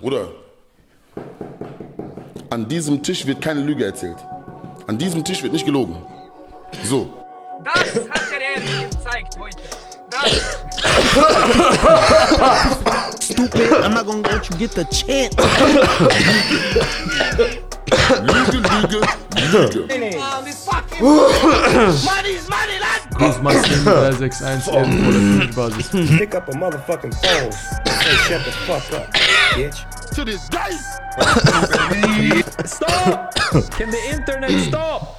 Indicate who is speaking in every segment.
Speaker 1: Bruder, an diesem Tisch wird keine Lüge erzählt. An diesem Tisch wird nicht gelogen. So.
Speaker 2: Das hat der Herr mir gezeigt heute. Das.
Speaker 3: Stupid. I'm not gonna let you get the chance.
Speaker 1: Lüge, Lüge, Lüge.
Speaker 2: Ah, this fucking. money is money, lad.
Speaker 4: Das Maxim 361 M vor der Flugbasis.
Speaker 5: Pick up a motherfucking phone. Hey, shut the fuck up, bitch.
Speaker 1: To this day.
Speaker 2: Stop! Can the internet stop?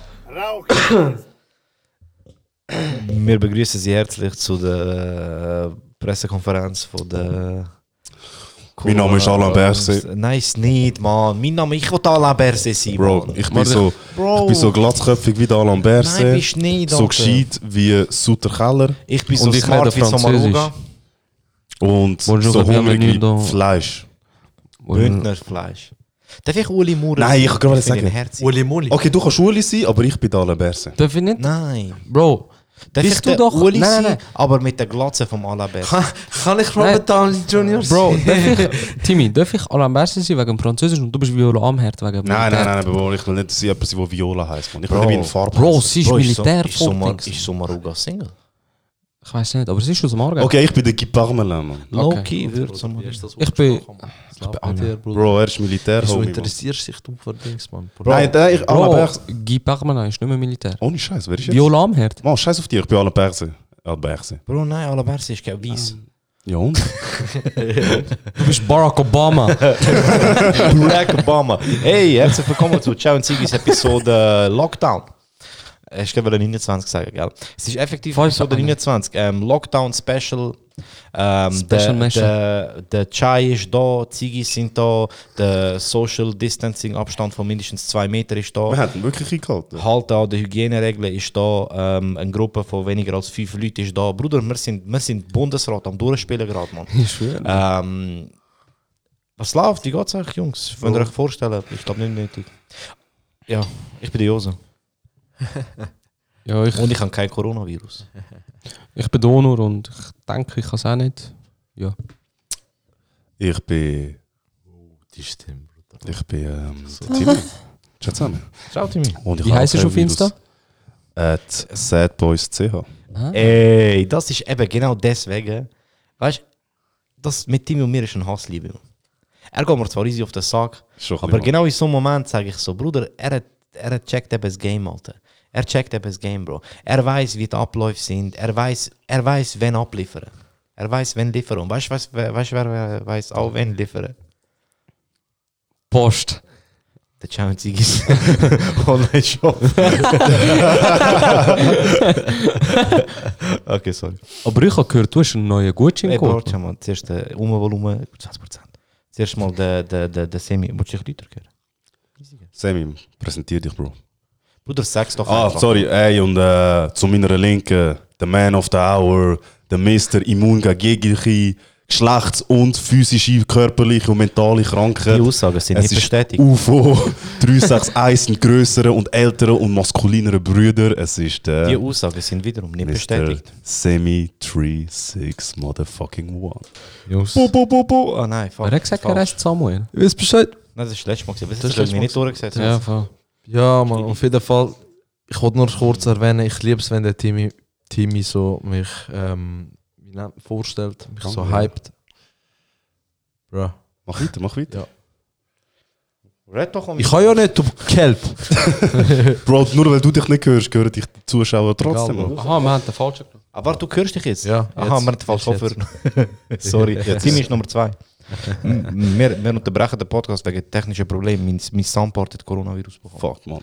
Speaker 6: Wir begrüßen Sie herzlich zu der äh, Pressekonferenz von der.
Speaker 7: Mein Name ist Alain Berset.
Speaker 6: Nein, ist nicht, Mann. Mein Name, ich will Alain Berset sein.
Speaker 7: Bro,
Speaker 6: Mann.
Speaker 7: ich bin,
Speaker 6: Mann,
Speaker 7: so,
Speaker 6: Bro.
Speaker 7: ich bin so glatzköpfig wie der Alain Berset.
Speaker 6: Nein, bist nicht,
Speaker 7: So
Speaker 6: Alter.
Speaker 7: gescheit wie Suter Keller.
Speaker 6: Ich bin so
Speaker 7: Und ich
Speaker 6: smart
Speaker 7: rede
Speaker 6: wie Samaruga.
Speaker 4: Französisch.
Speaker 7: Und
Speaker 4: Bonjour,
Speaker 7: so hungrig
Speaker 4: bienvenido.
Speaker 7: wie Fleisch.
Speaker 6: Bündner Fleisch. Darf ich Uli Maurer
Speaker 7: Nein, ich kann gerade
Speaker 6: bin
Speaker 7: sagen.
Speaker 6: ein Herz.
Speaker 3: Uli Muli.
Speaker 7: Okay, du kannst Uli sein, aber ich bin der Alain Berset.
Speaker 4: Darf ich nicht?
Speaker 6: Nein.
Speaker 4: Bro,
Speaker 6: Darf
Speaker 4: Bist
Speaker 6: ich
Speaker 4: du
Speaker 6: der
Speaker 4: doch-
Speaker 6: Uli
Speaker 4: Nein, nein,
Speaker 6: sein,
Speaker 4: nein.
Speaker 6: aber mit der Glatze vom Alain Berset.
Speaker 3: Kann ich Robert Downey Jr.
Speaker 4: Bro, darf ich, Timmy, darf ich Alain Berset sein wegen Französisch und du bist Viola Amherd wegen
Speaker 7: Nein, nein, nein, nein, Bro, ich will nicht, dass ich jemand sein, der Viola heisst. Mann. Ich
Speaker 6: Bro.
Speaker 7: will wie ein Farbe.
Speaker 4: Bro,
Speaker 7: heissen.
Speaker 4: sie ist
Speaker 6: Bro,
Speaker 4: militär
Speaker 6: ist, so, ist, Somar-
Speaker 4: Vortex.
Speaker 6: ist Samaruga Single?
Speaker 4: Ich weiß nicht, aber sie ist aus dem Argen.
Speaker 7: Okay, ich bin der Guy Parmelin, Mann.
Speaker 6: Low-key
Speaker 3: dus
Speaker 6: wird Samaruga.
Speaker 4: Ich bin-
Speaker 3: Slap an dir, Bruder.
Speaker 7: Bro, er ist Militär,
Speaker 3: Wieso
Speaker 7: Homie, Mann.
Speaker 3: interessierst du dich du für Dings, Mann? Bro.
Speaker 7: Nein, nein, ich, Alain
Speaker 4: Bro,
Speaker 7: Berset.
Speaker 4: Guy Parmelin ist nicht mehr Militär.
Speaker 7: Ohne Scheiß, wer ist jetzt?
Speaker 4: Viola Amherd.
Speaker 7: Mann, Scheiß auf dich, ich bin Alain Berset. Alain Berset.
Speaker 6: Bro, nein, Alain Berset ist kein Weiss.
Speaker 7: Ja, und?
Speaker 4: Du bist Barack Obama.
Speaker 6: Barack Obama. Hey, herzlich willkommen zu Ciao und Sigis Episode äh, Lockdown. Äh, Ich kann wieder 29 sagen, gell? Es ist effektiv
Speaker 4: Voll
Speaker 6: Episode
Speaker 4: verhandelt.
Speaker 6: 29. Ähm, Lockdown Special. Ähm,
Speaker 4: Special
Speaker 6: der, der, der Chai ist da, die Zigis sind da, der Social Distancing Abstand von mindestens zwei Meter ist da.
Speaker 7: Wir hätten wirklich eingehalten.
Speaker 6: Halt an den Hygieneregeln ist da, ähm, eine Gruppe von weniger als fünf Leuten ist da. Bruder, wir sind, wir sind Bundesrat am Durchspielen gerade, Mann. ähm, was läuft? Wie geht's euch, Jungs? Wenn ihr euch vorstellen, ich glaube nicht nötig. Ja, ich bin die Jose.
Speaker 4: ja, ich,
Speaker 6: Und ich habe kein Coronavirus.
Speaker 4: ich bin Donor und ich denke, ich kann es auch nicht. Ja.
Speaker 7: Ich bin.
Speaker 3: Oh, Die Stimme, Bruder.
Speaker 7: Ich bin. Ähm, Timmy. Ciao zusammen.
Speaker 6: Schaut ihr mich?
Speaker 7: Und ich
Speaker 4: Wie
Speaker 7: habe
Speaker 4: heisst du
Speaker 7: kein
Speaker 4: auf Insta?
Speaker 7: Virus. At sadboys.ch.
Speaker 6: Ey, das ist eben genau deswegen. Weißt du, das mit Timmy und mir ist ein Hassliebe. Mann. Er geht mir zwar easy auf den Sack,
Speaker 7: Schon ein
Speaker 6: aber
Speaker 7: bisschen,
Speaker 6: genau in so einem Moment sage ich so, Bruder, er, hat, er hat checkt eben das Game, Alter. Er checkt eben das Game, Bro. Er weiß, wie die Abläufe sind. Er weiß, er weiß, wen abliefern. Er weiß, wen liefern. Und weißt du, was- we- weißt du, wer- wer weiß auch, wen liefern?
Speaker 4: Post.
Speaker 6: Der Champions League ist Online-Shop. okay, sorry.
Speaker 4: Aber ich habe gehört, du hast einen neuen
Speaker 6: Ey, Bro,
Speaker 4: Gutscheincode.
Speaker 6: schau mal, zuerst äh, Umvolumen, 20%. Zuerst mal der, der, der, der Semi. Wolltest du dich lauter hören?
Speaker 7: Sammy, präsentier dich, Bro.
Speaker 6: Bruder, sag's doch
Speaker 7: Ah,
Speaker 6: einfach.
Speaker 7: sorry. Ey, und äh, zu meiner Linken, der Man of the Hour, der Mr. Immun gegen jegliche geschlechts- und physische, körperliche und mentale Krankheit.
Speaker 6: Die Aussagen sind
Speaker 7: es
Speaker 6: nicht
Speaker 7: ist
Speaker 6: bestätigt.
Speaker 7: UFO 361, ein grösseren und älteren und maskulineren Brüder. Es ist äh,
Speaker 6: Die
Speaker 7: der
Speaker 6: Aussagen sind wiederum nicht
Speaker 7: Mr.
Speaker 6: bestätigt.
Speaker 7: Sammy 36 Motherfucking One.
Speaker 6: Jungs. Bo, bo, bo, bo. Ah nein, fuck.
Speaker 4: Wer hat gesagt, er
Speaker 6: Falsch.
Speaker 4: heißt Samuel?
Speaker 3: Ich weiß Bescheid.
Speaker 6: Nein, das ist das letzte Mal gewesen. Das,
Speaker 3: Das
Speaker 6: das
Speaker 3: ist
Speaker 6: ist mir nicht
Speaker 3: letztes
Speaker 6: durchgesetzt.
Speaker 4: Ja, voll.
Speaker 3: Ja, Mann, auf jeden Fall. Ich wollte nur kurz erwähnen, ich liebe es, wenn der Timmy, Timmy so mich ähm, wie nennt, man, vorstellt, mich so
Speaker 7: Danke.
Speaker 3: hypt. Bro.
Speaker 7: Mach weiter, mach weiter.
Speaker 6: Red doch um
Speaker 3: Ich kann ja nicht, du Kelp.
Speaker 7: Bro, nur weil du dich nicht hörst, hören dich die Zuschauer trotzdem.
Speaker 3: Egal,
Speaker 7: Bro.
Speaker 4: Aha, wir haben den falschen genommen.
Speaker 6: Aber du hörst dich jetzt.
Speaker 3: Ja,
Speaker 6: Aha,
Speaker 3: jetzt.
Speaker 6: wir haben falsch
Speaker 3: Jetzt,
Speaker 6: Kopfhörer. Sorry, Timmy ist Nummer zwei. M- wir, wir unterbrechen den Podcast wegen technischer Problemen. Mein, mein Soundboard hat Coronavirus bekommen.
Speaker 7: Fuck, man.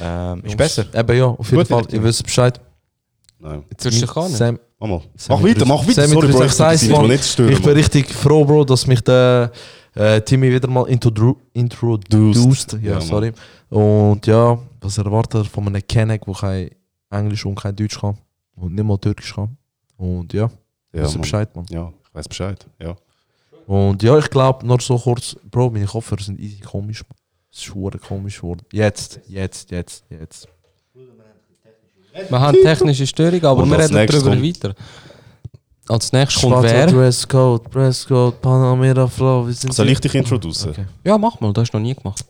Speaker 6: Ähm, ist besser.
Speaker 3: Eben ja, auf jeden
Speaker 6: Gut,
Speaker 3: Fall,
Speaker 6: wieder,
Speaker 3: ihr
Speaker 6: Timmy.
Speaker 3: wisst Bescheid.
Speaker 7: Nein.
Speaker 4: Jetzt wirst du dich gar nicht.
Speaker 3: Sam,
Speaker 7: Mach mal.
Speaker 3: Sammy
Speaker 7: Mach weiter,
Speaker 3: Drüs-
Speaker 7: mach weiter. Sorry, Bro,
Speaker 3: Sammy
Speaker 7: ich
Speaker 3: Drüs-
Speaker 7: will dich
Speaker 3: Mann.
Speaker 7: mal nicht
Speaker 3: ich
Speaker 7: stören.
Speaker 3: bin
Speaker 7: Mann.
Speaker 3: richtig froh, Bro, dass mich der äh, Timmy wieder mal introdru- introduced. Ja,
Speaker 7: Ja, Mann.
Speaker 3: sorry. Und ja, was erwartet er von einem Kenneck, der kein Englisch und kein Deutsch kann und nicht mal Türkisch kann. Und ja, ja
Speaker 7: Ja,
Speaker 3: wisst ihr
Speaker 7: Mann.
Speaker 3: Bescheid, Mann.
Speaker 7: ja, ich weiß Bescheid. Ja.
Speaker 3: Und ja, ich glaube, nur so kurz, Bro, meine Kopfhörer sind easy komisch, Mann. Es ist schwer komisch geworden. Jetzt, jetzt, jetzt, jetzt.
Speaker 4: Wir haben technische Störungen, aber
Speaker 7: Und
Speaker 4: wir
Speaker 7: als
Speaker 4: reden
Speaker 7: nächstes
Speaker 4: darüber
Speaker 7: kommt-
Speaker 4: weiter. Als nächstes kommt
Speaker 3: Schwarzer
Speaker 4: wer?
Speaker 3: Dresscode, Dresscode, Panamera Flow, wir sind
Speaker 7: Soll ich dich introducen?
Speaker 3: Okay.
Speaker 4: Ja, mach mal, das hast du noch nie gemacht.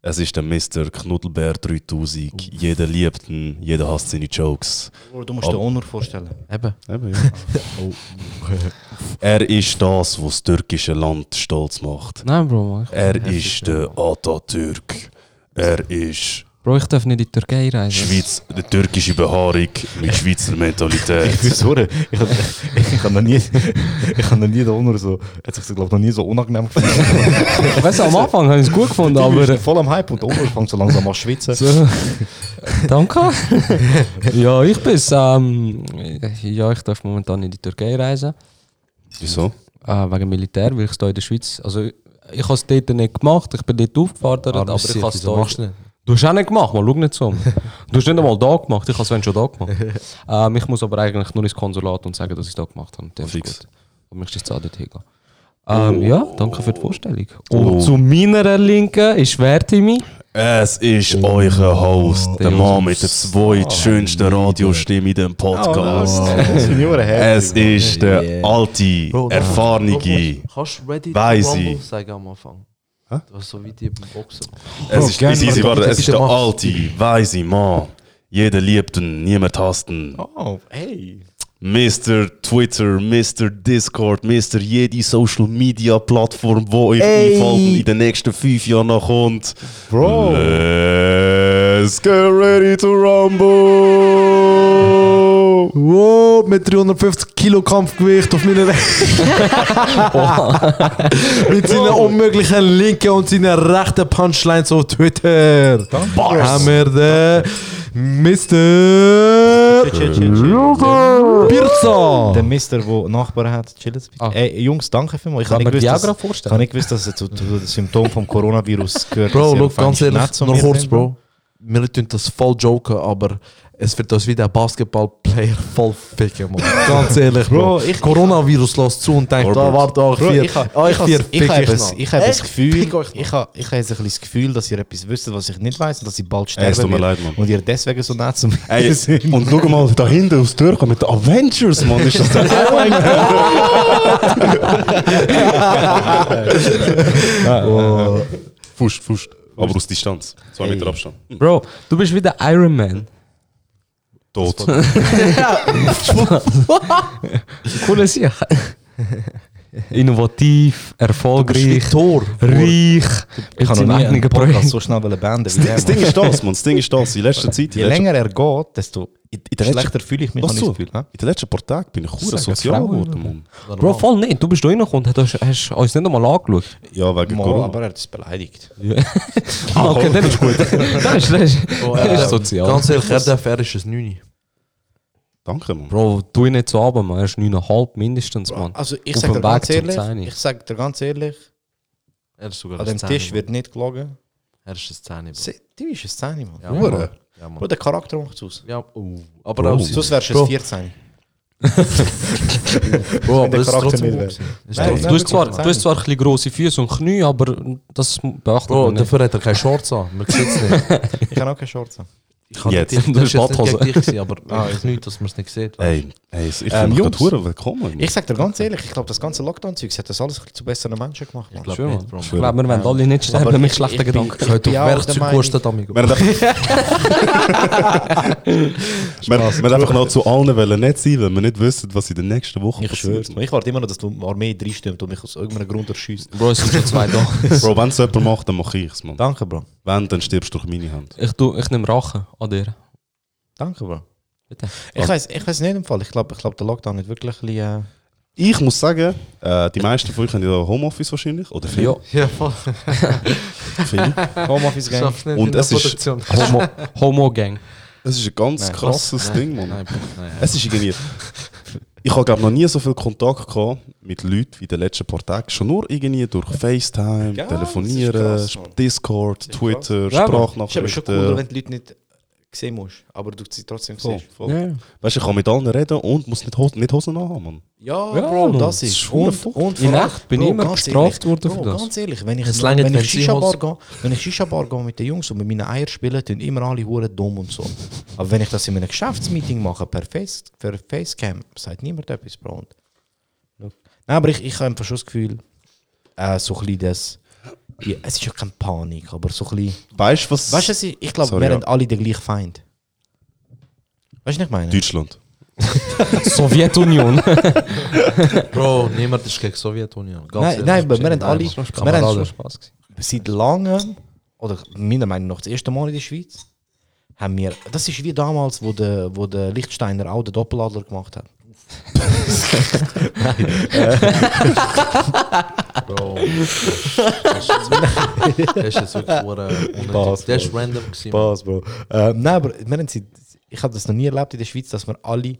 Speaker 7: Es ist der Mr. Knuddelbär 3000. Jeder liebt ihn, jeder hasst seine Jokes.
Speaker 6: Bro, du musst
Speaker 7: Oh.
Speaker 6: den Honor vorstellen.
Speaker 3: Eben.
Speaker 7: Eben, ja. Er ist das, was das türkische Land stolz macht.
Speaker 4: Nein, Bro, mach.
Speaker 7: Er ist der Atatürk. Er ist
Speaker 4: Bro, ich darf nicht in die Türkei reisen.
Speaker 7: Schweiz, die türkische Behaarung mit Schweizer Mentalität.
Speaker 6: bin sorry. Ich, ich, ich habe noch nie, ich habe noch nie den Honor so, hat sich glaube noch nie so unangenehm gefühlt.
Speaker 4: Weißt du, am Anfang habe ich es gut gefunden,
Speaker 6: Aber
Speaker 4: aber.
Speaker 6: voll am Hype und der Honor fängt so langsam an zu schwitzen.
Speaker 4: So. Danke. ja, ich bin's. Ähm, ja, ich darf momentan in die Türkei reisen.
Speaker 7: Wieso?
Speaker 4: Äh, wegen Militär, weil ich es hier in der Schweiz. Also, ich, ich habe es dort nicht gemacht, ich bin dort aufgefordert, aber, ich habe es
Speaker 3: wieso
Speaker 4: da.
Speaker 3: machst du nicht?
Speaker 4: Du hast auch nicht gemacht, mal schau nicht so. Du hast nicht einmal da gemacht, ich habe es wenn schon da gemacht. ähm, ich muss aber eigentlich nur ins Konsulat und sagen, dass ich es da gemacht habe. Dem
Speaker 7: Fix.
Speaker 4: Ist gut. Und möchtest jetzt auch dort hingehen. Ähm, Ja, danke für die Vorstellung. Und
Speaker 7: Oh.
Speaker 4: zu meiner Linken ist wer, Timmy?
Speaker 7: Es ist euer Host, der Mann mit der zweitschönsten Radiostimme in dem
Speaker 6: Oh,
Speaker 7: Podcast.
Speaker 6: Ah, Senioren her.
Speaker 7: Es ist der alte, erfahrene.
Speaker 3: Kannst du Ready
Speaker 7: Weiss
Speaker 3: to Rumble
Speaker 7: ich.
Speaker 3: sagen am Anfang? Du hast so wie die beim Boxen.
Speaker 7: Es ist,
Speaker 6: gerne,
Speaker 7: easy, easy,
Speaker 6: aber
Speaker 7: warte, es
Speaker 3: bitte
Speaker 7: ist der
Speaker 3: mach.
Speaker 7: alte, weise Mann. Jeder liebt ihn, niemand hasst ihn.
Speaker 6: Oh, hey.
Speaker 7: Mr. Twitter, Mr. Discord, Mr. jede Social Media Plattform, wo euch in den nächsten fünf Jahren noch kommt.
Speaker 6: Bro.
Speaker 7: Let's get ready to rumble!
Speaker 3: Wow, mit 350 Kilo Kampfgewicht auf meiner Mit seinen unmöglichen linken und seinen rechten Punchlines auf Twitter. Haben wir den Mr. Pirza.
Speaker 6: Der Mister, der Nachbarn hat, chillen Sie bitte.
Speaker 4: Ah.
Speaker 6: Ey, Jungs, danke vielmals. Ich
Speaker 4: Kann
Speaker 6: habe
Speaker 4: man
Speaker 6: nicht,
Speaker 4: die auch
Speaker 6: gewusst,
Speaker 4: gerade
Speaker 6: dass- ich
Speaker 4: vorstellen?
Speaker 6: habe nicht gewusst, dass es zu, zu den Symptomen vom Coronavirus gehört. dass
Speaker 3: Bro,
Speaker 6: ihr
Speaker 3: look,
Speaker 6: auf
Speaker 3: ganz
Speaker 6: einmal
Speaker 3: ehrlich,
Speaker 6: Schnätz um
Speaker 3: noch
Speaker 6: mich
Speaker 3: kurz,
Speaker 6: bringt.
Speaker 3: Bro. Wir tun das voll joken, aber es wird uns dus wie der Basketballplayer voll ficken, man. Ganz ehrlich, Bro.
Speaker 6: Bro, ich-
Speaker 3: Coronavirus lässt zu und denkt, ah, warte, ach,
Speaker 6: Bro,
Speaker 3: vier,
Speaker 6: ich habe
Speaker 3: ach,
Speaker 6: ich
Speaker 3: vier,
Speaker 6: has- ich
Speaker 3: fick
Speaker 6: habe
Speaker 3: ich
Speaker 6: das,
Speaker 3: noch.
Speaker 6: ich habe das
Speaker 3: Echt?
Speaker 6: Gefühl,
Speaker 3: Fick euch noch.
Speaker 6: ich habe ich habe jetzt ein bisschen das Gefühl, dass ihr etwas wisst, was ich nicht weiß und dass ich bald sterben
Speaker 7: es tut mir
Speaker 6: werde.
Speaker 7: leid, Mann.
Speaker 6: Und ihr deswegen so nah zu mir
Speaker 7: Ey, und schau mal, da hinten aus Türkei mit den Avengers, Mann, ist das der Fuscht, fuscht. Aber aus Distanz. Zwei Meter Abstand.
Speaker 4: Bro, du bist wie der Iron Man.
Speaker 7: Tot.
Speaker 4: Coole Sache. Innovativ, erfolgreich,
Speaker 3: Tor.
Speaker 4: reich.
Speaker 6: Ich habe noch nie einen Podcast so schnell beenden wie
Speaker 7: Das
Speaker 6: der.
Speaker 7: Ding ist das, Mann. Das Ding ist das. In letzter Zeit, in
Speaker 6: Je
Speaker 7: der letzten-
Speaker 6: länger er geht, desto schlechter fühle ich mich.
Speaker 7: Was
Speaker 6: habe ich
Speaker 7: so?
Speaker 6: das
Speaker 7: In
Speaker 6: Gefühl, ne? hä?
Speaker 7: den letzten paar Tagen bin ich hure sozial
Speaker 4: Frauen,
Speaker 7: geworden, Mann.
Speaker 4: Bro, voll nicht. Du bist da reingekommen und hast, hast uns nicht einmal angeschaut.
Speaker 7: Ja, wegen
Speaker 6: Mal,
Speaker 7: Corona.
Speaker 6: aber er ist beleidigt.
Speaker 4: Ah, Oh, okay, das ist gut. das ist, das ist, das ist sozial.
Speaker 3: Ganz ehrlich, er darf, er ist ein Neuni.
Speaker 7: Danke, Mann.
Speaker 4: Bro, tu ihn nicht so ab, man. Er ist 9,5 mindestens, man.
Speaker 6: Also ich
Speaker 4: Auf
Speaker 6: sage dir
Speaker 4: dem Weg
Speaker 6: ganz
Speaker 4: zum
Speaker 6: ehrlich,
Speaker 4: Zehni.
Speaker 6: ich sage dir ganz ehrlich,
Speaker 3: Er ist sogar
Speaker 6: an dem Tisch wird nicht gelogen.
Speaker 3: Er ist ein Zähne, Bro.
Speaker 6: Se- Du bist ein Zehni, Mann.
Speaker 3: Ja,
Speaker 6: Hure.
Speaker 3: Mann. Ja, Mann.
Speaker 6: Bro, der Charakter macht's aus.
Speaker 3: Ja, oh. Aber
Speaker 7: Bro.
Speaker 3: auch sie-
Speaker 6: Sonst wärst du
Speaker 3: Bro.
Speaker 6: ein 14.
Speaker 3: Bro, aber
Speaker 6: der
Speaker 3: es ist
Speaker 6: Charakter
Speaker 3: trotzdem
Speaker 6: nicht
Speaker 3: gut. Es ist
Speaker 6: Nein,
Speaker 3: trotzdem-
Speaker 4: Du hast zwar,
Speaker 6: Zehni.
Speaker 4: du hast zwar ein bisschen grosse Füße und Knie, aber das beachtet
Speaker 3: Bro,
Speaker 4: man nicht.
Speaker 3: dafür hat er keine Shorts an. Man sieht es nicht.
Speaker 6: Ich habe auch keine Shorts. an.
Speaker 3: Ich kann
Speaker 7: Jetzt.
Speaker 3: dich-
Speaker 4: Du
Speaker 3: Das ist jetzt
Speaker 4: hast
Speaker 3: nicht
Speaker 4: Badhose.
Speaker 3: gegen dich, gewesen, aber
Speaker 6: Ah,
Speaker 3: eigentlich nicht, dass man es nicht sieht.
Speaker 7: Ey, ey, ich
Speaker 6: Ähm,
Speaker 4: Ehm,
Speaker 7: fühle mich
Speaker 6: Jungs.
Speaker 7: gerade hure willkommen.
Speaker 6: Ich sag dir ganz ehrlich, ich glaube, das ganze Lockdown-Zeug hat das alles ein bisschen zu besseren Menschen gemacht. Mann.
Speaker 3: Ich glaube
Speaker 4: Schön,
Speaker 3: nicht, Bro.
Speaker 4: Ich glaube, wir wollen alle nicht
Speaker 6: Aber
Speaker 4: sterben mit
Speaker 6: ich-
Speaker 4: schlechten
Speaker 6: ich bin-
Speaker 4: Gedanken.
Speaker 3: Könnt auf
Speaker 6: bin auch der
Speaker 3: Werkzeug
Speaker 6: Meinung-
Speaker 3: kosten, Amigo.
Speaker 7: Wir haben einfach noch zu allen wollen nett sein, weil wir nicht wissen, was in der nächsten Woche
Speaker 6: Ich schwör's. Mann. Ich warte immer noch, dass du die Armee reinstimmt und mich aus irgendeinem Grund erschießt.
Speaker 4: Bro, es sind schon zwei da.
Speaker 7: Bro, wenn es jemand macht, dann mach ich's, Mann.
Speaker 6: Danke, Bro.
Speaker 7: Wenn, dann stirbst du durch meine Hand.
Speaker 4: Ich, tu- ich nehme Rache an dir.
Speaker 6: Danke, Bro.
Speaker 4: Bitte.
Speaker 6: Ich weiß, ich weiß nicht im Fall. Ich glaube, ich glaub, der Lockdown hat wirklich ein bisschen.
Speaker 7: Ich muss sagen, äh, die meisten von euch haben ja Homeoffice wahrscheinlich, oder viel?
Speaker 4: Ja.
Speaker 3: Ja, voll.
Speaker 7: viel.
Speaker 6: Äh, Homeoffice Gang.
Speaker 3: Schaff's nicht
Speaker 7: Und
Speaker 3: in der
Speaker 7: es ist-
Speaker 3: Produktion.
Speaker 4: Homo, Homo Gang.
Speaker 7: Es ist ein ganz
Speaker 6: Nein,
Speaker 7: krasses Ding, Mann.
Speaker 3: Nein, nein.
Speaker 7: Es ist irgendwie. Ich habe glaub, noch nie so viel Kontakt gehabt mit Leuten wie in den letzten paar Tagen. Schon nur irgendwie durch FaceTime,
Speaker 6: Ja, das ist
Speaker 7: Telefonieren,
Speaker 6: krass, Mann.
Speaker 7: Discord,
Speaker 6: ist
Speaker 7: Twitter,
Speaker 4: Ja, Mann.
Speaker 6: Ich habe mich schon
Speaker 7: Sprachnachrichten.
Speaker 6: gewundert, wenn die Leute nicht sehen musst. Aber du sie trotzdem
Speaker 7: äh, Voll.
Speaker 6: siehst. Voll.
Speaker 4: Ja.
Speaker 7: Weißt du, ich kann mit allen reden und muss nicht, Hos nicht Hosen anhaben, Mann.
Speaker 6: Ja,
Speaker 4: Ja,
Speaker 6: Bro,
Speaker 4: Mann,
Speaker 6: das
Speaker 4: das ist
Speaker 6: ist.
Speaker 4: schon
Speaker 6: Und,
Speaker 4: Fakt.
Speaker 6: und
Speaker 4: In
Speaker 6: vor allem-
Speaker 4: Nacht bin ich immer
Speaker 6: ganz
Speaker 4: bestraft
Speaker 6: ehrlich,
Speaker 4: worden für
Speaker 6: Bro,
Speaker 4: das.
Speaker 6: Ganz ehrlich, wenn ich,
Speaker 3: Es langt,
Speaker 6: wenn
Speaker 3: wenn
Speaker 6: ich
Speaker 3: sie
Speaker 6: Shisha Bar
Speaker 3: Hose-
Speaker 6: gehe, wenn ich Shisha Bar gehe mit den Jungs und mit meinen Eiern spiele, tun immer alle Huren dumm und so. Aber wenn ich das in einem Geschäftsmeeting mache, per, Face, per Facecam, sagt niemand etwas, Bro. Und- Nein, aber ich, ich habe einfach schon das Gefühl, äh, so ein bisschen das. Ja, es ist ja keine Panik, aber so ein bisschen.
Speaker 7: Weißt du, was.
Speaker 6: Weißt du, was ich, ich glaube,
Speaker 7: Sorry,
Speaker 6: wir
Speaker 7: ja.
Speaker 6: haben alle den gleichen Feind. Weißt du, was ich meine?
Speaker 7: Deutschland.
Speaker 4: Sowjetunion.
Speaker 3: Bro, niemand ist gegen Sowjetunion. Ganz
Speaker 6: Nein,
Speaker 3: ehrlich.
Speaker 6: nein, aber wir haben alle-
Speaker 3: Nein, Mann.
Speaker 6: wir haben-
Speaker 3: Kameraden.
Speaker 4: Spaß gewesen.
Speaker 6: seit langem, oder meiner Meinung nach das erste Mal in der Schweiz, haben wir, das ist wie damals, wo der, wo der Lichtsteiner auch den Doppeladler gemacht hat.
Speaker 3: Bro. Der ist jetzt wirklich hure unnötig. Der ist eh, random gewesen.
Speaker 7: Genau.
Speaker 3: Mann.
Speaker 6: Spaß, Bro. Ähm, nein, aber wir haben seit, ich habe das noch nie erlebt in der Schweiz, dass wir alle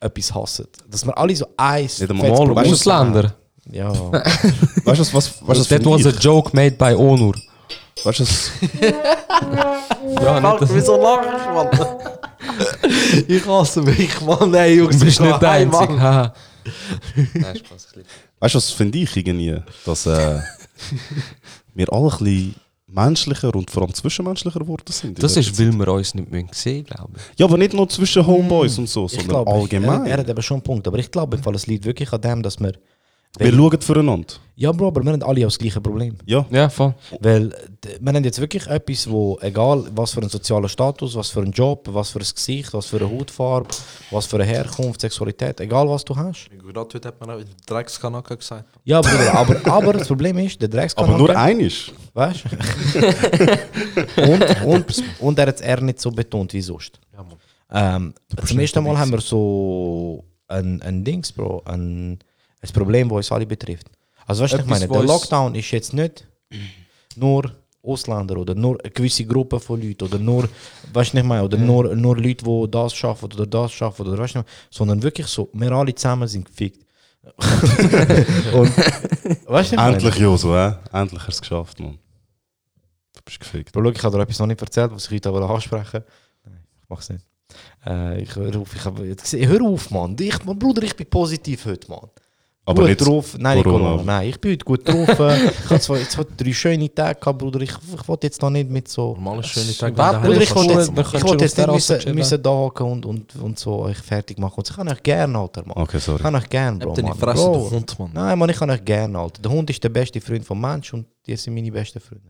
Speaker 6: etwas hassen. Dass wir alle so eins.
Speaker 7: Nicht einmal
Speaker 6: fettes
Speaker 7: mal
Speaker 6: Problem
Speaker 4: Ausländer.
Speaker 6: haben. Ja.
Speaker 7: Weißt du, was. was weißt du,
Speaker 4: That was
Speaker 7: was.
Speaker 4: a
Speaker 7: für mich?
Speaker 4: joke made by Onur.
Speaker 7: Weißt du, was.
Speaker 4: Ja, nicht, das
Speaker 6: Wieso lachst du, Mann? ich hasse mich, Mann. Nein, Jungs,
Speaker 4: du bist
Speaker 6: ich
Speaker 4: nicht der
Speaker 6: kann heim,
Speaker 4: Einzige.
Speaker 6: Mann.
Speaker 4: haha.
Speaker 7: Weißt du, was finde ich irgendwie? Dass äh, wir alle ein bisschen menschlicher und vor allem zwischenmenschlicher geworden sind.
Speaker 4: Das ist, weil wir uns nicht mehr sehen, glaube ich.
Speaker 7: Ja, aber nicht nur zwischen Homeboys und so,
Speaker 6: Hm. Ich
Speaker 7: sondern
Speaker 6: glaube,
Speaker 7: allgemein.
Speaker 6: Er, er hat eben schon einen Punkt, aber ich glaube, im Fall, es liegt wirklich an dem, dass wir.
Speaker 7: wir schauen füreinander.
Speaker 6: Ja, Bro, aber wir haben alle auch das gleiche Problem.
Speaker 7: Ja.
Speaker 4: Ja, voll.
Speaker 6: Weil d- wir haben jetzt wirklich etwas, wo, egal was für einen sozialen Status, was für einen Job, was für ein Gesicht, was für eine Hautfarbe, was für eine Herkunft, Sexualität, egal was du hast.
Speaker 3: Gerade heute hat man auch in Dreckskanaka gesagt.
Speaker 6: Ja, Bruder, aber, aber das Problem ist, der Dreckskanal.
Speaker 7: Aber nur einisch.
Speaker 6: Weißt du? und, und, und er hat es eher nicht so betont wie sonst.
Speaker 3: Ja, Mann.
Speaker 6: Ähm, zum ersten Mal haben wir so ein, ein Dings, Bro, ein, ein Problem, das uns alle betrifft. Also weißt du, was ich
Speaker 4: Etwas,
Speaker 6: meine,
Speaker 4: was
Speaker 6: der
Speaker 4: uns-
Speaker 6: Lockdown ist jetzt nicht nur Ausländer oder nur eine gewisse Gruppe von Leuten oder nur, weißt du nicht meine, oder nur, nur Leute, die das schaffen oder das schaffen oder weißt du nicht, sondern wirklich so, wir alle zusammen sind gefickt. Und, weißt du, was ich meine?
Speaker 7: Endlich, Joso, hä? Endlich hast du es geschafft, Mann. Du bist gefickt.
Speaker 6: Bro, schau, ich habe dir etwas noch nicht erzählt, was ich heute aber ansprechen Nein, ich mach's nicht. Äh, ich hör auf, ich habe jetzt gesehen, hör auf, Mann. Ich, Mann, Bruder, ich bin positiv heute, Mann.
Speaker 7: Aber
Speaker 6: gut
Speaker 7: nicht
Speaker 6: drauf. Nein, nicht
Speaker 7: Corona.
Speaker 6: Corona. Nein, ich bin heute gut drauf. äh, ich habe zwar jetzt heute drei schöne Tage gehabt, Bruder. Ich, ich wollte jetzt noch nicht mit so.
Speaker 3: Normal ist schöne Tag.
Speaker 4: Warte,
Speaker 6: Bruder, ich wollte
Speaker 4: Schule,
Speaker 6: jetzt,
Speaker 4: wir
Speaker 6: ich
Speaker 4: können
Speaker 6: wollte
Speaker 4: schon auf
Speaker 6: jetzt nicht
Speaker 4: der Terrasse
Speaker 6: müssen,
Speaker 4: chillen.
Speaker 6: müssen da hocken und, und, und so euch fertig machen. Und ich kann euch gerne, Alter, Mann.
Speaker 7: Okay,
Speaker 6: Ich
Speaker 7: Oh, sorry.
Speaker 6: kann euch gerne, Bro.
Speaker 3: Habt ihr die
Speaker 6: Mann.
Speaker 3: Fresse,
Speaker 6: Bro.
Speaker 3: du Hund, Mann.
Speaker 6: Nein, Mann, ich kann euch gerne, Alter. Der Hund ist der beste Freund vom Mensch und die sind meine besten Freunde.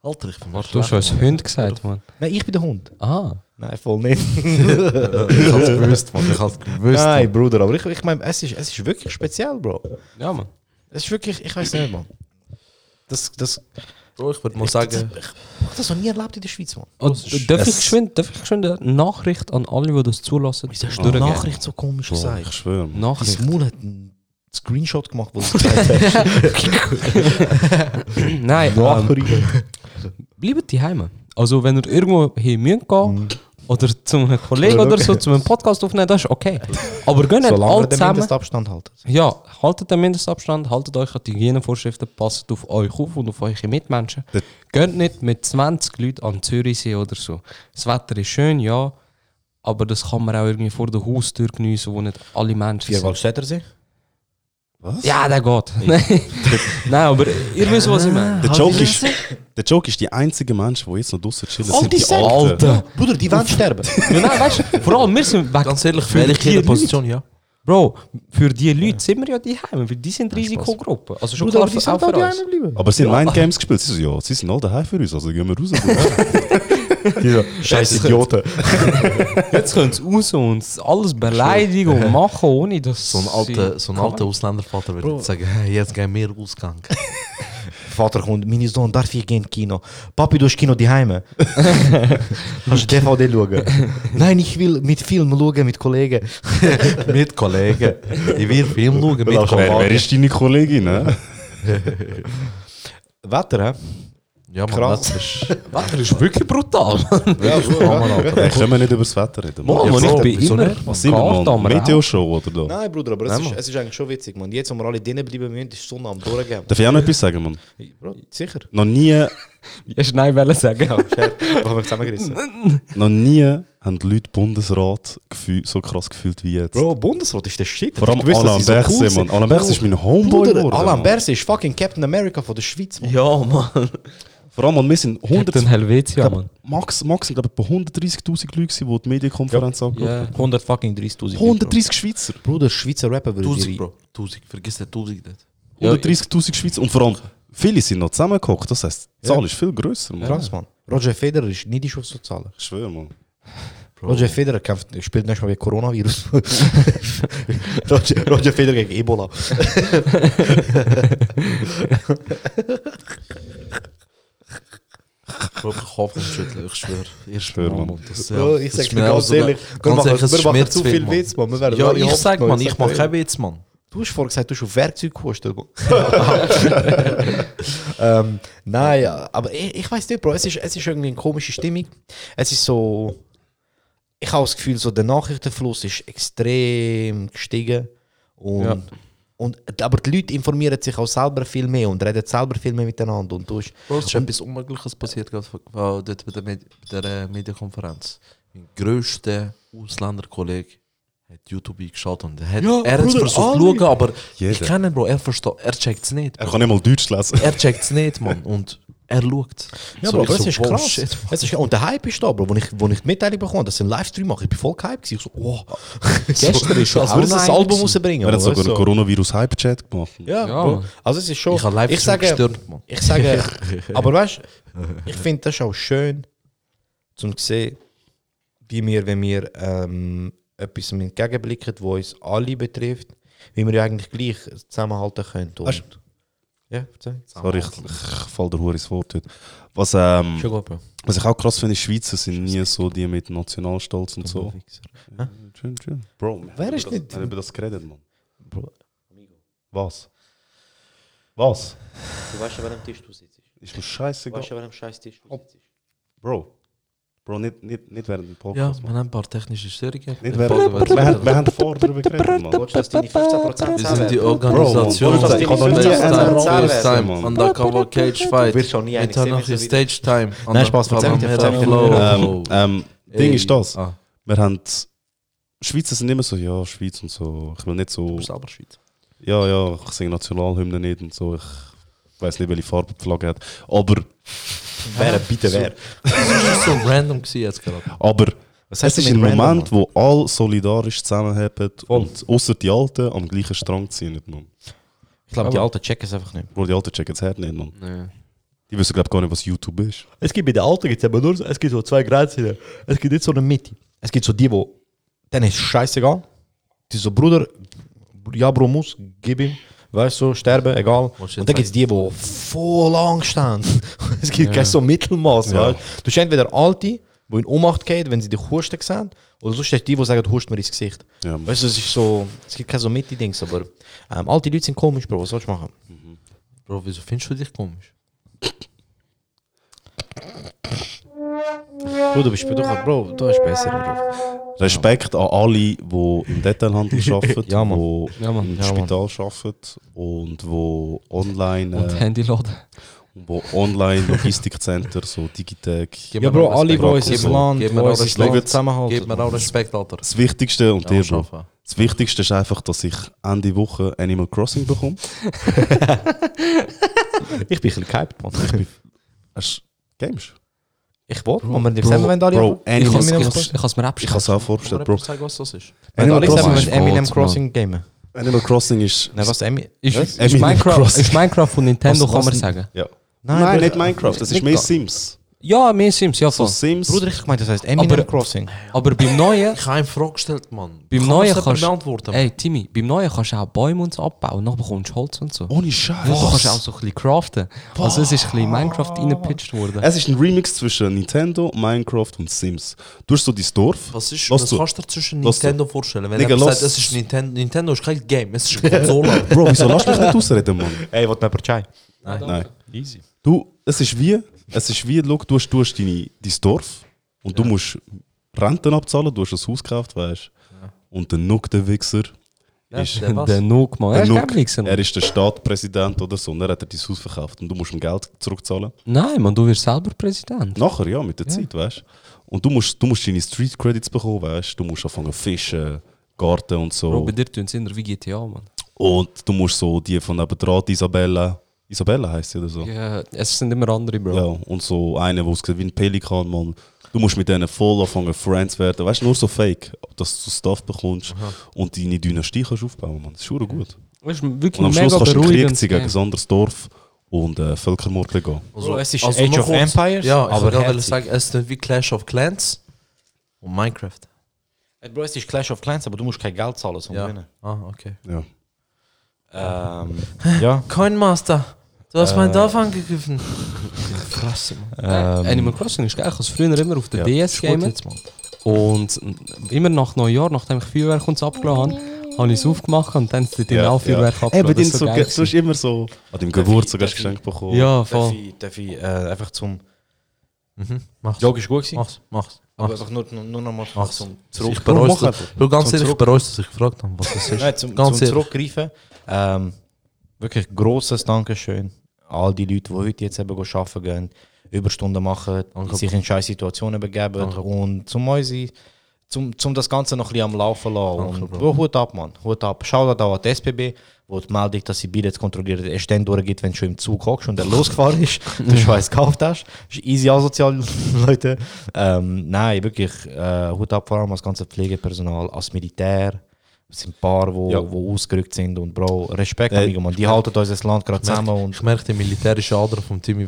Speaker 3: Alter, ich bin mal
Speaker 4: Du hast uns Hund gesagt, Mann.
Speaker 6: Nein, ich bin der Hund.
Speaker 4: Ah.
Speaker 6: Nein, voll nicht. Eh,
Speaker 3: Ich hab's gewusst, Mann. Ich hab's gewusst.
Speaker 6: Nein, Bruder, aber ich, ich meine, es ist, es ist wirklich speziell, Bro.
Speaker 4: Ja, Mann.
Speaker 6: Es ist wirklich, ich weiß nicht, Mann. Das, das,
Speaker 3: Bro, ich würde mal sagen,
Speaker 6: ich hab das noch nie erlebt in der Schweiz, Mann.
Speaker 4: Und darf, ich geschwind, darf ich geschwind eine Nachricht an alle, die das zulassen?
Speaker 6: Wieso hast du die
Speaker 4: durchgeben?
Speaker 6: Nachricht so komisch
Speaker 7: Boah, ich
Speaker 6: gesagt?
Speaker 7: schwöre. Mann.
Speaker 6: Dein
Speaker 4: Nachricht?
Speaker 6: Maul hat einen Screenshot gemacht, wo du es gesagt hast.
Speaker 4: Nein, ähm, bleibt die Heime. Also, wenn ihr irgendwo hin müsst gehen oder zu einem Kollegen oder so, zu einem Podcast aufnehmen, das ist okay. Aber gehen nicht
Speaker 6: Solange
Speaker 4: alle
Speaker 6: wir den
Speaker 4: zusammen.
Speaker 6: Mindestabstand halten.
Speaker 4: Ja, haltet den Mindestabstand, haltet euch an die Hygienevorschriften, passt auf euch auf und auf eure Mitmenschen. Geht nicht mit 20 Leuten an den Zürichsee oder so. Das Wetter ist schön, ja, aber das kann man auch irgendwie vor der Haustür geniessen, wo nicht alle Menschen sind.
Speaker 6: Vierwaldstättersee?
Speaker 4: Ja, der geht. Nein. Nein, aber ihr wisst, was ich meine.
Speaker 7: Der Joke, ist, der Joke ist die einzige Mensch, die jetzt noch draußen chillen.
Speaker 6: Oh,
Speaker 7: sind
Speaker 6: die Sekte.
Speaker 7: Alten.
Speaker 6: Bruder, die wollen sterben.
Speaker 4: Ja, nein, weißt du, vor allem wir sind weg.
Speaker 3: ganz ehrlich,
Speaker 4: für
Speaker 3: wäre ich in
Speaker 4: die
Speaker 3: der
Speaker 4: Leute.
Speaker 3: Position, ja.
Speaker 4: Bro, für die Leute sind wir ja die Heime, weil die sind Risikogruppe. Also schon klar,
Speaker 6: Bruder, aber die
Speaker 4: für,
Speaker 6: sind
Speaker 4: auch
Speaker 6: da
Speaker 4: für
Speaker 6: die
Speaker 4: uns.
Speaker 6: Heime bleiben.
Speaker 7: Aber sie haben Mindgames gespielt. Sie so, ja, sie sind alle daheim für uns, also gehen wir raus. Bruder.
Speaker 6: Scheiß Idioten.
Speaker 4: Jetzt können sie raus und alles beleidigen und machen, ohne dass
Speaker 3: So ein alter, so ein
Speaker 4: sie-
Speaker 3: alter Ausländervater würde jetzt sagen, hey, jetzt gehen wir Ausgang.
Speaker 6: Vater kommt, mein Sohn, darf ich gehen ins Kino? Papi, du hast Kino daheim. Kannst du DVD schauen? Nein, ich will mit Film schauen, mit Kollegen.
Speaker 3: mit Kollegen. Ich will Film schauen mit
Speaker 7: wer, wer
Speaker 3: Kollegen.
Speaker 7: ist deine Kollegin? hä?
Speaker 6: Wetter, hä?
Speaker 3: Ja, man,
Speaker 6: Krass.
Speaker 3: das ist...
Speaker 4: Wetter ist wirklich brutal.
Speaker 1: Ja, so, ja.
Speaker 7: Hey, können wir nicht über das Wetter reden? Mann?
Speaker 4: Mann, Mann,
Speaker 7: Ja, Bro,
Speaker 4: ich bin
Speaker 3: wieso
Speaker 4: immer
Speaker 3: nicht?
Speaker 7: Was sind wir,
Speaker 4: Garten am
Speaker 7: Mann?
Speaker 4: Rauchen.
Speaker 7: Meteoshow oder da?
Speaker 6: Nein, Bruder, aber es
Speaker 3: Nein,
Speaker 6: ist,
Speaker 3: Mann.
Speaker 6: es ist eigentlich schon witzig, man. Jetzt, wo wir alle drinnen bleiben müssen, ist die Sonne am Durchgehen.
Speaker 7: Darf ich auch noch etwas sagen, Mann?
Speaker 6: Bro, sicher.
Speaker 7: Noch nie,
Speaker 4: Hast du Nein wollen sagen?
Speaker 6: Ja, Scherz. Haben wir zusammengerissen.
Speaker 7: noch nie haben die Leute Bundesrat gefühl, so krass gefühlt wie jetzt.
Speaker 6: Bro, Bundesrat ist der Shit.
Speaker 7: Vor allem
Speaker 6: Ich wusste, dass
Speaker 7: Alain
Speaker 6: sie so
Speaker 7: Berset,
Speaker 6: cool sind.
Speaker 7: Mann. Alain Berset
Speaker 6: Bro,
Speaker 7: ist mein Homeboy
Speaker 6: Bruder,
Speaker 7: geworden,
Speaker 6: Alain
Speaker 7: Mann.
Speaker 6: Berset ist fucking Captain America von der Schweiz, Mann.
Speaker 3: Ja, Mann.
Speaker 7: Vor allem, Mann, wir sind 100...
Speaker 4: Den Helvetia, Mann.
Speaker 7: Max, Max, sind glaube ich bei 130'000 Leute, gewesen, die die Medienkonferenz angeschaut haben.
Speaker 6: 100 fucking 30.000.
Speaker 7: 130 Schweizer.
Speaker 6: Bruder, Schweizer Rapper würde ich...
Speaker 3: Bro. Tausend. Vergiss den Tausend nicht.
Speaker 7: 130'000 Schweizer. Und vor allem, viele sind noch zusammengehockt. Das heisst, die Zahl ist viel grösser, Mann.
Speaker 6: Krass, Mann. Roger Federer ist nicht auf so Zahlen.
Speaker 7: Ich schwöre, Mann.
Speaker 6: Roger Federer kämpft, spielt nächstes Mal wegen Coronavirus. Roger, Roger Federer gegen Ebola.
Speaker 3: Bro, ich Kopf schütteln, ich schwöre. Ich
Speaker 7: schwöre,
Speaker 3: schwöre,
Speaker 7: Mann.
Speaker 3: Mann. Das,
Speaker 6: Bro, ich
Speaker 3: das
Speaker 6: sag's
Speaker 3: ist
Speaker 6: dir
Speaker 3: mir auch
Speaker 6: ganz
Speaker 3: so-
Speaker 6: ehrlich, wir machen,
Speaker 3: ehrlich, es
Speaker 6: wir machen
Speaker 3: schmerzt
Speaker 6: zu
Speaker 3: viel,
Speaker 6: viel
Speaker 3: Mann.
Speaker 6: Witz, Mann. Wir werden
Speaker 3: Ja,
Speaker 6: alle
Speaker 3: ich sag,
Speaker 6: abgenommen,
Speaker 3: Mann,
Speaker 6: ich
Speaker 3: ich
Speaker 6: sag
Speaker 3: mach
Speaker 6: dir.
Speaker 3: keinen Witz, Mann.
Speaker 6: Du hast vorher gesagt, du hast auf Werkzeug gehostet. Mann. ähm, nein, ja, aber ich, ich weiß nicht, Bro. Es ist, es ist irgendwie eine komische Stimmung. Es ist so. Ich habe das Gefühl, so der Nachrichtenfluss ist extrem gestiegen. Und,
Speaker 3: Ja.
Speaker 6: und, aber die Leute informieren sich auch selber viel mehr und reden selber viel mehr miteinander. Und du hast,
Speaker 3: Bro, es ist etwas Unmögliches passiert, gerade vor- vor- dort bei der, Med bei der äh, Medienkonferenz. Mein grösster Ausländerkollege hat YouTube eingeschaut und er hat
Speaker 6: Ja,
Speaker 3: er hat's
Speaker 6: Bruder,
Speaker 3: versucht zu
Speaker 6: alle.
Speaker 3: schauen, aber ich
Speaker 7: Jeder.
Speaker 3: kenne ihn, Bro, er versteht, er checkt es nicht.
Speaker 7: Er
Speaker 3: Bro.
Speaker 7: kann nicht mal Deutsch lesen.
Speaker 3: Er checkt es nicht, Mann, und er schaut.
Speaker 6: Ja,
Speaker 3: So,
Speaker 6: Bro,
Speaker 3: ich
Speaker 6: aber es
Speaker 3: so,
Speaker 6: ist
Speaker 3: wow,
Speaker 6: krass.
Speaker 3: shit.
Speaker 6: es ist, und der Hype ist da, Bro. Wo ich, wo ich die Mitteilung bekommen habe, dass sie einen Livestream machen, ich bin voll gehypt. gewesen. Ich so, wow.
Speaker 4: Gestern ist schon
Speaker 6: Als würde
Speaker 4: auch
Speaker 6: das
Speaker 4: noch einer
Speaker 6: Album
Speaker 4: gewesen.
Speaker 6: rausbringen.
Speaker 7: Er hat
Speaker 6: Bro,
Speaker 7: sogar
Speaker 6: weißt
Speaker 7: einen
Speaker 6: du?
Speaker 7: Coronavirus-Hype-Chat gemacht. Mann.
Speaker 6: Ja,
Speaker 4: Ja,
Speaker 6: Bro.
Speaker 4: Mann.
Speaker 6: also es ist schon.
Speaker 3: Ich habe live
Speaker 6: ich sage,
Speaker 3: gestört, Mann.
Speaker 6: ich sage, aber weißt du, ich finde das auch schön, zum sehen, wie wir, wenn wir ähm, etwas entgegenblicken, wo uns alle betrifft, wie wir ja eigentlich gleich zusammenhalten können. Und,
Speaker 7: Weißt
Speaker 6: ja, verzeih.
Speaker 7: Sorry, ich, ich fall der Hure ins Wort heute. Was, ähm,
Speaker 6: Schon gut, Bro.
Speaker 7: was ich auch krass finde, Schweizer sind nie so die mit Nationalstolz und so.
Speaker 6: Wichser.
Speaker 7: Schön, schön. Bro,
Speaker 6: Wer ist
Speaker 7: wir
Speaker 6: nicht-
Speaker 7: haben über das geredet, Mann.
Speaker 6: Bro,
Speaker 7: Was? Was?
Speaker 6: du weißt, an welchem Tisch du sitzt.
Speaker 7: Ist mir scheißegal.
Speaker 6: an welchem scheiß Tisch du sitzt.
Speaker 7: Bro. Bro, nicht, nicht, nicht während dem
Speaker 3: Ja,
Speaker 7: Podcast.
Speaker 3: wir
Speaker 7: Mann.
Speaker 3: haben ein paar technische Störungen.
Speaker 7: Nicht während wir, wir, haben- wir haben vorher darüber geredet, Mann.
Speaker 6: Willst du, dass deine 15%
Speaker 3: Wir sind die
Speaker 7: Bro,
Speaker 3: Organisation.
Speaker 7: Mann, das
Speaker 3: First
Speaker 7: kann doch nie
Speaker 3: Time,
Speaker 7: einer
Speaker 3: First
Speaker 6: zahlen
Speaker 3: Time,
Speaker 7: werden.
Speaker 3: Undercover Cage Fight.
Speaker 6: wirst schon nie einen sehen,
Speaker 3: International
Speaker 6: wieso wieder-
Speaker 3: Stage Time.
Speaker 6: Nein, Spaß, verzeih mir,
Speaker 3: Undercover
Speaker 6: verzeih mir.
Speaker 3: Flow.
Speaker 7: Ähm, ähm, Ding
Speaker 3: Ey.
Speaker 7: ist das.
Speaker 3: Ah,
Speaker 7: Wir haben. Schweizer sind immer so, ja, Schweiz und so. Ich will nicht so.
Speaker 3: selber Schweiz.
Speaker 7: Ja, ja, ich singe Nationalhymne nicht und so. Ich weiß nicht, welche Farbe die Flagge hat. Aber,
Speaker 6: Wer, bitte wer?
Speaker 3: Das war so random gewesen jetzt gerade.
Speaker 7: aber
Speaker 6: Was
Speaker 7: es
Speaker 6: heißt
Speaker 7: ist
Speaker 6: mit
Speaker 7: ein
Speaker 6: random,
Speaker 7: Moment, wo alle solidarisch zusammenhaben und außer die Alten am gleichen Strang ziehen. Mann.
Speaker 6: Ich glaube, die Alten checken es einfach nicht.
Speaker 7: Bro, die Alten checken das Herd nicht. Mann. Die wissen, glaube ich, gar nicht, was YouTube ist.
Speaker 6: Es gibt bei den Alten gibt's eben nur so, es gibt so zwei Grenzen. Es gibt nicht so eine Mitte. Es gibt so die, wo denen ist scheißegal. Die so, Bruder, ja, Bro, muss, gib ihm. Weißt du, sterben, egal.
Speaker 3: Muss jetzt
Speaker 6: Und dann gibt es die, die voll Angst haben. es gibt kein so Mittelmaß.
Speaker 7: Ja.
Speaker 6: Ja. Du hast entweder Alte, die in Ohnmacht gehen, wenn sie dich husten sehen, oder sonst hast du die, die sagen, du hust mir ins Gesicht.
Speaker 7: Ja.
Speaker 6: Weißt du, es ist so, es gibt keine so Mitte-Dings, aber ähm, alte Leute sind komisch, Bro, was sollst du machen?
Speaker 3: Bro, wieso findest du dich komisch?
Speaker 6: Bro, du bist, du, Bro, du hast besser. Bro.
Speaker 7: Respekt an alle, die im Detailhandel arbeiten,
Speaker 6: Ja, Mann.
Speaker 7: die
Speaker 4: Ja, Mann.
Speaker 7: im
Speaker 4: Ja,
Speaker 7: Spital arbeiten und die online,
Speaker 4: Und
Speaker 7: äh,
Speaker 4: Handy laden.
Speaker 7: wo online Logistikzentren, so Digitec.
Speaker 3: Gib
Speaker 6: Ja,
Speaker 3: mir
Speaker 6: Bro,
Speaker 3: auch
Speaker 6: alle,
Speaker 3: Respekt.
Speaker 6: die uns
Speaker 7: Gib
Speaker 6: im
Speaker 7: mir-
Speaker 6: Land, die
Speaker 3: gib mir auch
Speaker 6: uns
Speaker 3: Respekt.
Speaker 6: im Land
Speaker 7: nou
Speaker 3: Gib
Speaker 6: zusammenhalten.
Speaker 3: mir auch Respekt, Alter.
Speaker 7: Das Wichtigste und
Speaker 3: Ja,
Speaker 7: dir,
Speaker 3: was
Speaker 7: Bro.
Speaker 3: schaffen.
Speaker 7: Das Wichtigste ist einfach, dass ich Ende Woche Animal Crossing bekomme.
Speaker 6: Ich bin ein bisschen gehypt, Mann.
Speaker 7: Hast du Games?
Speaker 6: Ich wollte, man, wenn wir selber wenn alle
Speaker 7: Bro,
Speaker 6: ich
Speaker 7: Animal
Speaker 6: kann
Speaker 4: Ich
Speaker 6: mir
Speaker 7: Crossing.
Speaker 6: nicht
Speaker 4: kann es mir
Speaker 7: Ich kann
Speaker 4: abstellen.
Speaker 7: es auch vorstellen,
Speaker 3: Bro,
Speaker 7: Bro.
Speaker 3: sag, was das ist.
Speaker 6: wenn
Speaker 7: Animal
Speaker 6: alle selber
Speaker 7: Crossing,
Speaker 6: mit Eminem
Speaker 4: Sport,
Speaker 6: Crossing gamen.
Speaker 7: Animal Crossing ist.
Speaker 6: Nein, was Eminem?
Speaker 4: Ist,
Speaker 7: Was?
Speaker 4: ist,
Speaker 7: Animal
Speaker 4: Minecraft,
Speaker 7: Crossing.
Speaker 4: ist Minecraft von Nintendo,
Speaker 7: Was-
Speaker 4: kann man
Speaker 7: was-
Speaker 4: sagen.
Speaker 7: Ja.
Speaker 6: Nein,
Speaker 7: Nein,
Speaker 6: aber-
Speaker 7: nicht Minecraft, das ist
Speaker 6: Nicht
Speaker 7: mehr
Speaker 6: gar-
Speaker 7: Sims.
Speaker 4: Ja, mehr Sims, ja Ah,
Speaker 7: So
Speaker 4: voll.
Speaker 7: Sims.
Speaker 6: Bruder, ich meine, das heißt Eminem
Speaker 4: Aber-
Speaker 6: Crossing.
Speaker 4: Aber beim Neuen,
Speaker 3: Ich habe eine Frage gestellt, Mann.
Speaker 4: beim
Speaker 3: Kann
Speaker 4: Neuen
Speaker 3: das
Speaker 4: kannst
Speaker 3: jemand beantworten.
Speaker 4: Ey, Timmy, beim Neuen kannst du auch Bäume und so abbauen, dann bekommst du Holz und so.
Speaker 7: Ohne
Speaker 4: Ja, Du kannst auch
Speaker 7: Scheiß.
Speaker 4: so ein bisschen craften. Also es ist ein bisschen Minecraft reingepitcht worden.
Speaker 7: Es ist ein Remix zwischen Nintendo, Minecraft und Sims. Du hast so dein Dorf.
Speaker 3: was ist,
Speaker 7: Lass
Speaker 3: was
Speaker 7: zu.
Speaker 3: kannst du dir zwischen
Speaker 7: Lass
Speaker 3: Nintendo vorstellen? Wenn
Speaker 7: Digga,
Speaker 3: er sagt,
Speaker 7: lass-
Speaker 3: es ist Nintendo, Nintendo ist kein Game, es ist eine Konsole.
Speaker 7: Bro, wieso lass mich nicht ausreden, Mann?
Speaker 6: Ey, was mir Chai?
Speaker 7: Nein. Easy. Du, es ist wie es ist wie, schau, du hast, du hast deine, dein Dorf und du musst Renten abzahlen, du hast ein Haus gekauft, weißt du. Und der Nuck, der Wichser, ist,
Speaker 3: Der was?
Speaker 4: Der Nuke, Mann. Er
Speaker 7: der
Speaker 4: ist
Speaker 7: Nuck,
Speaker 4: kein Wichser, Mann.
Speaker 7: er ist der Stadtpräsident oder so und er hat dir dein Haus verkauft und du musst ihm Geld zurückzahlen.
Speaker 4: Nein, Mann, du wirst selber Präsident.
Speaker 7: Nachher, ja, mit der Zeit, weißt du. Und du musst, du musst deine Street Credits bekommen, weißt du. Du musst anfangen zu fischen, Garten und so.
Speaker 4: Bro, bei dir tun sie in der VGTA, Mann.
Speaker 7: Und du musst so die von nebenan, die Isabella, Isabella heißt sie oder so.
Speaker 4: Ja, es sind immer andere, Bro.
Speaker 7: Ja, und so einer, der aussieht wie ein Pelikan, Mann. Du musst mit denen voll anfangen, Friends werden. Weißt du, nur so fake, dass du Stuff bekommst und deine Dynastie kannst aufbauen, Mann. Das ist schon gut.
Speaker 4: Das ist wirklich
Speaker 7: Und am
Speaker 4: mega
Speaker 7: Schluss kannst du einen Krieg
Speaker 4: beruhigend.
Speaker 7: ziehen gegen ein anderes Dorf und äh, Völkermord begehen.
Speaker 6: Also, es ist Age
Speaker 3: noch
Speaker 6: of
Speaker 3: kurz-
Speaker 6: Empires,
Speaker 3: Ja, ich
Speaker 6: aber
Speaker 3: aber ich
Speaker 6: herzig.
Speaker 3: sagen, es ist wie Clash of Clans und Minecraft.
Speaker 6: Ey, Bro, es ist Clash of Clans, aber du musst kein Geld zahlen,
Speaker 3: Ja.
Speaker 6: sondern
Speaker 3: Ah, okay.
Speaker 7: Ja.
Speaker 6: gewinnen. Ähm, ja.
Speaker 3: Coin Master, du hast
Speaker 6: Äh.
Speaker 3: mein Dorf angegriffen. Krass, Mann.
Speaker 4: Äh, Animal Crossing ist geil. Ich habe es früher immer auf der DS
Speaker 3: Gut
Speaker 4: gamen
Speaker 3: jetzt, Mann.
Speaker 4: Und immer nach Neujahr, nachdem ich Feuerwerk und es abgeladen habe, habe ich es aufgemacht und dann sind die
Speaker 7: Ja,
Speaker 4: auch Feuerwerk
Speaker 7: ja.
Speaker 4: abgeladen.
Speaker 7: Eben,
Speaker 4: Das
Speaker 7: den
Speaker 4: ist so
Speaker 7: so
Speaker 4: geil
Speaker 7: ge- du hast immer so an deinem Geburtstag hast du Geschenk
Speaker 4: gewesen.
Speaker 7: bekommen.
Speaker 4: Ja,
Speaker 6: Darf
Speaker 4: voll.
Speaker 6: ich, darf ich äh, einfach zum...
Speaker 3: Mach's.
Speaker 6: Jog ist gut gewesen,
Speaker 3: Mach's, mach's.
Speaker 6: aber
Speaker 3: mach's.
Speaker 6: einfach nur, nur, nur nochmal
Speaker 3: Mach's.
Speaker 6: zum
Speaker 3: Ich bereue es.
Speaker 6: Mach
Speaker 3: dass- Schau, ganz
Speaker 6: Zum
Speaker 3: ehrlich, ich
Speaker 6: Zurück-
Speaker 3: bereue es, dass ich gefragt habe, was das ist.
Speaker 6: Nein, zum,
Speaker 3: ganz
Speaker 6: zum
Speaker 3: ehrlich.
Speaker 6: Zurückgreifen. Ähm, wirklich grosses Dankeschön an all die Leute, die heute jetzt eben arbeiten gehen, Überstunden machen,
Speaker 3: Danke.
Speaker 6: sich in scheiß Situationen begeben und zum unsere, zum, zum das Ganze noch ein bisschen am Laufen lassen. und Bro, Hut ab, Mann. Hut ab. Schau da an die SBB, wo die Meldung, dass sie Billets kontrolliert, erst dann durchgeht, wenn du schon im Zug hockst und er losgefahren ist, du Scheiß gekauft hast. Das ist easy asozial, Leute. Ähm, nein, wirklich, äh, Hut ab vor allem als ganze Pflegepersonal, als Militär. Es sind ein paar, die
Speaker 7: Ja.
Speaker 6: wo ausgerückt sind. Und Bro, Respekt,
Speaker 7: Ey,
Speaker 6: Amigo, Mann. Die halten unser Land gerade zusammen. Und
Speaker 3: Ich merke den militärischen Ader vom Timmy.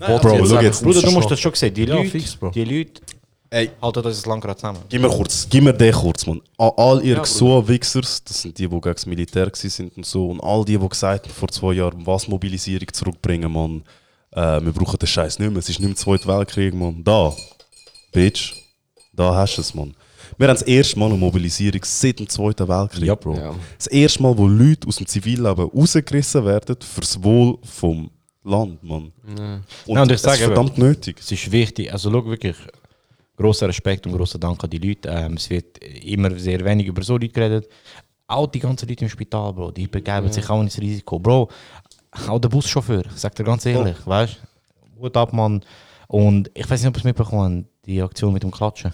Speaker 6: also
Speaker 7: Bro, schau jetzt.
Speaker 6: Bruder, du musst das schon sehen. Die
Speaker 3: Ja,
Speaker 6: Leute,
Speaker 3: fix, Bro.
Speaker 6: die Leute
Speaker 7: Ey.
Speaker 6: halten unser Land gerade zusammen.
Speaker 7: Gib mir kurz, gib mir den kurz, Mann. An all ihr Xua-Wichsers, das sind die, die gegen das Militär gewesen sind und so, und all die, die gesagt haben vor zwei Jahren, was Mobilisierung zurückbringen, Mann. Äh, wir brauchen den Scheiß nicht mehr, es ist nicht mehr Zweiter Weltkrieg, Mann. Da, Bitch, da hast du es, Mann. Wir haben das erste Mal eine Mobilisierung seit dem Zweiten Weltkrieg, Bro. Das erste Mal, wo Leute aus dem Zivilleben rausgerissen werden, fürs Wohl vom Land, Mann. Und,
Speaker 6: Ja, und ich
Speaker 7: ich
Speaker 6: sag
Speaker 7: sage,
Speaker 6: eben-
Speaker 7: verdammt nötig.
Speaker 6: Es ist wichtig. Also, schau wirklich. Großer Respekt und großer Dank an die Leute. Ähm, es wird immer sehr wenig über so Leute geredet. Auch die ganzen Leute im Spital, Bro, die begeben sich auch ins Risiko. Bro, auch der Buschauffeur, ich sag dir ganz ehrlich, weißt du? Hut ab, Mann. Und ich weiß nicht, ob ihr es mitbekommen habt, die Aktion mit dem Klatschen.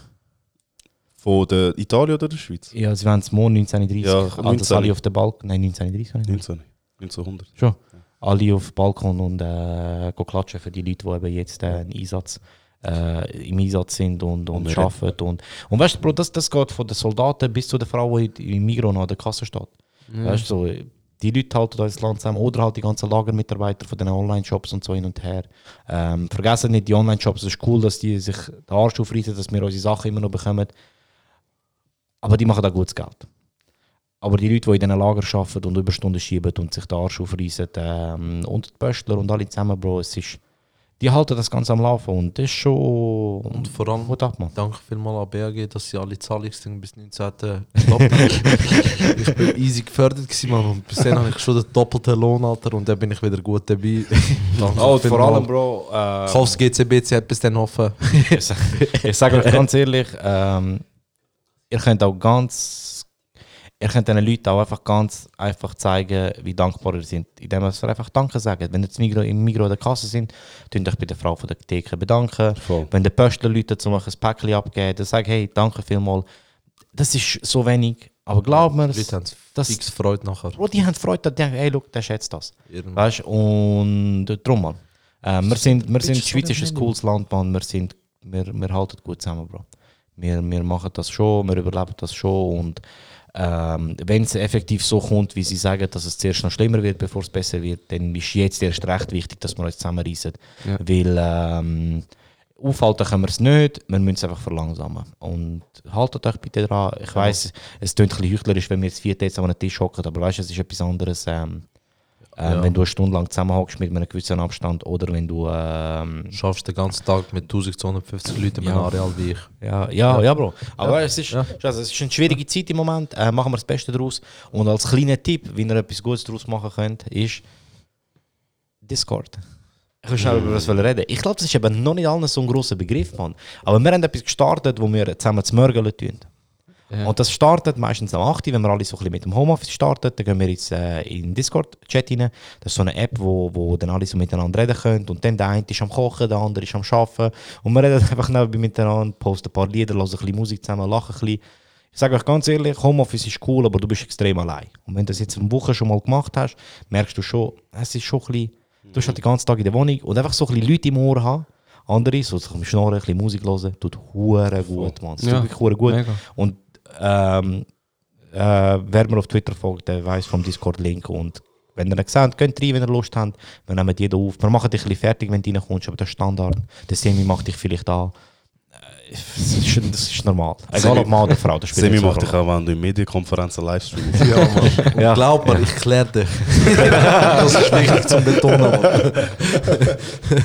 Speaker 7: Von der Italien oder der Schweiz?
Speaker 6: Ja, sie wollen es morgen 1930.
Speaker 7: Ja,
Speaker 6: also
Speaker 7: 19.
Speaker 6: alle auf den Balkon. Nein, 1930. habe ich gesagt.
Speaker 7: 19, 1900.
Speaker 6: Schon. Alle auf den Balkon und äh, go klatschen für die Leute, die eben jetzt äh, einen Einsatz, äh, im Einsatz sind und, und,
Speaker 7: wir
Speaker 6: arbeiten. Und, und weißt du, Bro, das, das geht von den Soldaten bis zu der Frau, die in- im Migros an der Kasse steht. Weißt du, so, die Leute halten das Land zusammen oder halt die ganzen Lagermitarbeiter von den Online-Shops und so hin und her. Ähm, vergessen nicht die Online-Shops, es ist cool, dass die sich den Arsch aufreißen, dass wir unsere Sachen immer noch bekommen. Aber die machen da gutes Geld. Aber die Leute, die in diesen Lager arbeiten und Überstunden schieben und sich den Arsch aufreißen ähm, und die Böstler und alle zusammen, Bro, es ist, die halten das Ganze am Laufen und das ist schon...
Speaker 3: Und vor allem,
Speaker 6: Hut ab, Mann.
Speaker 3: danke vielmals an BAG, dass sie alle Zahlungsdinge bis 19. gestoppt haben. ich bin easy gefördert gewesen, Mann. Und bis dann habe ich schon den doppelten Lohn, Alter. Und dann bin ich wieder gut dabei. Danke vielmals.
Speaker 6: Halt, Bro...
Speaker 3: Ich hoffe, das GCBC hat bis dann offen.
Speaker 6: ich sage euch ganz ehrlich, ähm, ihr könnt auch ganz, ihr könnt den Leuten auch einfach ganz einfach zeigen, wie dankbar ihr sind, indem ihr einfach Danke sagt. Wenn ihr zum Migros- im Migro an der Kasse sind, könnt euch bei der Frau von der Theke bedanken.
Speaker 7: Voll.
Speaker 6: Wenn der Pöstler Leute zum euch ein Päckchen abgeben, dann sagt hey, danke vielmals. Das ist so wenig, aber glaub mir,
Speaker 3: Die Leute haben
Speaker 6: das-
Speaker 3: fix Freude nachher.
Speaker 6: Bro, die haben Freude, die denken, hey, look, der schätzt das.
Speaker 3: Irgend-
Speaker 6: Weißt du, und drum, Mann. Äh, wir sind, wir sind, die
Speaker 3: Bitch,
Speaker 6: Schweiz ist ein
Speaker 3: sorry,
Speaker 6: cooles Land, Mann. Wir, sind, wir, wir halten gut zusammen, Bro. Wir, wir machen das schon, wir überleben das schon. Und ähm, wenn es effektiv so kommt, wie sie sagen, dass es zuerst noch schlimmer wird, bevor es besser wird, dann ist jetzt erst recht wichtig, dass wir uns zusammenreißen. Weil ähm, aufhalten können wir es nicht, wir müssen es einfach verlangsamen. Und haltet euch bitte dran. Ich weiss, es klingt ein bisschen heuchlerisch, wenn wir jetzt vier Tage an einem Tisch hocken, aber weißt du, es ist etwas anderes. Ähm, ähm, Wenn du eine Stunde lang zusammenhockst mit einem gewissen Abstand oder wenn du. Ähm,
Speaker 3: Du schaffst den ganzen Tag mit 1250 Leuten im
Speaker 6: Ja.
Speaker 3: Areal wie ich.
Speaker 6: ja, ja, ja, Bro. Aber Es, ist, also, es ist eine schwierige Zeit im Moment. Äh, machen wir das Beste daraus. Und als kleiner Tipp, wie ihr etwas Gutes daraus machen könnt, ist Discord. Ich Ich will schnell über was reden. Ich glaube, das ist eben noch nicht allen so ein grosser Begriff, Mann. Aber wir haben etwas gestartet, wo wir zusammen zu Mörgeln tun. Und das startet meistens am 8. Uhr, Wenn wir alle so ein bisschen mit dem Homeoffice starten, dann gehen wir jetzt äh, in den Discord-Chat rein. Das ist so eine App, wo, wo dann alle so miteinander reden können. Und dann der eine ist am Kochen, der andere ist am Arbeiten. Und wir reden einfach nebenbei miteinander, posten ein paar Lieder, hören ein bisschen Musik zusammen, lachen ein bisschen. Ich sage euch ganz ehrlich, Homeoffice ist cool, aber du bist extrem allein. Und wenn du das jetzt eine Woche schon mal gemacht hast, merkst du schon, es ist schon ein bisschen, du bist halt den ganzen Tag in der Wohnung und einfach so ein bisschen Leute im Ohr haben. Andere, so zum Schnorren, ein bisschen Musik hören, tut hure gut, Mann. Es tut
Speaker 4: Ja,
Speaker 6: wirklich hure gut.
Speaker 4: mega.
Speaker 6: Und ähm, äh, wer mir auf Twitter folgt, der weiß vom Discord-Link. Und wenn ihr ihn seht, könnt rein, wenn ihr Lust habt. Wir nehmen jeden auf. Wir machen dich ein bisschen fertig, wenn du reinkommst, aber das ist Standard. Der Semi macht dich vielleicht an. Äh, Das ist, das ist normal. Egal ob Mann oder Frau. Das spielt
Speaker 7: Semi
Speaker 6: nicht so
Speaker 7: macht
Speaker 6: eine
Speaker 7: dich auch, wenn du in Medienkonferenzen live streamst.
Speaker 6: Ja.
Speaker 3: Glaub mir, ich klär dich. das ist wichtig zum Betonen. Mann.
Speaker 6: Wo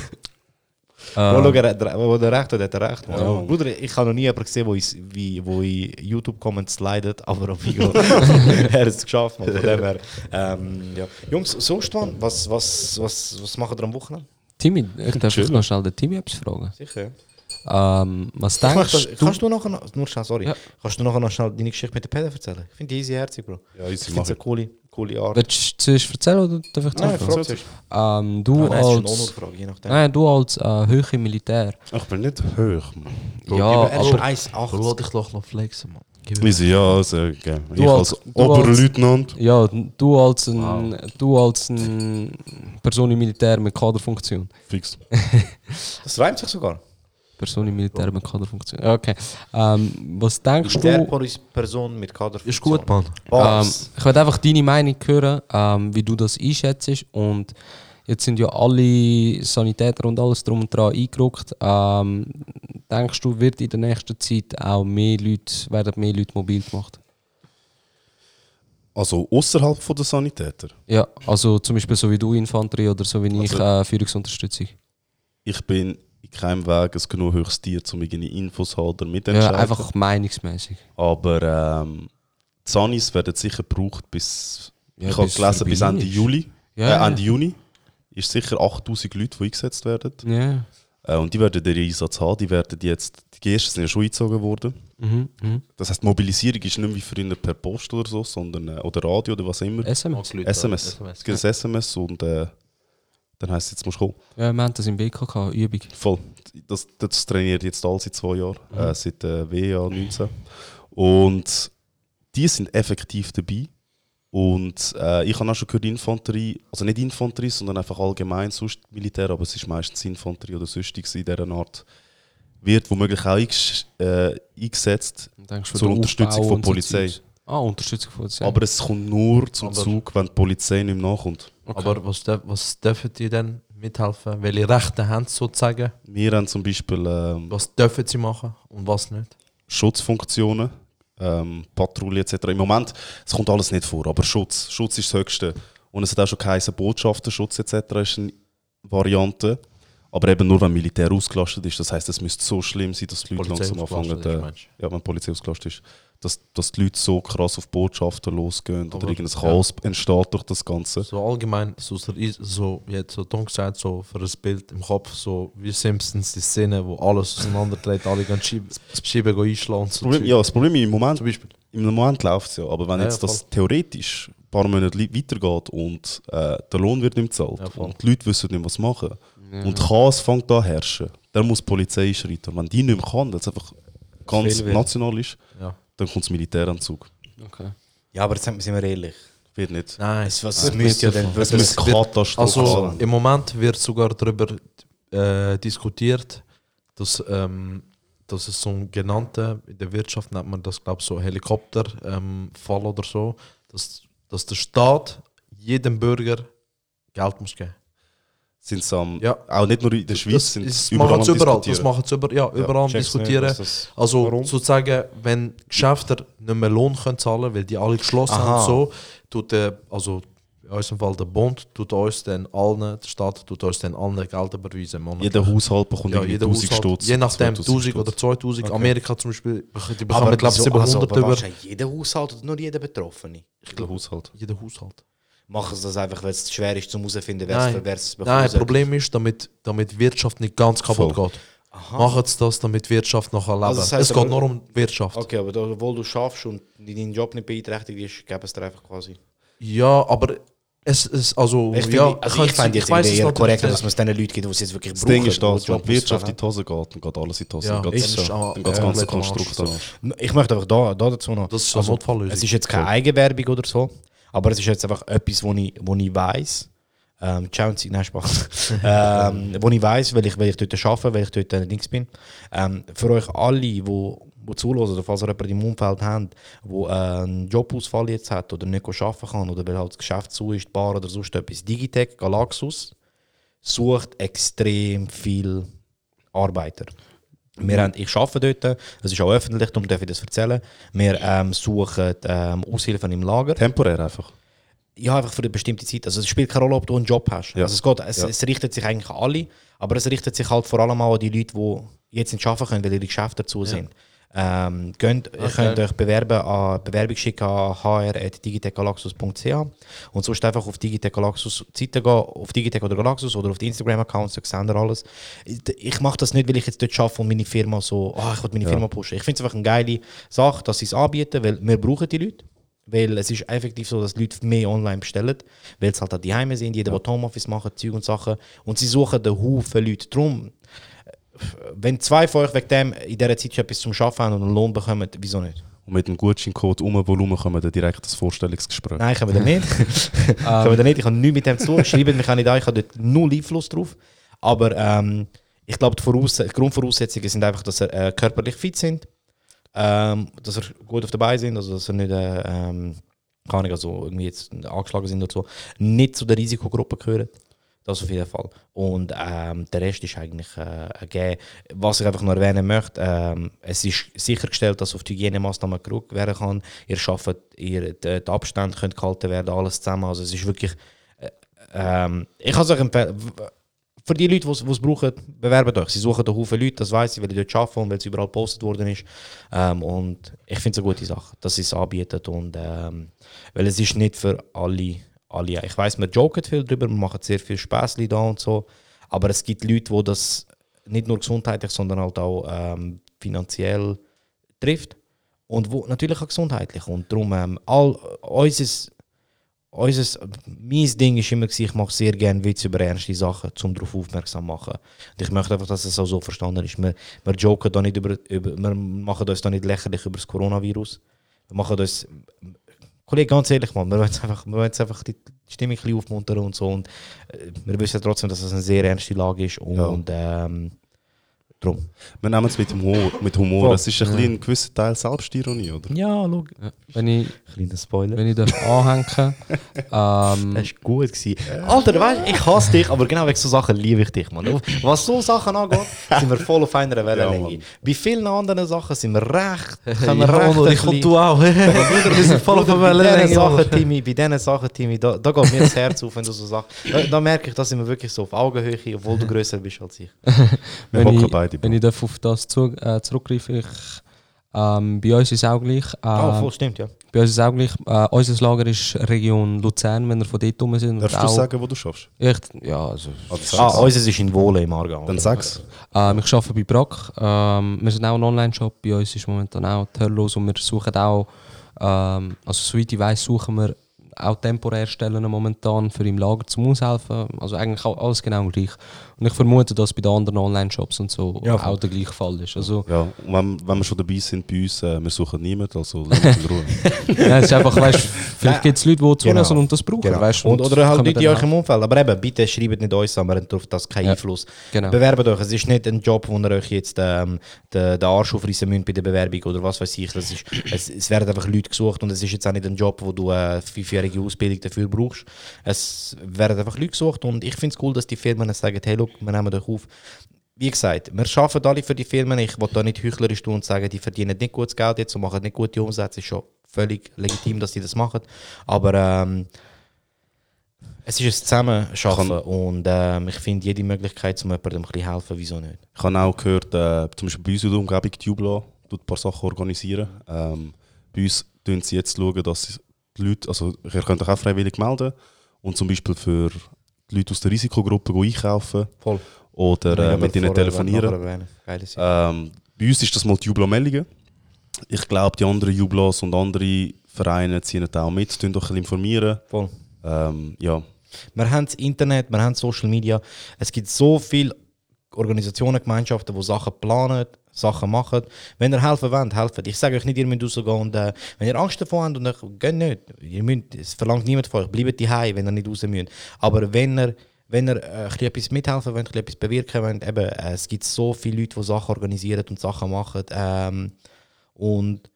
Speaker 6: Oh, schau, er hat re- wo der Recht hat, hat er Recht. Mann. Bruder, ich habe noch nie jemanden gesehen, wo in, wie, wo in YouTube-Comments leidet, aber auf Video. er hat es geschafft, Mann. Von dem her. Ähm, ja. Jungs, sonst, Mann, was, was, was, was macht ihr am Wochenende?
Speaker 4: Timmy, ich darf noch schnell den Timmy etwas fragen.
Speaker 6: Sicher.
Speaker 4: Ähm, was
Speaker 6: Ich mach
Speaker 4: denkst
Speaker 6: das,
Speaker 4: du?
Speaker 6: kannst du nachher noch, nur schnell, sorry,
Speaker 4: Ja.
Speaker 6: kannst du nachher noch schnell deine Geschichte mit den Pädern erzählen? Ich finde die easy herzig, Bro.
Speaker 7: Ja,
Speaker 6: Ich
Speaker 7: easy,
Speaker 6: finde
Speaker 7: mach
Speaker 6: es eine
Speaker 7: ich.
Speaker 6: coole, coole Art.
Speaker 4: Willst du zuerst erzählen oder darf ich zuerst fragen?
Speaker 6: frag zuerst.
Speaker 4: Ähm, du
Speaker 6: Nein, es ist schon
Speaker 4: als,
Speaker 6: eine Frage, je nachdem.
Speaker 4: nein, du als äh, höhere Militär.
Speaker 7: Ich bin nicht hoch, Mann.
Speaker 4: Ja,
Speaker 6: Er ist
Speaker 4: aber
Speaker 6: 1,80.
Speaker 3: Lass dich doch noch flexen, Mann. Gib ihm-
Speaker 7: Easy, ja, also, okay. Ich
Speaker 4: als-
Speaker 7: als
Speaker 4: du als-
Speaker 7: Oberleutnant.
Speaker 4: ja, du als ein, du als ein Person im Militär mit Kaderfunktion.
Speaker 7: Fix.
Speaker 6: Das reimt sich sogar.
Speaker 4: Person im Militär mit Kaderfunktion. Ja, Okay. Ähm, was denkst
Speaker 6: Der
Speaker 4: du?
Speaker 6: Por- Person mit Kader.
Speaker 3: Ist gut, Mann.
Speaker 4: Ähm,
Speaker 6: Bars.
Speaker 4: ich würde einfach deine Meinung hören, ähm, wie du das einschätzt. Und jetzt sind ja alle Sanitäter und alles drum und dran eingerückt. Ähm, denkst du, wird in der nächsten Zeit auch mehr Leute, werden mehr Leute mobil gemacht?
Speaker 7: Also außerhalb von der Sanitäter.
Speaker 4: Ja, also zum Beispiel so wie du Infanterie oder so wie ich
Speaker 7: Also
Speaker 4: äh, Führungsunterstützung.
Speaker 7: Ich bin in keinem Weg ein genug höchstes Tier, um irgendeine Infos zu haben oder
Speaker 4: Ja,
Speaker 7: mitentscheiden.
Speaker 4: einfach meinungsmäßig.
Speaker 7: Aber ähm, die Sanis werden sicher gebraucht bis.
Speaker 4: Ja,
Speaker 7: ich habe
Speaker 4: bis
Speaker 7: gelesen, bis
Speaker 4: vorbei
Speaker 7: Ende
Speaker 4: ist.
Speaker 7: Juli.
Speaker 4: Ja,
Speaker 7: äh, Ende Juni ist sicher 8000 Leute, die eingesetzt werden.
Speaker 4: Ja.
Speaker 7: Äh, und die werden den Einsatz haben. Die werden jetzt, die ersten sind ja schon eingezogen worden.
Speaker 4: Mhm. mhm.
Speaker 7: Das heißt, die Mobilisierung ist nicht mehr wie früher per Post oder so, sondern äh, oder Radio oder was immer.
Speaker 4: SMS.
Speaker 7: SMS.
Speaker 3: SMS,
Speaker 7: Es gibt ein SMS und äh, dann heisst es, jetzt musst du kommen.
Speaker 4: Ja, wir haben das im BKK, Übung.
Speaker 7: Voll. Das, das trainiert jetzt alle seit zwei Jahren, äh, seit äh, WEA 19. Und die sind effektiv dabei. Und äh, ich habe auch schon gehört, Infanterie, also nicht Infanterie, sondern einfach allgemein sonst Militär, aber es ist meistens Infanterie oder sonstiges in dieser Art, wird womöglich auch eingesch- äh, eingesetzt.
Speaker 4: Und denkst,
Speaker 7: Zur
Speaker 4: für den
Speaker 7: Unterstützung
Speaker 4: Aufbau
Speaker 7: von
Speaker 4: und so
Speaker 7: Polizei.
Speaker 4: Zeugs. ah, Unterstützung von Polizei.
Speaker 7: Aber es kommt nur zum
Speaker 3: Aber-
Speaker 7: Zug, wenn die Polizei nicht mehr nachkommt.
Speaker 3: Aber was, dür- was dürfen die denn mithelfen? Welche Rechte haben sie sozusagen?
Speaker 7: Wir haben zum Beispiel ähm,
Speaker 3: Was dürfen sie machen und was nicht?
Speaker 7: Schutzfunktionen, ähm, Patrouille etc. Im Moment, es kommt alles nicht vor, aber Schutz, Schutz ist das Höchste. Und es hat auch schon geheißen, Botschafterschutz etc. ist eine Variante. Aber eben nur, wenn Militär ausgelastet ist. Das heißt, es müsste so schlimm sein, dass die Leute
Speaker 3: Polizei
Speaker 7: langsam anfangen,
Speaker 3: ausgelastet ist,
Speaker 7: äh,
Speaker 3: meinst du?
Speaker 7: ja, wenn die Polizei ausgelastet ist, dass, dass die Leute so krass auf Botschafter losgehen
Speaker 3: Aber-
Speaker 7: oder irgendein
Speaker 3: ja.
Speaker 7: Chaos entsteht durch das Ganze.
Speaker 3: So allgemein, so, so jetzt so dumm gesagt, so für ein Bild im Kopf, so wie Simpsons, die Szene, wo alles auseinanderdreht, alle gehen schieben, schieben gehen einschlagen. und
Speaker 7: Das
Speaker 3: So
Speaker 7: Problem, ja, das Problem im Moment,
Speaker 3: Zum Beispiel.
Speaker 7: im Moment läuft es ja, aber wenn
Speaker 3: Ja,
Speaker 7: jetzt
Speaker 3: ja,
Speaker 7: das theoretisch ein paar Monate li- weitergeht und äh, der Lohn wird nicht bezahlt
Speaker 3: Ja, voll.
Speaker 7: und die Leute wissen nicht, was machen und Chaos fängt an zu herrschen, dann muss die Polizei einschreiten. Und wenn die nicht mehr kann, weil es einfach ganz
Speaker 6: Viel wird.
Speaker 7: national ist,
Speaker 3: Ja.
Speaker 7: dann kommt das Militär an den Zug.
Speaker 4: okay.
Speaker 6: Ja, aber jetzt sind wir ehrlich.
Speaker 7: Wird nicht.
Speaker 3: Nein.
Speaker 6: Es, was, es müsste ja dann
Speaker 7: Es
Speaker 6: wirklich.
Speaker 7: muss katastrophal
Speaker 3: Also
Speaker 7: sein.
Speaker 3: im Moment wird sogar darüber äh, diskutiert, dass, ähm, dass es so einen genannten, in der Wirtschaft nennt man das, glaube ich, so Helikopterfall ähm, Fall oder so, dass, dass der Staat jedem Bürger Geld muss geben.
Speaker 7: Sind's am,
Speaker 3: Ja.
Speaker 7: Auch nicht nur in der Schweiz,
Speaker 3: Das
Speaker 7: sind
Speaker 3: ist-
Speaker 7: überall
Speaker 3: machen
Speaker 7: am
Speaker 3: sie überall, das
Speaker 7: Diskutieren.
Speaker 3: machen sie über, ja, überall am
Speaker 6: check's nicht,
Speaker 3: diskutieren.
Speaker 6: was das-
Speaker 3: also
Speaker 6: warum?
Speaker 3: sozusagen, wenn Geschäfte nicht mehr Lohn können zahlen, weil die alle geschlossen haben,
Speaker 6: Aha.
Speaker 3: so tut der, also in unserem Fall der Bund, tut uns dann allen, der Staat tut uns dann allen Geld überweisen. monatlich.
Speaker 7: Jeder Haushalt bekommt
Speaker 3: ja,
Speaker 7: irgendwie
Speaker 3: jeder
Speaker 7: 1000
Speaker 3: Haushalt,
Speaker 7: Stutz.
Speaker 3: je nachdem
Speaker 7: 2000
Speaker 3: 1000
Speaker 7: Stutz.
Speaker 3: oder 2000. Amerika zum Beispiel, die
Speaker 6: Aber
Speaker 3: bekommen glaube ich
Speaker 6: wieso- also,
Speaker 3: 700
Speaker 6: aber
Speaker 3: über
Speaker 6: wahrscheinlich Jeder Haushalt oder nur jeder Betroffene.
Speaker 7: Jeder Haushalt.
Speaker 3: jeden Haushalt.
Speaker 6: machen sie das einfach, weil es schwer ist, zum herausfinden, wer es
Speaker 3: Nein,
Speaker 6: für- wer es
Speaker 3: Nein
Speaker 6: bekommen
Speaker 3: das
Speaker 6: soll.
Speaker 3: Problem ist, damit, damit Wirtschaft nicht ganz kaputt geht. Machen sie das, damit Wirtschaft nachher leben.
Speaker 6: Also das heißt
Speaker 3: es geht
Speaker 6: aber-
Speaker 3: nur um Wirtschaft.
Speaker 6: Okay, aber da, obwohl du schaffst und dein Job nicht beeinträchtigt ist, geben es dir einfach quasi.
Speaker 3: Ja, aber es ist also.
Speaker 6: Ich, finde,
Speaker 3: ja,
Speaker 6: also ich, fände jetzt
Speaker 3: weiss es
Speaker 6: eher
Speaker 3: natürlich
Speaker 6: korrekt, dass
Speaker 3: nicht.
Speaker 6: man es den Leuten gibt, die es jetzt wirklich
Speaker 7: Das Ding ist
Speaker 6: wo
Speaker 7: das,
Speaker 6: der
Speaker 7: wenn
Speaker 6: Job
Speaker 7: die Wirtschaft
Speaker 6: ausfallen.
Speaker 7: in die Hose geht, dann geht alles in die Hose.
Speaker 3: Ja,
Speaker 7: dann
Speaker 3: ist
Speaker 7: geht
Speaker 3: so.
Speaker 7: dann geht das
Speaker 3: Ja,
Speaker 7: ganze
Speaker 3: komplett am Arsch
Speaker 7: Konstrukt
Speaker 3: so.
Speaker 7: an.
Speaker 6: Ich möchte einfach da, da dazu noch. Also,
Speaker 3: Das ist eine Notfalllösung.
Speaker 6: Es ist jetzt keine Eigenwerbung oder so, aber es ist jetzt einfach etwas, wo ich, wo ich weiß. Ähm, Chelsea, nein, Spaß. ähm, wo ich weiß, weil ich, weil ich dort arbeite, weil ich dort äh, links bin. Ähm, für euch alle, die wo, wo zuhören, oder falls ihr jemanden im Umfeld habt, wo äh, einen Jobausfall jetzt hat oder nicht go arbeiten kann oder weil halt das Geschäft zu ist, die Bar oder sonst etwas, Digitec, Galaxus sucht extrem viel Arbeiter. Wir haben, ich arbeite dort, es ist auch öffentlich, darum darf ich das erzählen. Wir ähm, suchen ähm, Aushilfen im Lager.
Speaker 7: Temporär einfach.
Speaker 6: Ja, einfach für eine bestimmte Zeit. Also es spielt keine Rolle, ob du einen Job hast.
Speaker 7: Ja.
Speaker 6: Also es, geht, es,
Speaker 7: Ja.
Speaker 6: es richtet sich eigentlich an alle, aber es richtet sich halt vor allem auch an die Leute, die jetzt nicht arbeiten können, weil ihre Geschäfte dazu sind. Ähm, könnt, Ihr könnt euch bewerben an, Bewerbung schicken an hr.digitecgalaxus.ch und sonst einfach auf Digitec Galaxus Seite gehen, auf Digitec oder Galaxus oder auf die Instagram-Accounts, da seht ihr alles. Ich mache das nicht, weil ich jetzt dort arbeite und meine Firma so, ah, ich will meine Firma pushen. Ich finde es einfach eine geile Sache, dass sie es anbieten, weil wir brauchen die Leute. Weil es ist effektiv so, dass die Leute mehr online bestellen, weil es halt auch die Heime sind, jeder, der Homeoffice macht, Zeug und Sachen. Und sie suchen den Haufen Leute. Drum, äh, wenn zwei von euch wegen dem in dieser Zeit schon etwas zum Arbeiten haben und einen Lohn bekommen, wieso nicht?
Speaker 7: Und mit dem Gutscheincode um Volumen kommen dann direkt das Vorstellungsgespräch.
Speaker 6: Nein, können wir da nicht. können wir da nicht. Ich habe nichts mit dem zu tun. Schreibt mich auch nicht an, ich habe dort null Einfluss drauf. Aber ähm, ich glaube, die, Voraus die Grundvoraussetzungen sind einfach, dass ihr äh, körperlich fit sind, ähm, dass ihr gut auf dabei sind, also dass ihr nicht, äh, ähm, keine Ahnung, also irgendwie jetzt angeschlagen sind oder so, nicht zu der Risikogruppe gehören. Das auf jeden Fall. Und ähm, der Rest ist eigentlich äh, gegeben. Was ich einfach noch erwähnen möchte, ähm, es ist sichergestellt, dass auf die Hygienemaßnahmen gerückt werden kann. Ihr arbeitet, ihr, die, die Abstände können gehalten werden, alles zusammen. Also es ist wirklich... Äh, ähm, ich kann es euch empfehlen. W- Für die Leute, die es- die es brauchen, bewerben euch. Sie suchen einen Haufen Leute, das weiß ich, weil ich dort arbeite und weil es überall gepostet worden ist. Ähm, und ich finde es eine gute Sache, dass sie es anbieten. Und, ähm, weil es ist nicht für alle alle. Ich weiß, wir joken viel drüber, wir machen sehr viel Späßli da und so, aber es gibt Leute, wo das nicht nur gesundheitlich, sondern halt auch ähm, finanziell trifft und wo natürlich auch gesundheitlich und darum ähm, all unseres unseres, mein Ding ist immer gewesen, ich mache sehr gerne Witze über ernste Sachen, um darauf aufmerksam zu machen. Und ich möchte einfach, dass es auch so verstanden ist. Wir, wir joken da nicht über, über, wir machen uns da nicht lächerlich über das Coronavirus. Wir machen uns Kollege, ganz ehrlich, man, wir wollen jetzt einfach, wir wollen jetzt einfach die Stimmung ein bisschen aufmuntern und so. Und äh, wir wissen trotzdem, dass das eine sehr ernste Lage ist. Und, ähm, drum.
Speaker 7: Wir nehmen es mit Humor. Mit Humor.
Speaker 6: Voll.
Speaker 7: Es ist ein, klein- ein gewisser Teil Selbstironie, oder?
Speaker 6: Ja, logisch.
Speaker 4: Wenn ich,
Speaker 6: Kleiner Spoiler.
Speaker 4: wenn ich das anhänge, ähm,
Speaker 6: Das war gut. Gewesen. Alter, weißt, ich hasse dich, aber genau wegen so Sachen liebe ich dich, Mann. Was ah, so Sachen angeht, sind wir voll auf einer Wellenlänge. Bei vielen anderen Sachen sind wir recht. Können wir recht ein
Speaker 3: ich
Speaker 6: bisschen-
Speaker 3: und du auch. Wir sind voll auf der
Speaker 6: Bei diesen Sachen,
Speaker 3: Wellenlänge.
Speaker 6: Timmy, bei diesen Sachen, Timmy, da, da geht mir das Herz auf, wenn du so Sachen. Da, da merke ich, dass wir wirklich so auf Augenhöhe, obwohl du größer bist als ich.
Speaker 7: Wir
Speaker 4: wenn
Speaker 7: hocken
Speaker 4: ich,
Speaker 7: beide.
Speaker 4: wenn
Speaker 7: Bro.
Speaker 4: ich darf auf das zu, äh, zurückgreife, ich, ähm, bei uns ist es auch gleich. Äh,
Speaker 6: Ah, voll stimmt, ja.
Speaker 4: bei uns ist es auch gleich. Äh, unser Lager ist Region Luzern, wenn wir von dort rum sind. und
Speaker 7: Darfst du
Speaker 4: auch-
Speaker 7: sagen, wo du schaffst?
Speaker 4: Echt? Ja, also.
Speaker 6: Ah, unseres ist in Wohle im Aargau.
Speaker 7: Dann
Speaker 6: oder?
Speaker 7: sag's.
Speaker 4: Ähm, ich arbeite bei Brack. Ähm, wir sind auch ein Online-Shop. Bei uns ist momentan auch die Hölle los und wir suchen auch, ähm, also soweit ich weiss, suchen wir auch temporär Stellen momentan für im Lager zum Aushelfen. Also eigentlich auch alles genau gleich. Und ich vermute, dass bei den anderen Online-Shops und so auch der gleiche Fall ist. Also,
Speaker 7: Ja, und wenn, wenn wir schon dabei sind bei uns, äh, wir suchen niemanden, also lass uns in Ruhe.
Speaker 4: ja, es ist einfach, weißt, vielleicht gibt es Leute, die zuhören
Speaker 6: Genau.
Speaker 4: und das brauchen.
Speaker 6: Genau.
Speaker 4: Weißt,
Speaker 6: und, oder halt
Speaker 4: können
Speaker 6: Leute in
Speaker 4: dann
Speaker 6: eurem Umfeld. Aber eben, bitte schreibt nicht uns an, wir haben darauf das keinen
Speaker 4: Ja,
Speaker 6: Einfluss.
Speaker 4: genau.
Speaker 6: Bewerbt euch. Es ist nicht ein Job, wo ihr euch jetzt ähm, den, den Arsch aufreißen müsst bei der Bewerbung oder was weiß ich. Das ist, es, es werden einfach Leute gesucht und es ist jetzt auch nicht ein Job, wo du eine fünfjährige Ausbildung dafür brauchst. Es werden einfach Leute gesucht und ich finde es cool, dass die Firmen sagen, hey, look, wir nehmen euch auf. Wie gesagt, wir arbeiten alle für die Firmen. Ich will da nicht heuchlerisch tun und sagen, die verdienen nicht gutes Geld jetzt und machen nicht gute Umsätze. ist schon völlig legitim, dass die das machen. Aber ähm, es ist ein Zusammenschaffen und ähm, ich finde jede Möglichkeit, um jemandem ein bisschen helfen, wieso nicht?
Speaker 7: Ich habe auch gehört, äh, zum Beispiel bei uns in der Umgebung, die Jubla tut ein paar Sachen organisieren. Ähm, bei uns schauen sie jetzt, schauen, dass die Leute, also ihr könnt euch auch freiwillig melden, und zum Beispiel für die Leute aus der Risikogruppe go einkaufen
Speaker 6: Voll.
Speaker 7: oder äh, mit ihnen telefonieren.
Speaker 6: Geiles Jahr.
Speaker 7: Ähm, bei uns ist das mal die Jublo Mellingen. Ich glaube, die anderen Jublos und andere Vereine ziehen da auch mit, tun doch ein bisschen informieren.
Speaker 6: Voll.
Speaker 7: Ähm, ja,
Speaker 6: Wir haben das Internet, wir haben Social Media. Es gibt so viele Organisationen, Gemeinschaften, die Sachen planen, Sachen machen. Wenn ihr helfen wollt, helft. Ich sage euch nicht, ihr müsst rausgehen. Und, äh, wenn ihr Angst davor habt, und euch, geht nicht. Ihr müsst, es verlangt niemand von euch. Bleibt daheim, wenn ihr nicht raus müsst. Aber wenn ihr, wenn ihr äh, ein bisschen etwas mithelfen wollt, ein bisschen etwas bewirken wollt, eben, äh, es gibt so viele Leute, die Sachen organisieren und Sachen machen. Ähm, und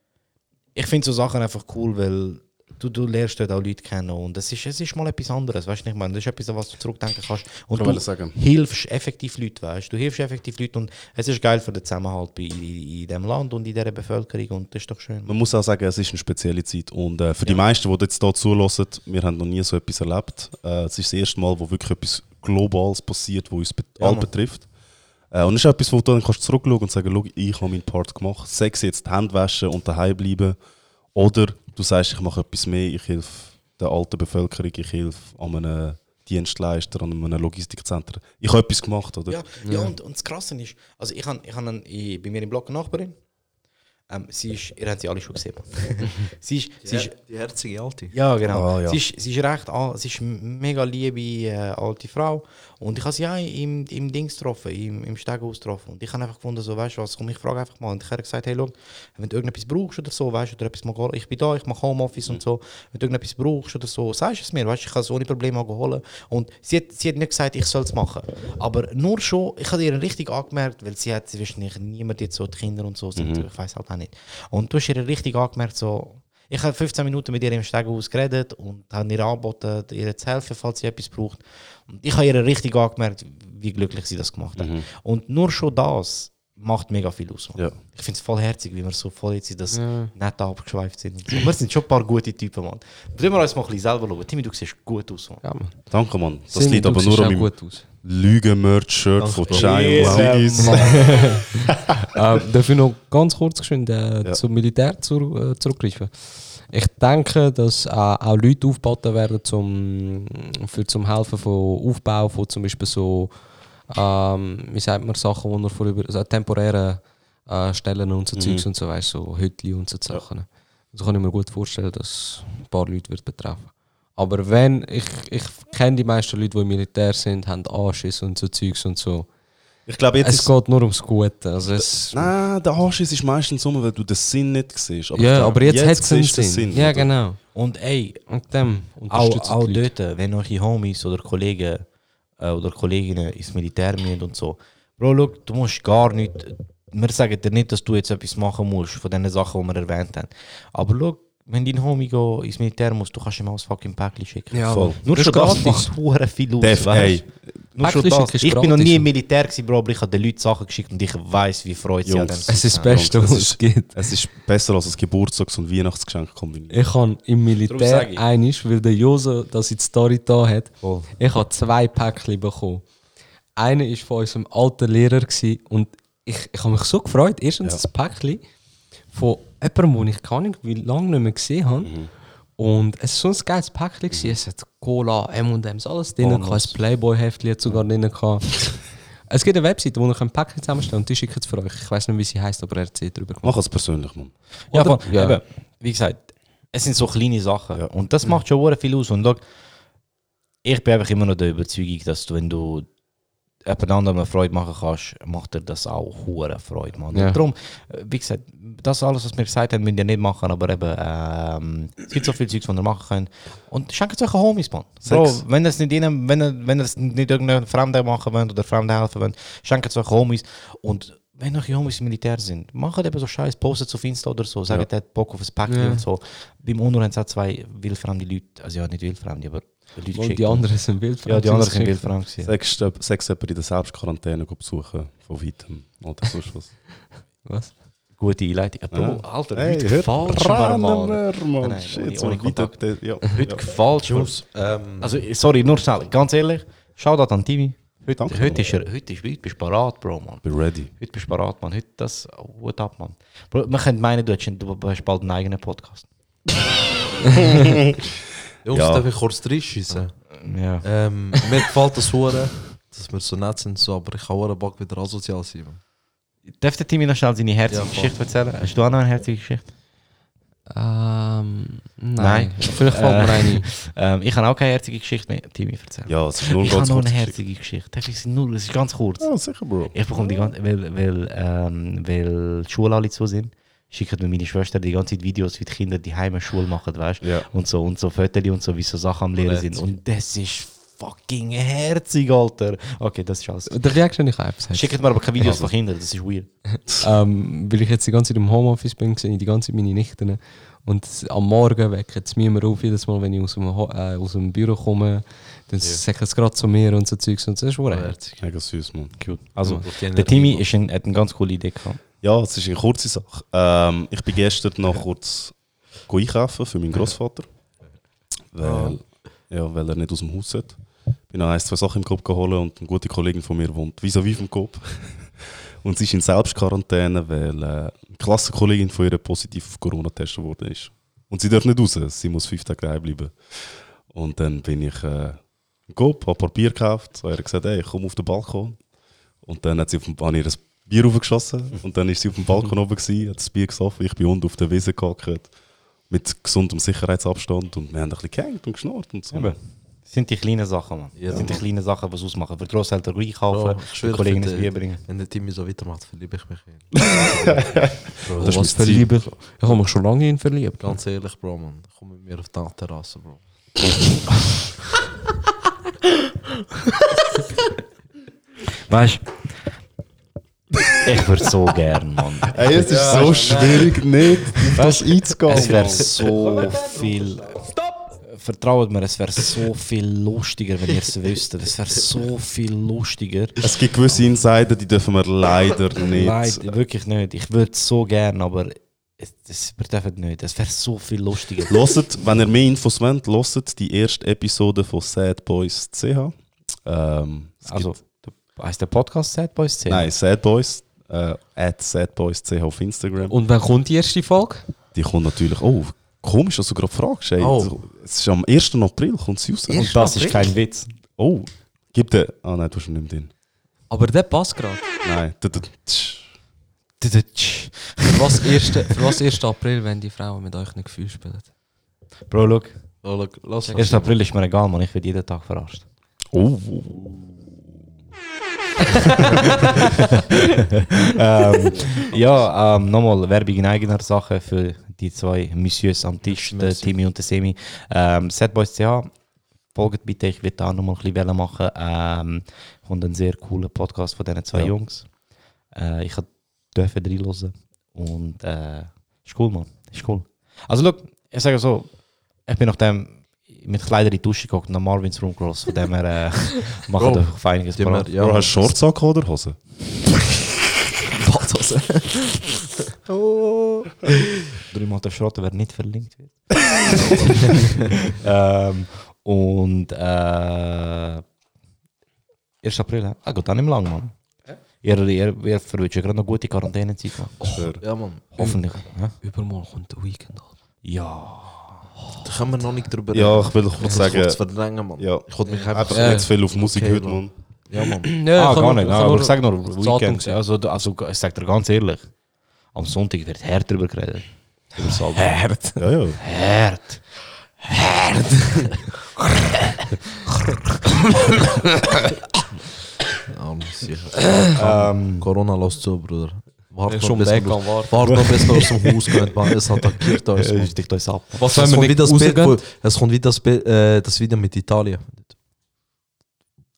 Speaker 6: ich finde so Sachen einfach cool, weil du, du lernst dort auch Leute kennen und es ist, es ist mal etwas anderes, weißt du nicht, man, das ist etwas, an was du zurückdenken kannst und
Speaker 1: Ich
Speaker 6: du
Speaker 1: wollte sagen.
Speaker 6: hilfst effektiv Leuten, weißt du, hilfst effektiv Leuten und es ist geil für den Zusammenhalt bei, in, in dem Land und in dieser Bevölkerung und das ist doch schön.
Speaker 7: man muss auch sagen, es ist eine spezielle Zeit. Und äh, für die meisten, die jetzt hier zulassen, wir haben noch nie so etwas erlebt. Äh, es ist das erste Mal, wo wirklich etwas Globales passiert, wo uns be alle
Speaker 6: Mann.
Speaker 7: betrifft. Äh, und es ist etwas, wo du dann kannst zurückschauen und sagen, schau, ich habe meinen Part gemacht. Sei es jetzt die Hände waschen und daheim bleiben. Oder du sagst, ich mache etwas mehr, ich helfe der alten Bevölkerung, ich helfe an einem Dienstleister, an einem Logistikzentrum. Ich habe etwas gemacht, oder?
Speaker 6: Ja, ja. und, und das Krasse ist, also ich habe ich han einen, ich, bei mir im Blog eine Nachbarin, ähm, sie ist, ihr habt sie alle schon gesehen, sie ist, sie ist
Speaker 3: die herzige Alte.
Speaker 6: Ja, genau.
Speaker 7: Ah, ja.
Speaker 6: Sie, ist, sie ist recht, al- sie ist m- mega liebe äh, alte Frau. Und ich habe sie auch im, im Dings getroffen, im, im Steghaus getroffen. Und ich habe einfach gefunden, so, weißt du was, komm, ich frage einfach mal. Und ich habe gesagt, hey, schau, wenn du irgendetwas brauchst oder so, weißt du, oder etwas mal, geh- ich bin da, ich mache Homeoffice
Speaker 7: Mhm.
Speaker 6: und so, wenn du irgendetwas brauchst oder so, sagst du es mir, weißt du, ich kann es ohne Probleme auch holen. Und sie hat, sie hat nicht gesagt, ich soll es machen. Aber nur schon, ich habe ihr richtig angemerkt, weil sie hat, sie wahrscheinlich niemand jetzt so, die Kinder und so,
Speaker 7: Mhm.
Speaker 6: sind, ich weiß halt auch nicht. Und du hast ihr richtig angemerkt, so, ich habe 15 Minuten mit ihr im Steghaus geredet und habe ihr angeboten, ihr zu helfen, falls sie etwas braucht. Und ich habe ihr richtig angemerkt, wie glücklich sie das gemacht hat. Und nur schon das macht mega viel aus. Mann.
Speaker 7: Ja.
Speaker 6: Ich finde es voll herzig, wie wir so voll jetzt in das Nette abgeschweift sind. Und so. Wir sind schon ein paar gute Typen, Mann. Drücken wir uns mal ein bisschen selber schauen. Timmy, du siehst gut aus, Mann.
Speaker 4: Ja, man.
Speaker 7: Danke, Mann. Das
Speaker 4: Simi,
Speaker 7: liegt
Speaker 4: du
Speaker 7: aber
Speaker 4: siehst
Speaker 7: nur an
Speaker 4: auch
Speaker 7: meinem
Speaker 4: gut aus.
Speaker 7: Lügen-Merch-Shirt von Chai und Sigis.
Speaker 4: ähm, darf ich noch ganz kurz geschwind, äh,
Speaker 7: Ja.
Speaker 4: zum Militär zur, äh, zurückgreifen? Ich denke, dass äh, auch Leute aufgeboten werden zum, für, zum Helfen von Aufbau von zum Beispiel so, ähm, wie sagt man, Sachen, die er vorüber, also temporären äh, Stellen und so
Speaker 7: Mhm.
Speaker 4: Zeugs und so, weißt so Hütli und so Sachen. Also kann ich mir gut vorstellen, dass ein paar Leute wird betreffen. Aber wenn, ich, ich kenne die meisten Leute, die im Militär sind, haben Anschiss und so Zeugs und so.
Speaker 7: Ich glaube, jetzt
Speaker 4: Es
Speaker 7: ist
Speaker 4: geht nur ums Gute. Also es,
Speaker 7: Nein, der Anschiss ist meistens so, weil du den Sinn nicht siehst.
Speaker 4: ja, aber jetzt, hat es einen
Speaker 7: siehst du
Speaker 4: Sinn. ja,
Speaker 7: oder?
Speaker 4: genau.
Speaker 6: Und ey,
Speaker 4: Und dem
Speaker 6: auch,
Speaker 4: unterstützt
Speaker 6: auch
Speaker 4: die Leute.
Speaker 6: dort, wenn eure Homies oder Kollegen äh, oder Kolleginnen ins Militär müssen und so. Bro, schau, du musst gar nicht. Wir sagen dir nicht, dass du jetzt etwas machen musst von den Sachen, die wir erwähnt haben. Aber schau, wenn dein Homie go ins Militär muss, du kannst ihm auch ein fucking Päckchen schicken.
Speaker 4: Ja,
Speaker 7: Voll.
Speaker 6: Nur
Speaker 4: Das
Speaker 6: schon
Speaker 4: ist
Speaker 6: das
Speaker 4: gratis.
Speaker 6: macht hure viel aus.
Speaker 7: Def,
Speaker 6: weißt?
Speaker 7: ey.
Speaker 6: Nur schon
Speaker 4: Päckchen
Speaker 6: das.
Speaker 4: schicken ist
Speaker 6: Ich bin noch
Speaker 4: gratis,
Speaker 6: nie im
Speaker 4: ja.
Speaker 6: Militär, gewesen, Bro, aber ich habe den Leuten Sachen geschickt und ich weiß, wie freut sie an
Speaker 7: Jungs,
Speaker 6: dem
Speaker 4: Es ist das
Speaker 6: sind.
Speaker 4: Beste, was
Speaker 7: Es
Speaker 4: es
Speaker 7: ist-
Speaker 4: gibt.
Speaker 7: Es ist besser als ein Geburtstags- und Weihnachtsgeschenk kombiniert.
Speaker 4: Ich habe im
Speaker 6: Darum sag
Speaker 4: Militär
Speaker 6: ich. Oh.
Speaker 4: einisch, weil der Joso das in die Story da hat,
Speaker 6: Voll.
Speaker 4: ich habe zwei Päckchen bekommen. Einer war von unserem alten Lehrer gewesen und ich, ich habe mich so gefreut. Erstens das Päckchen von jemandem, den ich gar nicht wie lange nicht mehr gesehen habe.
Speaker 6: Mhm.
Speaker 4: Und es war so ein geiles Päckchen. gewesen. Es hat Cola, M&M's, alles
Speaker 6: Oh,
Speaker 4: drin. gehabt. Ein Playboy-Heftchen hat sogar drin. gehabt. es gibt eine Webseite, wo ich ein Päckchen zusammenstellen und die schickt es für euch. Ich weiß nicht, wie sie heißt, aber er erzählt darüber.
Speaker 7: Mach es persönlich, Mann.
Speaker 6: Ja,
Speaker 4: Oder?
Speaker 6: aber
Speaker 4: Ja.
Speaker 6: Eben, wie gesagt, es sind so kleine Sachen. Und das macht schon sehr viel aus. Und schau, ich bin einfach immer noch der Überzeugung, dass du, wenn du jemand anderem eine Freude machen kannst, macht dir das auch hure Freude, Mann.
Speaker 4: Ja.
Speaker 6: Und Darum, äh, wie gesagt, das alles, was wir gesagt haben, müsst ihr nicht machen, aber eben, ähm, es gibt so viel Zeugs, was ihr machen könnt. Und schenkt euch Homies, Mann. Bro,
Speaker 7: Sex.
Speaker 6: wenn ihr es nicht ihnen, wenn ihr, wenn ihr es nicht irgendeinem Fremden machen wollt oder Fremden helfen wollt, schenkt euch Homies. Und wenn euch Homies im Militär sind, macht eben so Scheiß, postet es auf Insta oder so, sagt, ihr habt Bock auf ein Päckchen und so. Beim UNO haben es auch zwei wildfremde Leute, also ja, nicht wildfremde, aber Leute
Speaker 4: Und
Speaker 6: geschickt.
Speaker 4: die anderen sind wild.
Speaker 6: Ja, die anderen sind wildfremd. gewesen.
Speaker 7: Sechs sechs jemanden in der Selbstquarantäne go besuchen, von weitem. Oder sonst was.
Speaker 4: Was?
Speaker 6: Gute Einleitung. Bro, Oh, Alter, heute
Speaker 7: hört
Speaker 6: gefällt schon mal. Mann.
Speaker 7: Rahmen,
Speaker 6: Nein,
Speaker 7: Mann.
Speaker 6: nein, ohne-
Speaker 7: Shit,
Speaker 6: ohne
Speaker 7: so weit
Speaker 6: Kontakt.
Speaker 7: ab der- ja.
Speaker 6: Heute gefällt schon.
Speaker 3: Ähm,
Speaker 6: Also, sorry, nur schnell. Ganz ehrlich, Shoutout an Timmy. Heute,
Speaker 7: Danke,
Speaker 6: heute, ist er, heute, ist, heute bist du parat, Bro, Mann.
Speaker 7: Be ready.
Speaker 6: Heute bist du parat, Mann. Heute das, Hut ab, Mann. Bro, man könnte meinen, du hast, du hast bald einen eigenen Podcast.
Speaker 3: Jungs,
Speaker 7: Ja.
Speaker 3: darf ich kurz reinschießen?
Speaker 6: Ja.
Speaker 3: Ähm, mir gefällt das Hure, dass wir so nett sind, so, aber ich kann Hure Bock wieder asozial sein. Mann.
Speaker 6: Darf der Timmy noch schnell seine herzige
Speaker 3: Ja, voll.
Speaker 6: Geschichte erzählen? Hast du auch noch eine nou herzige Geschichte?
Speaker 4: Ähm, nein.
Speaker 6: Nein.
Speaker 4: Vielleicht fällt mir
Speaker 6: Äh.
Speaker 4: eine ein.
Speaker 6: Ähm, ich kann auch keine herzige Geschichte mehr. Timmy, erzähl.
Speaker 7: Ja, es ist nur
Speaker 6: ich
Speaker 7: ganz
Speaker 6: habe noch
Speaker 7: kurz.
Speaker 6: eine herzige Geschichte. Darf ich sie nur? Es ist ganz kurz.
Speaker 7: Ja, sicher, Bro.
Speaker 6: Ich bekomme die ganze weil, weil, ähm, weil die Schule alle zu sind, schicken mir meine Schwester die ganze Zeit Videos, wie die Kinder die Heime Schule machen, weißt du?
Speaker 7: Ja.
Speaker 6: Und so und so Fotos und so, wie so Sachen am Lehren sind. Und das ist fucking herzig, Alter. Okay, das ist alles.
Speaker 4: Der Reaction ich auch gesagt.
Speaker 6: Schickt mir aber keine Videos von Kindern, das ist weird.
Speaker 4: Ähm, weil ich jetzt die ganze Zeit im Homeoffice bin, sehe ich die ganze Zeit meine Nichten. Und s- am Morgen wecken sie mich immer auf, jedes Mal, wenn ich aus dem, Ho äh, aus dem Büro komme, dann sagen sie gerade zu mir und so Zeugs. Und das ist wahr herzig.
Speaker 7: Mega süß, Mann. Cute.
Speaker 6: Also,
Speaker 3: Ja, die haben
Speaker 6: der Timmy
Speaker 3: Ruhe.
Speaker 6: ist ein, hat eine ganz coole Idee gehabt.
Speaker 7: Ja, es ist eine kurze Sache. Ähm, ich bin gestern noch kurz go einkaufen für meinen Großvater. Weil, ja, weil er nicht aus dem Haus sollte. Bin noch ein, zwei Sachen im Kopf geholt und eine gute Kollegin von mir wohnt vis-à-vis vom Kopf. Und sie ist in Selbstquarantäne, weil äh, eine Klassenkollegin von ihr positiv auf Corona getestet worden ist. Und sie darf nicht raus, sie muss fünf Tage daheim bleiben. Und dann bin ich äh, im Kopf, habe Papier gekauft, und er hat gesagt, hey, komm auf den Balkon. Und dann hat sie auf dem, habe ich ihr ein Bier raufgeschossen und dann ist sie auf dem Balkon oben, gewesen, hat das Bier gesoffen, ich bin unten auf der Wiese gehackt, mit gesundem Sicherheitsabstand und wir haben ein bisschen gehängt und geschnurrt und so.
Speaker 6: Das sind die kleinen Sachen, Mann.
Speaker 3: Ja,
Speaker 6: das sind die
Speaker 3: Mann.
Speaker 6: kleinen Sachen, die es ausmachen. Für die Grosseltern gut
Speaker 3: Bro,
Speaker 6: einkaufen,
Speaker 3: ich
Speaker 6: Oh, für die
Speaker 3: schwöre,
Speaker 6: Kollegen
Speaker 3: für
Speaker 6: ins
Speaker 3: den-
Speaker 6: Bier bringen.
Speaker 3: Wenn der Timmy so weitermacht, verliebe ich mich in ihn.
Speaker 4: Oh,
Speaker 3: Bro,
Speaker 7: Das
Speaker 4: was
Speaker 7: ist mein Ziel.
Speaker 4: verliebt. Ich habe mich schon lange in ihn verliebt.
Speaker 3: ganz ehrlich, Bro, man. Komm mit mir auf die Terrasse, Bro.
Speaker 6: Weißt du? ich würde so gern, Mann.
Speaker 7: Ey, es ist so schwierig, nicht das einzugehen.
Speaker 6: Es wäre so viel. Vertraut mir, es wäre so viel lustiger, wenn ihr es wüsstet. Es wäre so viel lustiger.
Speaker 7: Es gibt gewisse Insider, die dürfen wir leider nicht.
Speaker 6: Nein, wirklich nicht. Ich würde es so gern, aber es, es, wir dürfen nicht. Es wäre so viel lustiger.
Speaker 7: Hört, wenn ihr mehr Infos wollt, hört die erste Episode von Sad Boys CH. Ähm, es
Speaker 6: Also, heißt der Podcast Sad Boys 10?
Speaker 7: Nein, Sad Boys, äh, at Sad Boys CH auf Instagram.
Speaker 4: Und wann kommt die erste Folge?
Speaker 7: Die kommt natürlich. Oh, komisch, dass du gerade fragst. Ey.
Speaker 3: Oh.
Speaker 7: Es ist am 1. April, kommt sie raus.
Speaker 6: Und das ist kein Witz.
Speaker 7: Oh, gib den. Ah nein, du hast ihn nicht mehr drin.
Speaker 4: Aber der passt gerade.
Speaker 7: Nein. D- d- tsch.
Speaker 4: Für was, 1. für was 1. April, wenn die Frauen mit euch ein Gefühl spielen?
Speaker 6: Bro, look,
Speaker 3: Oh, look, lass
Speaker 6: 1. April ist mir egal, Mann. Ich werde jeden Tag verarscht.
Speaker 7: Oh.
Speaker 6: Ja, ähm, nochmal Werbung in eigener Sache für die zwei Messieurs am Tisch, der Timmy und der Semi. Ähm, Sad Boys CH, folgt bitte, ich werde da nochmal ein bisschen machen. Ähm, und einen sehr coolen Podcast von diesen zwei
Speaker 7: Ja.
Speaker 6: Jungs. Äh, ich durfte reinhören und äh, ist cool, Mann. Ist cool. Also, look, ich sage so, ich bin nachdem mit Kleider in die Dusche geguckt nach Marvins Room Cross, von dem er äh, macht
Speaker 3: Bro,
Speaker 6: auf einiges
Speaker 3: die haben
Speaker 6: parat.
Speaker 3: wir-
Speaker 7: Ja. Bro,
Speaker 3: ja,
Speaker 7: hast du Shorts angehabt oder Hose?
Speaker 3: Oh.
Speaker 4: Badhose.
Speaker 6: Dreimal der Schrotter, wer nicht verlinkt wird. ähm, und äh, 1. April, hä? ah, geht auch nicht mehr lang, Mann. Ihr, ihr, ihr verwünscht ja gerade noch gute Quarantänezeit, Mann.
Speaker 3: ja, man.
Speaker 6: Hoffentlich. hä?
Speaker 4: Übermorgen kommt der Weekend.
Speaker 6: Ja.
Speaker 3: Da können wir noch nicht drüber
Speaker 7: Ja,
Speaker 3: reden.
Speaker 7: ich will kurz
Speaker 3: Das
Speaker 7: sagen.
Speaker 3: kurz verdrängen, man.
Speaker 7: Ja.
Speaker 3: Ich wollte mich
Speaker 7: Einfach
Speaker 3: einfach...
Speaker 4: Ja.
Speaker 7: nicht zu viel auf Musik
Speaker 3: Okay,
Speaker 7: heute,
Speaker 3: Bro.
Speaker 7: Mann.
Speaker 3: Ja, man.
Speaker 6: ah, gar nicht. Nein, aber ich sage nur
Speaker 4: das Datum
Speaker 6: Weekend.
Speaker 4: sehen.
Speaker 6: Also, da- also, ich sage dir ganz ehrlich, am Sonntag wird hart drüber geredet. Über das Album. Hart.
Speaker 7: Ja, ja.
Speaker 6: Hart.
Speaker 3: Ja, man, sicher.
Speaker 6: Ehm,
Speaker 3: Corona lässt zu, Bruder. Warte
Speaker 4: Ist
Speaker 3: noch,
Speaker 4: schon
Speaker 3: bis
Speaker 4: weg
Speaker 3: wir-
Speaker 4: am Warten.
Speaker 3: Warte noch, bis wir aus dem Haus gehen, man. Es attackiert uns,
Speaker 6: Äh,
Speaker 3: man.
Speaker 6: Sticht euch ab.
Speaker 4: Was
Speaker 3: Es
Speaker 4: wenn wir
Speaker 3: kommt wie
Speaker 4: nicht
Speaker 3: das Bild,
Speaker 4: rausgehen?
Speaker 3: wo- es kommt wie das, Bild, äh, das Video mit Italien.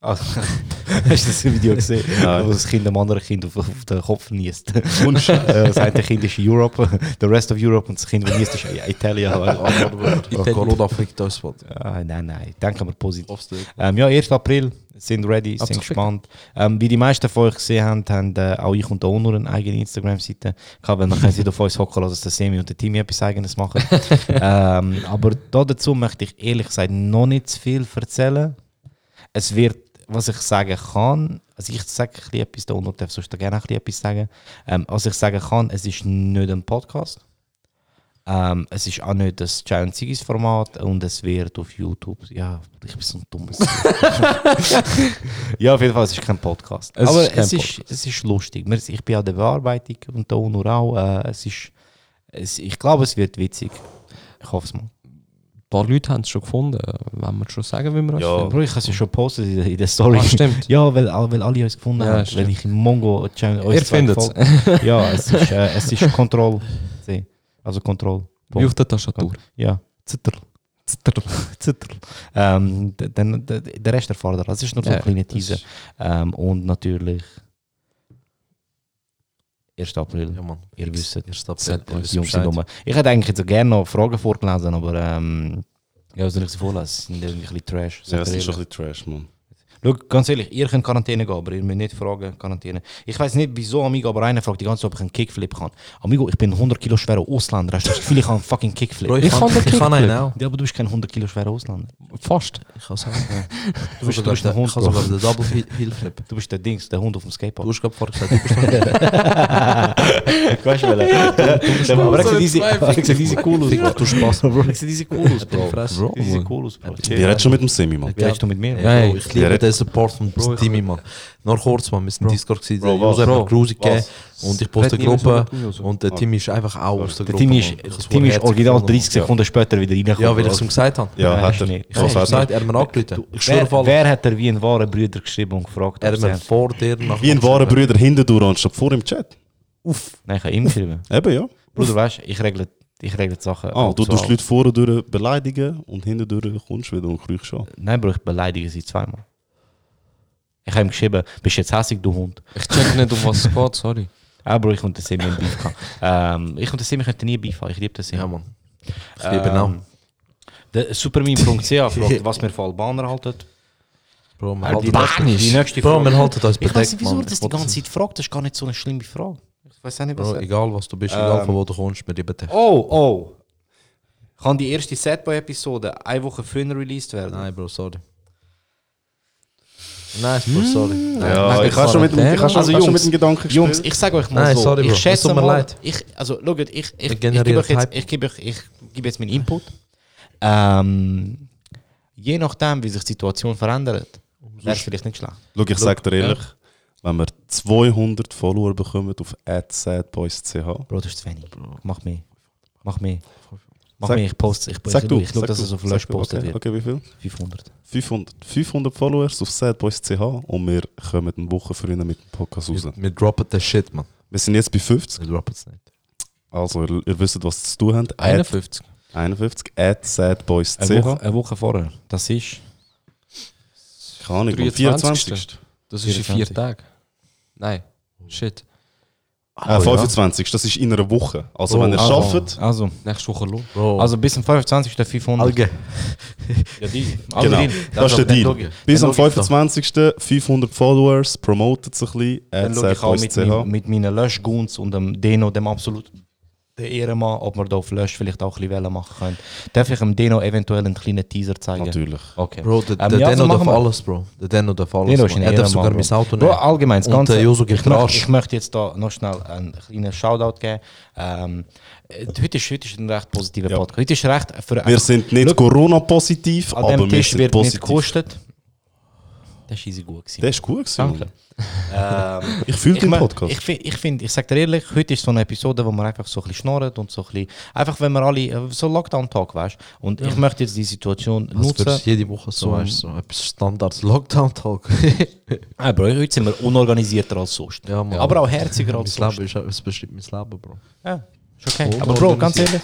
Speaker 6: Also, hast du das Video gesehen,
Speaker 7: Nein.
Speaker 6: wo das Kind einem anderen Kind auf, auf den Kopf niest? Und das eine Kind ist in Europe, the rest of Europe und das Kind, das niest, ist in Italien.
Speaker 3: Aber, Bruder, Corona fickt uns, man.
Speaker 6: Ah, nein, nein, denken wir positiv.
Speaker 3: Hoffst du?
Speaker 6: Ähm, ja, 1. April, sind ready,
Speaker 4: Absolut.
Speaker 6: sind gespannt. Ähm, wie die meisten von euch gesehen haben, haben äh, auch ich und der Onur eine eigene Instagram-Seite gehabt, weil man kann sich auf uns hocken lassen, dass der Semi und der Timmy etwas Eigenes machen. ähm, aber da dazu möchte ich ehrlich gesagt noch nicht zu viel erzählen. Es wird, was ich sagen kann, also ich sage ein bisschen etwas, der Onur darf also sonst gerne auch ein bisschen etwas sagen. Ähm, was ich sagen kann, es ist nicht ein Podcast. Ähm, es ist auch nicht das Giant Sigis Format und es wird auf YouTube. Ja, ich bin so ein dummes. ja, auf jeden Fall, es ist kein Podcast.
Speaker 4: Es
Speaker 6: Aber
Speaker 4: ist kein
Speaker 6: es, ist, es ist lustig. Wir- Ich bin an der Bearbeitung und da nur auch. Äh, es ist, es, ich glaube, es wird witzig. Ich hoffe es mal.
Speaker 4: Ein paar Leute haben es schon gefunden. Wenn wir schon sagen, wie wir es
Speaker 6: Bro, ich habe es ja schon gepostet in, der- in der Story.
Speaker 4: Ah, stimmt.
Speaker 6: Ja, weil, weil alle uns gefunden
Speaker 4: Ja,
Speaker 6: haben,
Speaker 4: stimmt.
Speaker 6: weil ich im Mongo Channel uns
Speaker 4: Ihr
Speaker 6: zwei
Speaker 4: findet's.
Speaker 6: gefolgt- Ja, es ist, äh, es ist Control. C. Also Control.
Speaker 4: Wie auf der Tastatur.
Speaker 6: Ja, Zitterl. Zitterl. Zitterl. Ähm, d- dann, d- der Rest erfahrt ihr. Es ist nur so
Speaker 4: Ja,
Speaker 6: ein kleiner
Speaker 4: das
Speaker 6: Teaser. Ähm, und natürlich 1. April.
Speaker 3: Ja, Mann.
Speaker 6: Ihr wisst es.
Speaker 3: Erst ab
Speaker 6: Seid
Speaker 3: ihr
Speaker 6: euch
Speaker 3: wisst
Speaker 6: Jungs sind
Speaker 3: Bescheid.
Speaker 6: dumm. Ich hätte eigentlich jetzt gerne noch Fragen vorgelesen, aber ähm, ja, soll ich sie vorlesen? Sie sind irgendwie ein bisschen Trash.
Speaker 7: Ja,
Speaker 6: Sagt
Speaker 7: das
Speaker 6: ihr
Speaker 7: ist
Speaker 6: ehrlich.
Speaker 7: ein bisschen Trash, Mann.
Speaker 6: Schau, ganz ehrlich, ihr könnt Quarantäne gehen, aber ihr müsst nicht fragen, Quarantäne. Ich weiß nicht, wieso Amigo, aber einer fragt die ganze Zeit, ob ich einen Kickflip kann. Amigo, ich bin 100 Kilo schwerer Ausländer. Hast du das Gefühl, ich kann einen fucking Kickflip?
Speaker 3: Bro, ich,
Speaker 4: Ich
Speaker 3: kann,
Speaker 4: kann den
Speaker 3: ich kann
Speaker 4: Kickflip.
Speaker 3: einen auch.
Speaker 6: ja, aber du bist kein 100 Kilo schwerer Ausländer.
Speaker 4: Fast.
Speaker 3: Ich kann es auch.
Speaker 6: bist-
Speaker 3: Du bist
Speaker 6: du bist
Speaker 3: der
Speaker 6: ein Hund,
Speaker 3: Ich kann
Speaker 6: Bro.
Speaker 3: sogar den Double Heel- Heel Flip.
Speaker 6: Du bist der Dings, der Hund auf dem
Speaker 3: Du
Speaker 6: Skateboard.
Speaker 3: hast gerade vorher gesagt, du bist der
Speaker 6: Weißt du, welcher? Aber er sieht easy- er sieht easy cool aus. Bro.
Speaker 3: Du Spaß.
Speaker 6: Bro, er sieht easy cool aus, Bro.
Speaker 3: Fresse.
Speaker 6: Bro, er sieht cool aus, Bro.
Speaker 7: Wir reden schon mit dem Semi, Mann.
Speaker 6: Redest du mit mir?
Speaker 3: Ja,
Speaker 4: Hey,
Speaker 3: Bro, ich liebe
Speaker 7: der-
Speaker 3: den Support von
Speaker 6: Bro, ich-
Speaker 3: Timmy, Mann. Nur kurz, Mann, wir sind im Discord gewesen, der
Speaker 7: Bro, was?
Speaker 3: User hat mir
Speaker 7: Bro,
Speaker 3: Grusel
Speaker 7: was?
Speaker 3: gegeben und ich poste die
Speaker 7: Red niemand
Speaker 3: Gruppe
Speaker 7: über Grusel, so.
Speaker 3: und der Timmy ist einfach auch aus der
Speaker 6: Der
Speaker 3: Gruppe.
Speaker 6: Timmy
Speaker 3: Mann. Ich hab's
Speaker 6: ist, Timmy ist
Speaker 3: herzlich
Speaker 6: original
Speaker 3: gefunden,
Speaker 6: 30 Sekunden später wieder
Speaker 3: Mann. Ja,
Speaker 6: reingekommen.
Speaker 3: weil ich es ihm gesagt habe.
Speaker 7: Ja,
Speaker 6: Nein,
Speaker 7: hat
Speaker 6: hast
Speaker 7: er.
Speaker 6: du nicht.
Speaker 3: Ich habe
Speaker 7: Was
Speaker 3: es
Speaker 7: hat er?
Speaker 3: gesagt, er hat mir angerufen. Ich schwöre
Speaker 6: Wer,
Speaker 3: auf alles.
Speaker 6: wer hat er wie ein wahrer Brüder geschrieben und gefragt?
Speaker 3: Er
Speaker 6: ob
Speaker 3: hat
Speaker 6: sie
Speaker 3: mir
Speaker 6: haben-
Speaker 3: vor dir nach
Speaker 7: Wie ein wahrer Bruder hindurch, anstatt vor im Chat.
Speaker 6: Nein, ich habe ihm geschrieben.
Speaker 7: Eben, ja.
Speaker 6: Bruder, weißt du, ich regle, ich regle die Sachen.
Speaker 7: Ah, du
Speaker 6: so
Speaker 7: tust
Speaker 6: ab.
Speaker 7: die Leute vorne durch beleidigen und hinten durch kommst du wieder und kriegst an.
Speaker 6: Nein, Bruder, ich beleidige sie zweimal. Ich habe ihm geschrieben, bist jetzt hässig, du Hund.
Speaker 4: Ich check nicht, um was es geht, sorry.
Speaker 6: Ah, Bruder, ich und der Semi haben Beef gehabt. ähm, Ich und der Semi könnten nie Beef haben. Ich liebe das
Speaker 3: Ja, Mann. Ich liebe ihn auch.
Speaker 6: Der Supermeme.ch fragt, was wir von Albaner halten.
Speaker 3: Bro, wir
Speaker 6: Ah, die nächste-
Speaker 3: halten uns-
Speaker 6: die nächste
Speaker 3: Bro,
Speaker 6: Frage.
Speaker 3: wir halten uns
Speaker 6: Ich weiß nicht,
Speaker 3: bedeckt,
Speaker 6: wieso
Speaker 3: Mann.
Speaker 6: er das die ganze Zeit fragt. Das ist gar nicht so eine schlimme Frage. Ich weiß auch nicht, was
Speaker 3: Bro,
Speaker 6: er-
Speaker 3: egal was du bist, egal von wo du kommst, wir lieben dich.
Speaker 6: Oh, oh. Kann die erste Setboy-Episode eine Woche früher released werden?
Speaker 3: Nein, Bro, sorry. Nein, Bro, sorry. Nein.
Speaker 7: Ja, ich kann schon mit dem, ich kann schon,
Speaker 6: Also
Speaker 7: ich kann schon
Speaker 6: Jungs,
Speaker 7: mit dem Gedanken
Speaker 6: Jungs,
Speaker 7: gespielt.
Speaker 6: ich sage euch mal
Speaker 3: Nein,
Speaker 6: so,
Speaker 3: sorry, Bro.
Speaker 6: ich
Speaker 3: Es
Speaker 6: schätze
Speaker 3: tut mir
Speaker 6: mal,
Speaker 3: leid.
Speaker 6: ich, also, schaut, ich, ich, ich gebe
Speaker 3: generieren
Speaker 6: euch jetzt,
Speaker 3: Hype.
Speaker 6: ich gebe euch, ich gebe jetzt meinen Input. Ähm, je nachdem, wie sich die Situation verändert, wäre es vielleicht nicht schlecht.
Speaker 7: Schau, ich sag dir ehrlich, wenn wir 200 Follower bekommen auf @sadboys.ch,
Speaker 6: Bro, das ist zu wenig. Mach mehr. Mach mehr. Mach
Speaker 7: Sag-
Speaker 6: mehr, ich poste Ich, ich,
Speaker 7: sag du,
Speaker 6: ich schaue,
Speaker 7: sag
Speaker 6: dass
Speaker 7: du,
Speaker 6: es auf
Speaker 7: sag
Speaker 6: Lösch
Speaker 7: du,
Speaker 6: postet
Speaker 7: okay,
Speaker 6: wird.
Speaker 7: okay, wie viel?
Speaker 6: 500.
Speaker 7: 500, 500 Followers auf sadboys.ch und wir kommen eine Woche früher mit dem Podcast raus.
Speaker 3: Wir- Wir droppen den Shit, Mann.
Speaker 7: Wir sind jetzt bei 50,
Speaker 3: Wir droppen es nicht.
Speaker 7: also ihr, ihr wisst, was zu tun habt. At
Speaker 4: 51.
Speaker 7: 51, at sadboys.ch.
Speaker 6: Eine Woche,
Speaker 7: Keine
Speaker 6: eine Woche vorher. Das ist.
Speaker 7: Ahnung, am 24.
Speaker 4: Das ist in vier Tagen. Nein. Shit.
Speaker 7: Äh, 25, das ist in einer Woche. Also wenn ihr
Speaker 6: Ah, also,
Speaker 7: schafft,
Speaker 6: Also,
Speaker 4: Nächste Woche los.
Speaker 3: Bro,
Speaker 6: also bis zum 25. 500.
Speaker 3: Alge.
Speaker 6: Ja, die. Also
Speaker 7: genau,
Speaker 6: die-
Speaker 7: das ist der
Speaker 6: dann
Speaker 7: Deal.
Speaker 6: schau ich-
Speaker 7: Bis
Speaker 6: dann
Speaker 7: am
Speaker 6: schau ich-
Speaker 7: 25. 500 Followers, promotet sich ein
Speaker 6: Dann
Speaker 7: bisschen, äh,
Speaker 6: schaue
Speaker 7: at
Speaker 6: ich auch mit,
Speaker 7: sadboys.ch.
Speaker 6: meinem- mit meinen Löschguns und dem Deno, dem absolut der Ehrenmann, ob wir da auf Lösch vielleicht auch ein bisschen Wellen machen können. Darf ich dem Deno eventuell einen kleinen Teaser zeigen?
Speaker 7: Natürlich.
Speaker 6: Okay.
Speaker 3: Bro, der,
Speaker 6: Ähm,
Speaker 3: der
Speaker 6: ja, so
Speaker 3: Denno darf
Speaker 6: machen wir.
Speaker 3: alles, Bro. Der Denno darf alles.
Speaker 6: Deno ist ein
Speaker 3: Mann. er darf
Speaker 6: Ehrenmann.
Speaker 3: sogar mein
Speaker 6: Bro.
Speaker 3: Auto
Speaker 6: Bro,
Speaker 3: nehmen.
Speaker 6: allgemein, das
Speaker 3: Und
Speaker 6: Ganze.
Speaker 3: der Josu gibt
Speaker 6: ich,
Speaker 3: einen
Speaker 6: möchte,
Speaker 3: Arsch.
Speaker 6: ich möchte jetzt da noch schnell einen kleinen Shoutout geben. Ähm, äh, heute, ist, heute ist ein recht positiver
Speaker 7: Ja.
Speaker 6: Podcast. Heute ist recht für
Speaker 7: Wir sind nicht Corona-positiv,
Speaker 6: An
Speaker 7: aber
Speaker 6: dem
Speaker 7: wir
Speaker 6: Tisch
Speaker 7: sind
Speaker 6: wird nicht
Speaker 7: positiv.
Speaker 6: gekostet. Das ist easy gut gewesen.
Speaker 7: Der ist gut gewesen. Mann.
Speaker 6: Ähm,
Speaker 7: Ich fühle
Speaker 6: ich
Speaker 7: den
Speaker 6: mein,
Speaker 7: Podcast.
Speaker 6: Ich, fi- ich finde, ich sage dir ehrlich, heute ist so eine Episode, wo man einfach so ein bisschen schnurrt und so ein bisschen, einfach wenn wir alle, äh, so Lockdown-Talk, weißt Und ich möchte jetzt dus die Situation
Speaker 3: Als
Speaker 6: nutzen.
Speaker 3: würdest du jede Woche so, weißt du, so etwas Standards Lockdown-Talk.
Speaker 6: Nein, Ah, Bro, heute sind wir unorganisierter als sonst.
Speaker 3: Ja, Mann.
Speaker 6: Aber auch herziger
Speaker 3: mein
Speaker 6: als sonst.
Speaker 3: Leben ist, es bestimmt mein Leben, Bro.
Speaker 6: Ja, ist okay.
Speaker 3: Oh,
Speaker 6: Aber Bro, ganz ehrlich,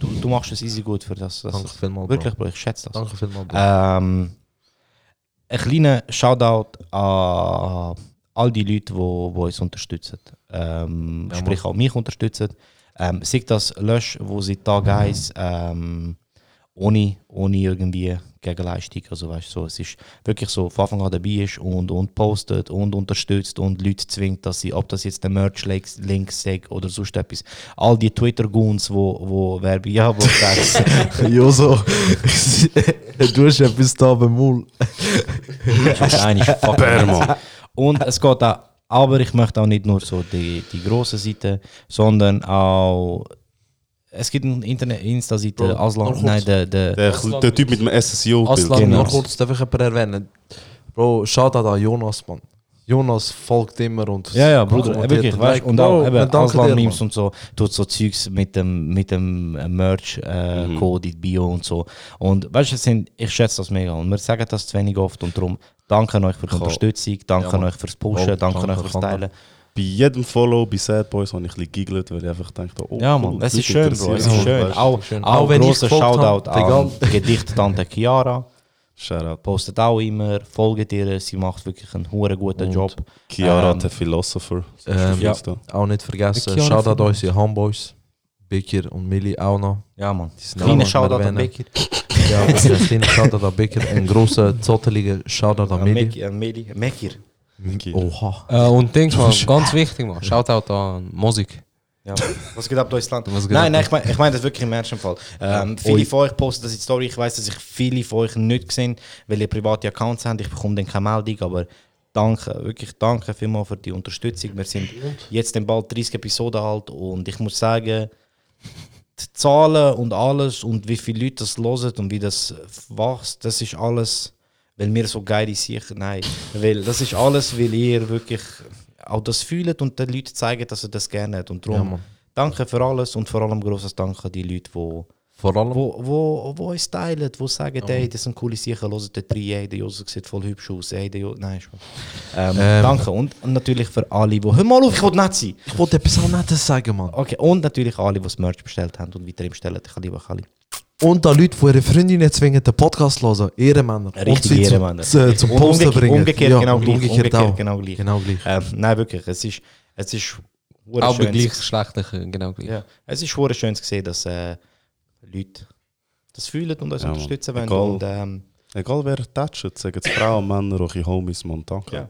Speaker 6: du, du machst es easy gut für das. das
Speaker 3: Danke vielmals, Bro.
Speaker 6: Wirklich, Bro, ich schätze das.
Speaker 3: Danke vielmals, Bro.
Speaker 6: Ähm, ein kleiner Shoutout an all die Leute, die uns unterstützen. Ähm, sprich auch mich unterstützen. Ähm, sei das Lösch, wo sie Tag 1 ähm, ohne, ohne irgendwie Gegenleistung, also weißt du, so, es ist wirklich so, von Anfang an dabei ist und, und postet und unterstützt und Leute zwingt, dass sie, ob das jetzt der Merch-Link sagt oder sonst etwas, all die Twitter-Goons, wo, wo Werbung, ja, wo
Speaker 3: Eh, Joso, du hast etwas da beim Mul.
Speaker 6: Nein, fuck
Speaker 7: Berman.
Speaker 6: Und es geht auch, aber ich möchte auch nicht nur so die, die grossen Seiten, sondern auch Es gibt eine Internet-Insta-Seite,
Speaker 3: Bro, noch
Speaker 6: Aslan,
Speaker 3: kurz.
Speaker 6: nein, der, der,
Speaker 7: Der, der Typ mit dem E SSIO-Bild.
Speaker 4: Aslan,
Speaker 6: Genau.
Speaker 3: Nur kurz darf ich jemanden erwähnen. Bro, schade an Jonas, Mann. Jonas folgt immer und.
Speaker 6: Ja, ja, Bruder,
Speaker 3: kommentiert.
Speaker 6: wirklich, weißt,
Speaker 3: Like,
Speaker 6: und
Speaker 3: Bro,
Speaker 6: auch
Speaker 3: wir
Speaker 6: eben
Speaker 3: danken dir,
Speaker 6: Aslan-Memes
Speaker 3: Mann.
Speaker 6: und so, tut so Zeugs mit dem, mit dem äh,
Speaker 3: Mhm.
Speaker 6: Merch-Code in die Bio und so. Und weißt du, es sind- ich schätze das mega und wir sagen das zu wenig oft und darum danke euch für die Unterstützung, danke
Speaker 3: Ja, Mann.
Speaker 6: euch fürs Pushen,
Speaker 3: Bro,
Speaker 6: danke,
Speaker 3: danke,
Speaker 6: euch fürs
Speaker 3: danke.
Speaker 6: Teilen.
Speaker 7: Bei jedem Follow, bei Sad Boys, habe ich ein bisschen giggelt, weil ich einfach denke, oh,
Speaker 6: Ja, Mann, es
Speaker 7: die
Speaker 6: ist schön, Bro,
Speaker 7: interessieren
Speaker 6: es ist
Speaker 7: sich,
Speaker 6: Oh, schön.
Speaker 7: weißt
Speaker 6: Auch,
Speaker 3: schön.
Speaker 6: auch
Speaker 3: Auch wenn
Speaker 6: großer
Speaker 3: ich gefolgt
Speaker 6: Shoutout
Speaker 3: habe,
Speaker 6: an Gedicht-Tante Chiara,
Speaker 7: du. Shoutout.
Speaker 6: postet auch immer, folgt ihr, sie macht wirklich einen huren guten Job.
Speaker 7: Chiara,
Speaker 6: Ähm,
Speaker 7: der Philosopher. So
Speaker 3: Ähm,
Speaker 7: viel
Speaker 3: ja.
Speaker 7: da.
Speaker 3: Auch nicht
Speaker 4: Mit
Speaker 3: vergessen,
Speaker 4: Kiara
Speaker 3: schade an
Speaker 4: Vermaas.
Speaker 3: unsere Homeboys. Bekir und Milli auch noch.
Speaker 6: Ja, Mann,
Speaker 3: sind auch
Speaker 6: kleiner
Speaker 3: noch
Speaker 6: Shoutout an
Speaker 3: erwähnen.
Speaker 6: Becky.
Speaker 3: Ja, Christine, schade an Bekir. Ein grosser, zotteliger Schade an Milli.
Speaker 6: Mekir, Mekir, Mekir.
Speaker 3: Oha.
Speaker 4: Äh, und denk mal, ganz wichtig, man. Shoutout an Musik.
Speaker 6: Ja, was geht ab, Deutschland?
Speaker 4: Was geht ab?
Speaker 6: nein, nein, ich meine ich mein das wirklich im ernsten Fall. Ähm, viele
Speaker 4: Oi.
Speaker 6: von euch posten das in die Story. Ich weiß, dass ich viele von euch nicht gesehen weil ihr private Accounts habt. Ich bekomme dann keine Meldung, aber danke, wirklich danke vielmals für die Unterstützung. Wir sind jetzt dann bald 30 Episoden alt und ich muss sagen, die Zahlen und alles und wie viele Leute das hören und wie das äh, wächst, das ist alles, weil wir so geile Sachen, nein, weil das ist alles, weil ihr wirklich auch das fühlt und den Leuten zeigen, dass ihr das gerne habt. Und darum,
Speaker 3: Mann.
Speaker 6: danke für alles und vor allem großes Danke an die Leute, die
Speaker 3: Vor allem.
Speaker 6: wo, wo, wo uns teilen, die sagen, hey, das sind coole Sachen, hört dort rein, hey, der Josef sieht voll hübsch aus, hey, der Josef, nein, Spaß. ähm, Danke und natürlich für alle, die, hör mal auf, ich will nicht sein.
Speaker 3: Ich wollte etwas auch Nettes sagen, Mann.
Speaker 6: Okay, und natürlich alle, die das Merch bestellt haben und weiter bestellen. Ich liebe euch alle.
Speaker 3: Und an Leute, die ihre Freundinnen zwingen, den Podcast zu hören. Ehrenmänner. und
Speaker 6: Richtig
Speaker 3: sie zu-
Speaker 6: Ehrenmänner.
Speaker 3: Zu, zum
Speaker 6: Und
Speaker 3: Posten
Speaker 6: umgekehrt-
Speaker 3: bringen.
Speaker 6: umgekehrt genau
Speaker 3: und
Speaker 6: gleich,
Speaker 3: Umgekehrt,
Speaker 6: umgekehrt
Speaker 3: auch.
Speaker 6: genau gleich.
Speaker 3: Genau gleich.
Speaker 6: Ähm, nein, wirklich, es ist, es ist hure
Speaker 4: Aber
Speaker 6: schön
Speaker 4: gleichgeschlechtlich, äh, genau gleich.
Speaker 6: Ja, es ist hure schön zu sehen, dass äh, Leute das fühlen und uns
Speaker 7: Ja, Mann.
Speaker 6: unterstützen wollen.
Speaker 7: Egal.
Speaker 6: Und, ähm,
Speaker 7: Egal wer tätscht, sagen es Frauen, Männer, eure Homies, Mann, danke.
Speaker 6: Ja.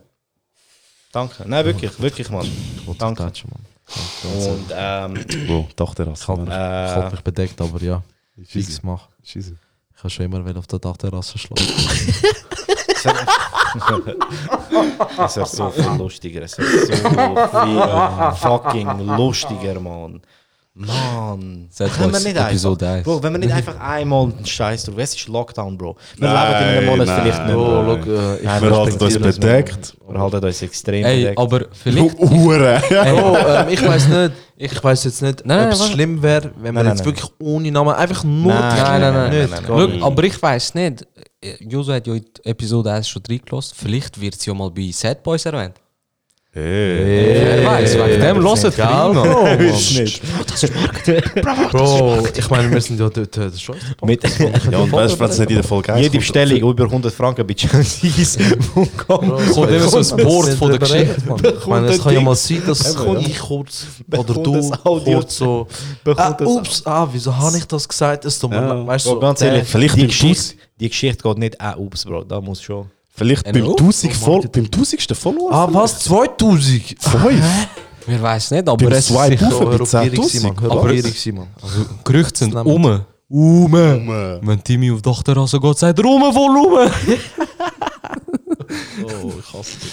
Speaker 6: danke. Nein, wirklich, wirklich, Mann.
Speaker 3: Ich wollte
Speaker 6: Danke.
Speaker 3: touchen, Mann.
Speaker 6: Und ähm,
Speaker 7: Bro, Dachterrasse.
Speaker 3: Ich
Speaker 7: Mann.
Speaker 6: Äh. eh,
Speaker 3: habe mich bedeckt, aber ja. Fix
Speaker 7: Scheisse,
Speaker 3: mach.
Speaker 7: scheisse.
Speaker 3: Ich kann schon immer wieder auf der Dachterrasse schlafen.
Speaker 6: es wäre so viel lustiger. Es wäre so viel fucking lustiger, Mann. Mann.
Speaker 4: Sag
Speaker 6: Können wir
Speaker 4: uns
Speaker 6: nicht
Speaker 4: Episode
Speaker 6: einfach,
Speaker 4: eins.
Speaker 6: Bro, wenn wir nicht einfach einmal einen Scheiß drauf. Es ist Lockdown, Bro. Wir
Speaker 7: Nein,
Speaker 6: leben in einem Monat
Speaker 7: nein.
Speaker 6: vielleicht nicht.
Speaker 7: Bro,
Speaker 6: Bro.
Speaker 7: look,
Speaker 3: äh, ich
Speaker 6: Nein,
Speaker 7: Wir
Speaker 6: wir
Speaker 7: halten uns
Speaker 6: respektieren das,
Speaker 7: bedeckt.
Speaker 6: Wir halten uns extrem
Speaker 4: Ey,
Speaker 6: bedeckt.
Speaker 4: aber vielleicht.
Speaker 7: Hure!
Speaker 3: Bro, ähm, ich weiß nicht, ich weiß jetzt nicht,
Speaker 4: Nein,
Speaker 3: ob
Speaker 4: nein,
Speaker 3: es
Speaker 4: warte.
Speaker 3: schlimm wäre, wenn wir
Speaker 6: Nein,
Speaker 3: jetzt
Speaker 6: nein,
Speaker 3: wirklich ohne Namen einfach nur
Speaker 6: Nein,
Speaker 3: die-
Speaker 4: Nein, nein, nein.
Speaker 3: Nicht,
Speaker 6: nein,
Speaker 3: gar
Speaker 6: nein.
Speaker 3: nicht.
Speaker 4: Schau, aber ich weiß nicht. äh, Josu hat ja in die Episode 1 schon reingelassen. Vielleicht wird es ja mal bei Sad Boys erwähnt.
Speaker 7: Hey.
Speaker 4: Wer weiß, wegen dem hören
Speaker 6: sind geil,
Speaker 4: viele
Speaker 7: Oh,
Speaker 4: noch.
Speaker 3: Bro, ich meine, wir sind ja dort, äh, das ist schon unser Podcast.
Speaker 6: Mit
Speaker 7: Ja, und weißt du, falls es nicht in der Folge
Speaker 6: jede
Speaker 7: kommt,
Speaker 6: Bestellung über 100 Franken bei Chinese.
Speaker 3: Bro,
Speaker 6: Kommt
Speaker 3: es kommt
Speaker 4: immer so ein
Speaker 3: wir
Speaker 4: Board
Speaker 3: sind
Speaker 4: von der
Speaker 3: drüber
Speaker 4: Geschichte.
Speaker 3: reden, Mann. Ich meine, es
Speaker 6: ein
Speaker 3: kann ja
Speaker 6: Ding.
Speaker 3: mal sein, dass
Speaker 6: Eben, ja.
Speaker 3: ich kurz
Speaker 6: Bekommt
Speaker 3: oder du
Speaker 6: ein Audio.
Speaker 3: kurz so. Ah,
Speaker 6: Bekommt ein
Speaker 3: ups, ah, wieso habe ich das gesagt? Es tut mir leid. Weißt du,
Speaker 6: Bro,
Speaker 3: so,
Speaker 6: ganz
Speaker 3: äh,
Speaker 6: ehrlich,
Speaker 7: vielleicht
Speaker 6: die
Speaker 7: im
Speaker 6: Geschichte, die Geschichte geht nicht auch ups, Bro. Da muss schon.
Speaker 7: Vielleicht beim
Speaker 4: Hallo?
Speaker 7: 1000 Fol- beim 1000. Follower.
Speaker 3: Ah, was? 2000?
Speaker 7: Fünf?
Speaker 4: Wir weiß nicht, aber
Speaker 7: Beim
Speaker 4: es ist
Speaker 7: Swipe
Speaker 4: sicher.
Speaker 7: auf bei
Speaker 3: Hör auf, gierig sein,
Speaker 7: 10.000.
Speaker 3: Mann. Hör auf, gierig sein, Mann.
Speaker 4: Gerüchte sind
Speaker 3: Nehmen wir.
Speaker 4: um. Um. Wenn Timmy auf die Dachterrasse geht, sagt er um, voll um.
Speaker 3: Oh, ich hasse dich.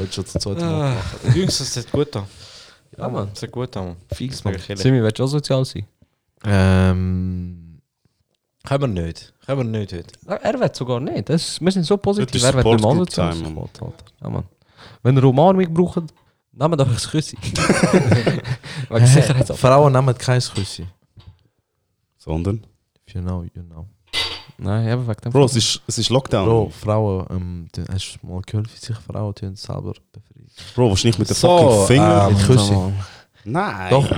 Speaker 3: Heute schon zum zweiten Mal.
Speaker 6: Jungs, das ist gut da.
Speaker 4: Ja, Mann.
Speaker 6: Das ist gut da.
Speaker 3: Fix, Mann.
Speaker 4: Timmy, willst du auch sozial sein?
Speaker 3: Ähm.
Speaker 6: Können wir nicht. Können wir nicht heute.
Speaker 4: Nou, Er wird sogar nicht. Das, wir sind so
Speaker 7: Das
Speaker 4: positiv.
Speaker 7: ist
Speaker 4: Er wird nicht mal
Speaker 7: Support Group
Speaker 4: sozial
Speaker 7: Time,
Speaker 4: sein. Ja, Mann. Wenn ihr Umarmung braucht, nehmt euch ein Küssi. Wegen Sicherheit.
Speaker 3: Frauen nehmen kein Küssi.
Speaker 7: Sondern?
Speaker 3: You know, you know.
Speaker 4: Nein, eben wegen dem.
Speaker 7: Bro, es ist, es ist Lockdown.
Speaker 3: Bro,
Speaker 7: Bro,
Speaker 3: Frauen, ähm, du hast du mal gehört, wie sich Frauen tun selber befreien.
Speaker 7: was nicht mit dem
Speaker 6: So,
Speaker 7: fucking Finger?
Speaker 6: ähm,
Speaker 3: Mit Küssi.
Speaker 7: Nein.
Speaker 3: Doch.
Speaker 7: Bro,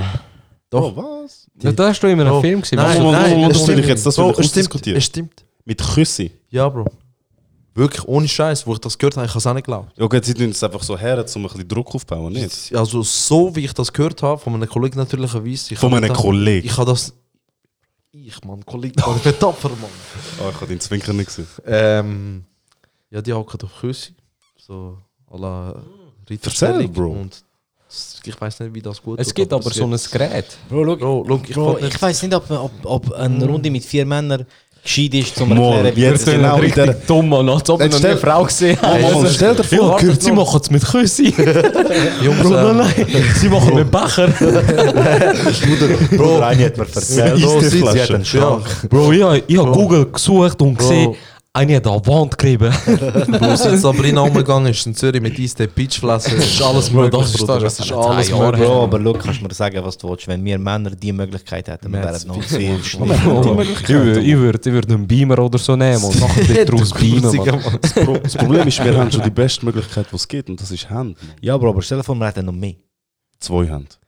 Speaker 3: Doch.
Speaker 7: was?
Speaker 4: Ja, da hast du immer einen
Speaker 3: Bro,
Speaker 4: Film gesehen.
Speaker 7: nein.
Speaker 4: Mann.
Speaker 7: Moment, Moment,
Speaker 3: es
Speaker 7: das will ich jetzt, das will ich
Speaker 3: Bro,
Speaker 7: kurz
Speaker 3: es stimmt,
Speaker 7: diskutieren.
Speaker 3: es stimmt.
Speaker 7: Mit Küssi.
Speaker 3: Ja, Bro. Wirklich, ohne Scheiß, wo ich das gehört habe, ich habe es auch nicht geglaubt.
Speaker 7: Ja, okay, sie tun es einfach so her, um ein bisschen Druck aufzubauen, nicht?
Speaker 3: Also, so wie ich das gehört habe, von einem Kollegen natürlicherweise. ich
Speaker 7: Von
Speaker 3: habe
Speaker 7: einem
Speaker 3: das-
Speaker 7: Kollegen.
Speaker 3: Ich habe das... Ich, Mann, Kollegen, ich bin tapfer, Mann.
Speaker 7: Oh, ich habe den Zwinkern nicht gesehen.
Speaker 3: Ähm, ja, die hocken auf Küssi. So, à la Ritterstellung.
Speaker 7: Bro.
Speaker 3: Und s- ich weiß nicht, wie das gut
Speaker 4: Es
Speaker 3: tut,
Speaker 4: gibt aber so ein
Speaker 3: geht.
Speaker 4: Gerät.
Speaker 6: Bro, look,
Speaker 3: Bro, look, ich
Speaker 6: Bro,
Speaker 3: wollte
Speaker 4: Hmm.
Speaker 6: ich weiß nicht, ob, ob, ob eine Runde mit vier Männern gescheit ist, zum
Speaker 7: Mann,
Speaker 6: erklären, wie
Speaker 7: jetzt
Speaker 6: das
Speaker 7: genau
Speaker 6: genau
Speaker 7: in der-
Speaker 4: dumm an, als ob
Speaker 7: Jetzt stell-
Speaker 4: gesehen
Speaker 7: Mann, Mann, stell dir vor,
Speaker 4: Warte,
Speaker 7: Kurt-
Speaker 4: sie machen es mit Küssi.
Speaker 3: Jungs,
Speaker 4: Bruder,
Speaker 3: ähm,
Speaker 4: nein, sie machen es mit Becher.
Speaker 6: Bro, eine hat mir erzählt,
Speaker 7: Ja,
Speaker 6: sie
Speaker 7: Eisdielflasche.
Speaker 6: hat einen Schrank.
Speaker 4: Bro, ich habe Google gesucht und gesehen, eine hat an die Wand gerieben.
Speaker 3: Bro, seit Sabrina umgegangen ist in Zürich mit Eis, der Peachflasche, es ist alles
Speaker 4: Bro,
Speaker 3: möglich,
Speaker 4: das ist
Speaker 3: Bruder.
Speaker 4: das-
Speaker 3: Es ist
Speaker 4: das
Speaker 3: alles
Speaker 4: zehn Jahre
Speaker 3: möglich.
Speaker 6: Bro, aber Luke, kannst du mir sagen, was du willst. Wenn wir Männer die Möglichkeit hätten, wir
Speaker 3: Wir
Speaker 6: wären
Speaker 3: hätten
Speaker 6: noch viel
Speaker 4: Ich
Speaker 6: schlimmer.
Speaker 4: würde ich würd, ich würd einen Beamer oder so nehmen und nachher daraus beamen. Mann.
Speaker 7: Das, Pro das Problem ist, wir haben schon die beste Möglichkeit, die es gibt, und das ist Hand.
Speaker 6: Ja, Bro, aber stell dir vor, wir hätten noch mehr.
Speaker 7: Zwei Hand.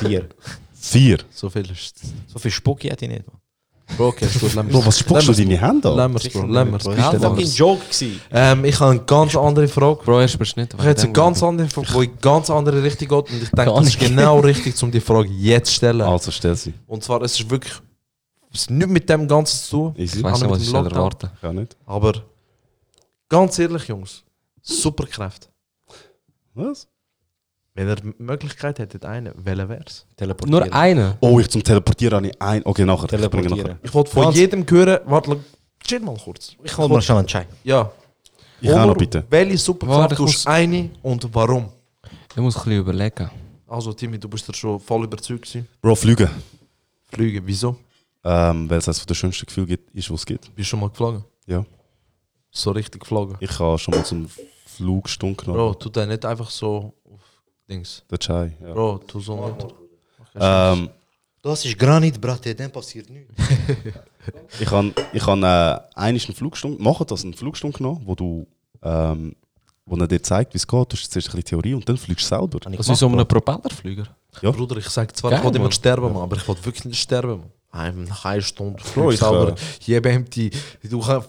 Speaker 6: Vier.
Speaker 7: Vier.
Speaker 3: So viel ist es.
Speaker 6: So viel Spucki hätte ich nicht. Mann.
Speaker 3: Bro, okay, ist gut,
Speaker 7: Bro, was spuckst du deine Hände an?
Speaker 3: Lemmers, Bro, Lemmers.
Speaker 6: Das war ein fucking Joke. gewesen.
Speaker 3: Ähm, ich habe eine ganz andere Frage.
Speaker 4: Bro, hast du es nicht?
Speaker 3: Ich habe jetzt eine ganz andere Frage, die in eine ganz andere Richtung geht und ich denke,
Speaker 4: Gar
Speaker 3: das ist
Speaker 4: nicht.
Speaker 3: genau richtig, um die Frage jetzt zu stellen.
Speaker 7: Also stell sie.
Speaker 3: Und zwar, es ist wirklich es ist nicht mit dem Ganzen zu tun,
Speaker 7: Easy.
Speaker 4: Ich weiß nicht,
Speaker 3: Mit
Speaker 4: was
Speaker 3: dem
Speaker 4: ich soll
Speaker 3: Lockdown.
Speaker 4: erwarten
Speaker 7: Gar nicht.
Speaker 3: aber ganz ehrlich, Jungs, Superkräfte.
Speaker 7: Was?
Speaker 3: Wenn ihr die Möglichkeit hättet, einen, welcher wär's?
Speaker 6: Teleportieren.
Speaker 4: Nur einer.
Speaker 7: Oh, ich zum Teleportieren habe ich ein. Okay, nachher. Ich bringe nachher.
Speaker 6: Teleportieren.
Speaker 3: Ich wollte von
Speaker 6: Ganz-
Speaker 3: jedem hören, warte, chill mal kurz.
Speaker 6: Ich hol mir schon einen Chai.
Speaker 3: Ja.
Speaker 7: Ich kann noch
Speaker 3: Onur,
Speaker 7: bitte.
Speaker 3: Welche
Speaker 4: Warte,
Speaker 3: Superkraft
Speaker 4: ich
Speaker 3: tust du eine und warum?
Speaker 4: Ich muss ein bisschen überlegen.
Speaker 3: Also Timmy, du bist ja schon voll überzeugt gewesen.
Speaker 7: Bro, fliegen.
Speaker 3: Fliegen, wieso?
Speaker 7: Ähm, weil es eines der schönsten Gefühle gibt, ist, was es gibt.
Speaker 3: Bist du schon mal geflogen?
Speaker 7: Ja.
Speaker 3: So richtig geflogen?
Speaker 7: Ich habe schon mal zum Flug gestunken.
Speaker 3: Bro, tu den nicht einfach so auf Dings.
Speaker 7: Der Chai. Ja.
Speaker 3: Bro, tu so nicht.
Speaker 7: Ähm,
Speaker 6: Das ist Granit, Brate, dann passiert nichts.
Speaker 7: ich habe ich han, äh, einiges einen Flugstunde, machen das einen Flugstunde genommen, wo du, ähm, wo er dir zeigt, wie es geht. Du hast zuerst ein bisschen Theorie und dann fliegst du selber.
Speaker 4: Das ist so ein Propellerflieger.
Speaker 7: Ja.
Speaker 3: Bruder, ich sag zwar,
Speaker 4: Geil,
Speaker 3: ich wollte immer
Speaker 4: Mann.
Speaker 3: sterben, Mann, aber ich wollte wirklich nicht sterben. Mann. Ein- Nach einer Stunde
Speaker 7: Bro, ich,
Speaker 3: fliegst du aber je beim die du kannst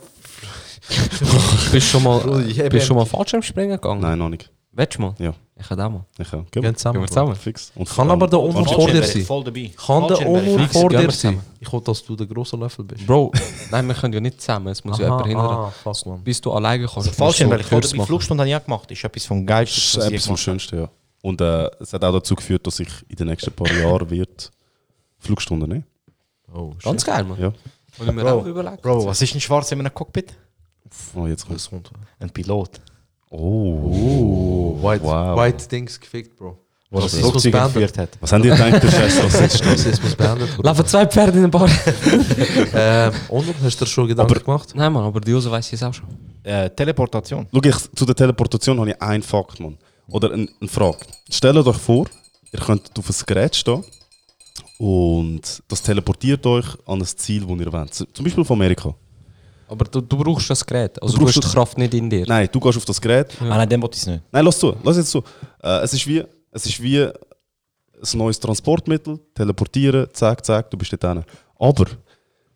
Speaker 4: Bist schon mal,
Speaker 3: Bro, ich hab
Speaker 4: bist schon
Speaker 3: ja-
Speaker 4: mal Fallschirmspringen gegangen?
Speaker 7: Nein, noch nicht.
Speaker 4: Willst du mal?
Speaker 7: Nou, Ja.
Speaker 4: Ich kann auch mal.
Speaker 7: Ich kann. Gehen wir.
Speaker 3: gehen zusammen.
Speaker 4: Gehen wir zusammen.
Speaker 7: Fix. Und
Speaker 3: Kann aber der Onur vor dir sein.
Speaker 6: Voll dabei.
Speaker 3: Kann der
Speaker 6: Fallschirmberg.
Speaker 3: Onur vor
Speaker 4: Gehen
Speaker 3: dir
Speaker 4: wir
Speaker 3: sein?
Speaker 4: zusammen.
Speaker 3: Ich hoffe, dass du der große Löffel bist.
Speaker 4: Bro, nein, wir können ja nicht zusammen. Es muss ja jemand hindern.
Speaker 3: ah, fuck man.
Speaker 4: Bis du alleine kommst. musst
Speaker 6: Fallschirmberg, ich
Speaker 4: du
Speaker 6: hol
Speaker 4: Kurs
Speaker 6: dabei.
Speaker 4: machen.
Speaker 6: Flugstunde habe ich auch gemacht. Ist etwas vom Geilsten, was
Speaker 7: Das ist
Speaker 6: ich
Speaker 7: etwas vom
Speaker 6: gemacht
Speaker 7: Schönsten, ja. Und äh, es hat auch dazu geführt, dass ich in den nächsten paar Jahren wird Flugstunden nehmen.
Speaker 3: Oh, shit.
Speaker 4: Ganz geil, Mann.
Speaker 7: Ja.
Speaker 4: Wollen wir auch überlegen?
Speaker 6: Bro, was ist ein Schwarz in einem Cockpit?
Speaker 7: Oh, jetzt kommt's.
Speaker 3: Das kommt.
Speaker 6: Ein Pilot.
Speaker 7: Oh.
Speaker 3: White,
Speaker 7: Wow.
Speaker 3: white Dings gefickt, Bro.
Speaker 6: Wo das
Speaker 3: Rassismus
Speaker 6: Flugzeug
Speaker 3: beendet.
Speaker 6: entführt hat.
Speaker 7: Was haben die gedacht, der Scheiß Rassist?
Speaker 3: Rassismus beendet. Bruder.
Speaker 4: Laufen zwei Pferde in den Bar.
Speaker 3: ähm, Onur, hast du dir schon Gedanken gemacht?
Speaker 4: Nein, Mann, aber die Jose weiss jetzt auch schon.
Speaker 6: Äh, Teleportation.
Speaker 7: Schau, ich, zu der Teleportation habe ich einen Fakt, Mann. Oder ein- eine Frage. Stellt euch vor, ihr könnt auf ein Gerät stehen und das teleportiert euch an ein Ziel, das ihr wollt. Z- Zum Beispiel auf Amerika.
Speaker 4: Aber du, du brauchst das Gerät. Also
Speaker 7: Du
Speaker 4: du,
Speaker 7: brauchst
Speaker 4: hast die
Speaker 7: das-
Speaker 4: Kraft nicht in dir.
Speaker 7: Nein, du gehst auf das Gerät,
Speaker 6: Ah nein, dann wollte ich es nicht.
Speaker 7: Nein, lass zu, lass jetzt zu. Äh, es, ist wie, es ist wie ein neues Transportmittel, teleportieren, zack, zack, du bist dort hin. Aber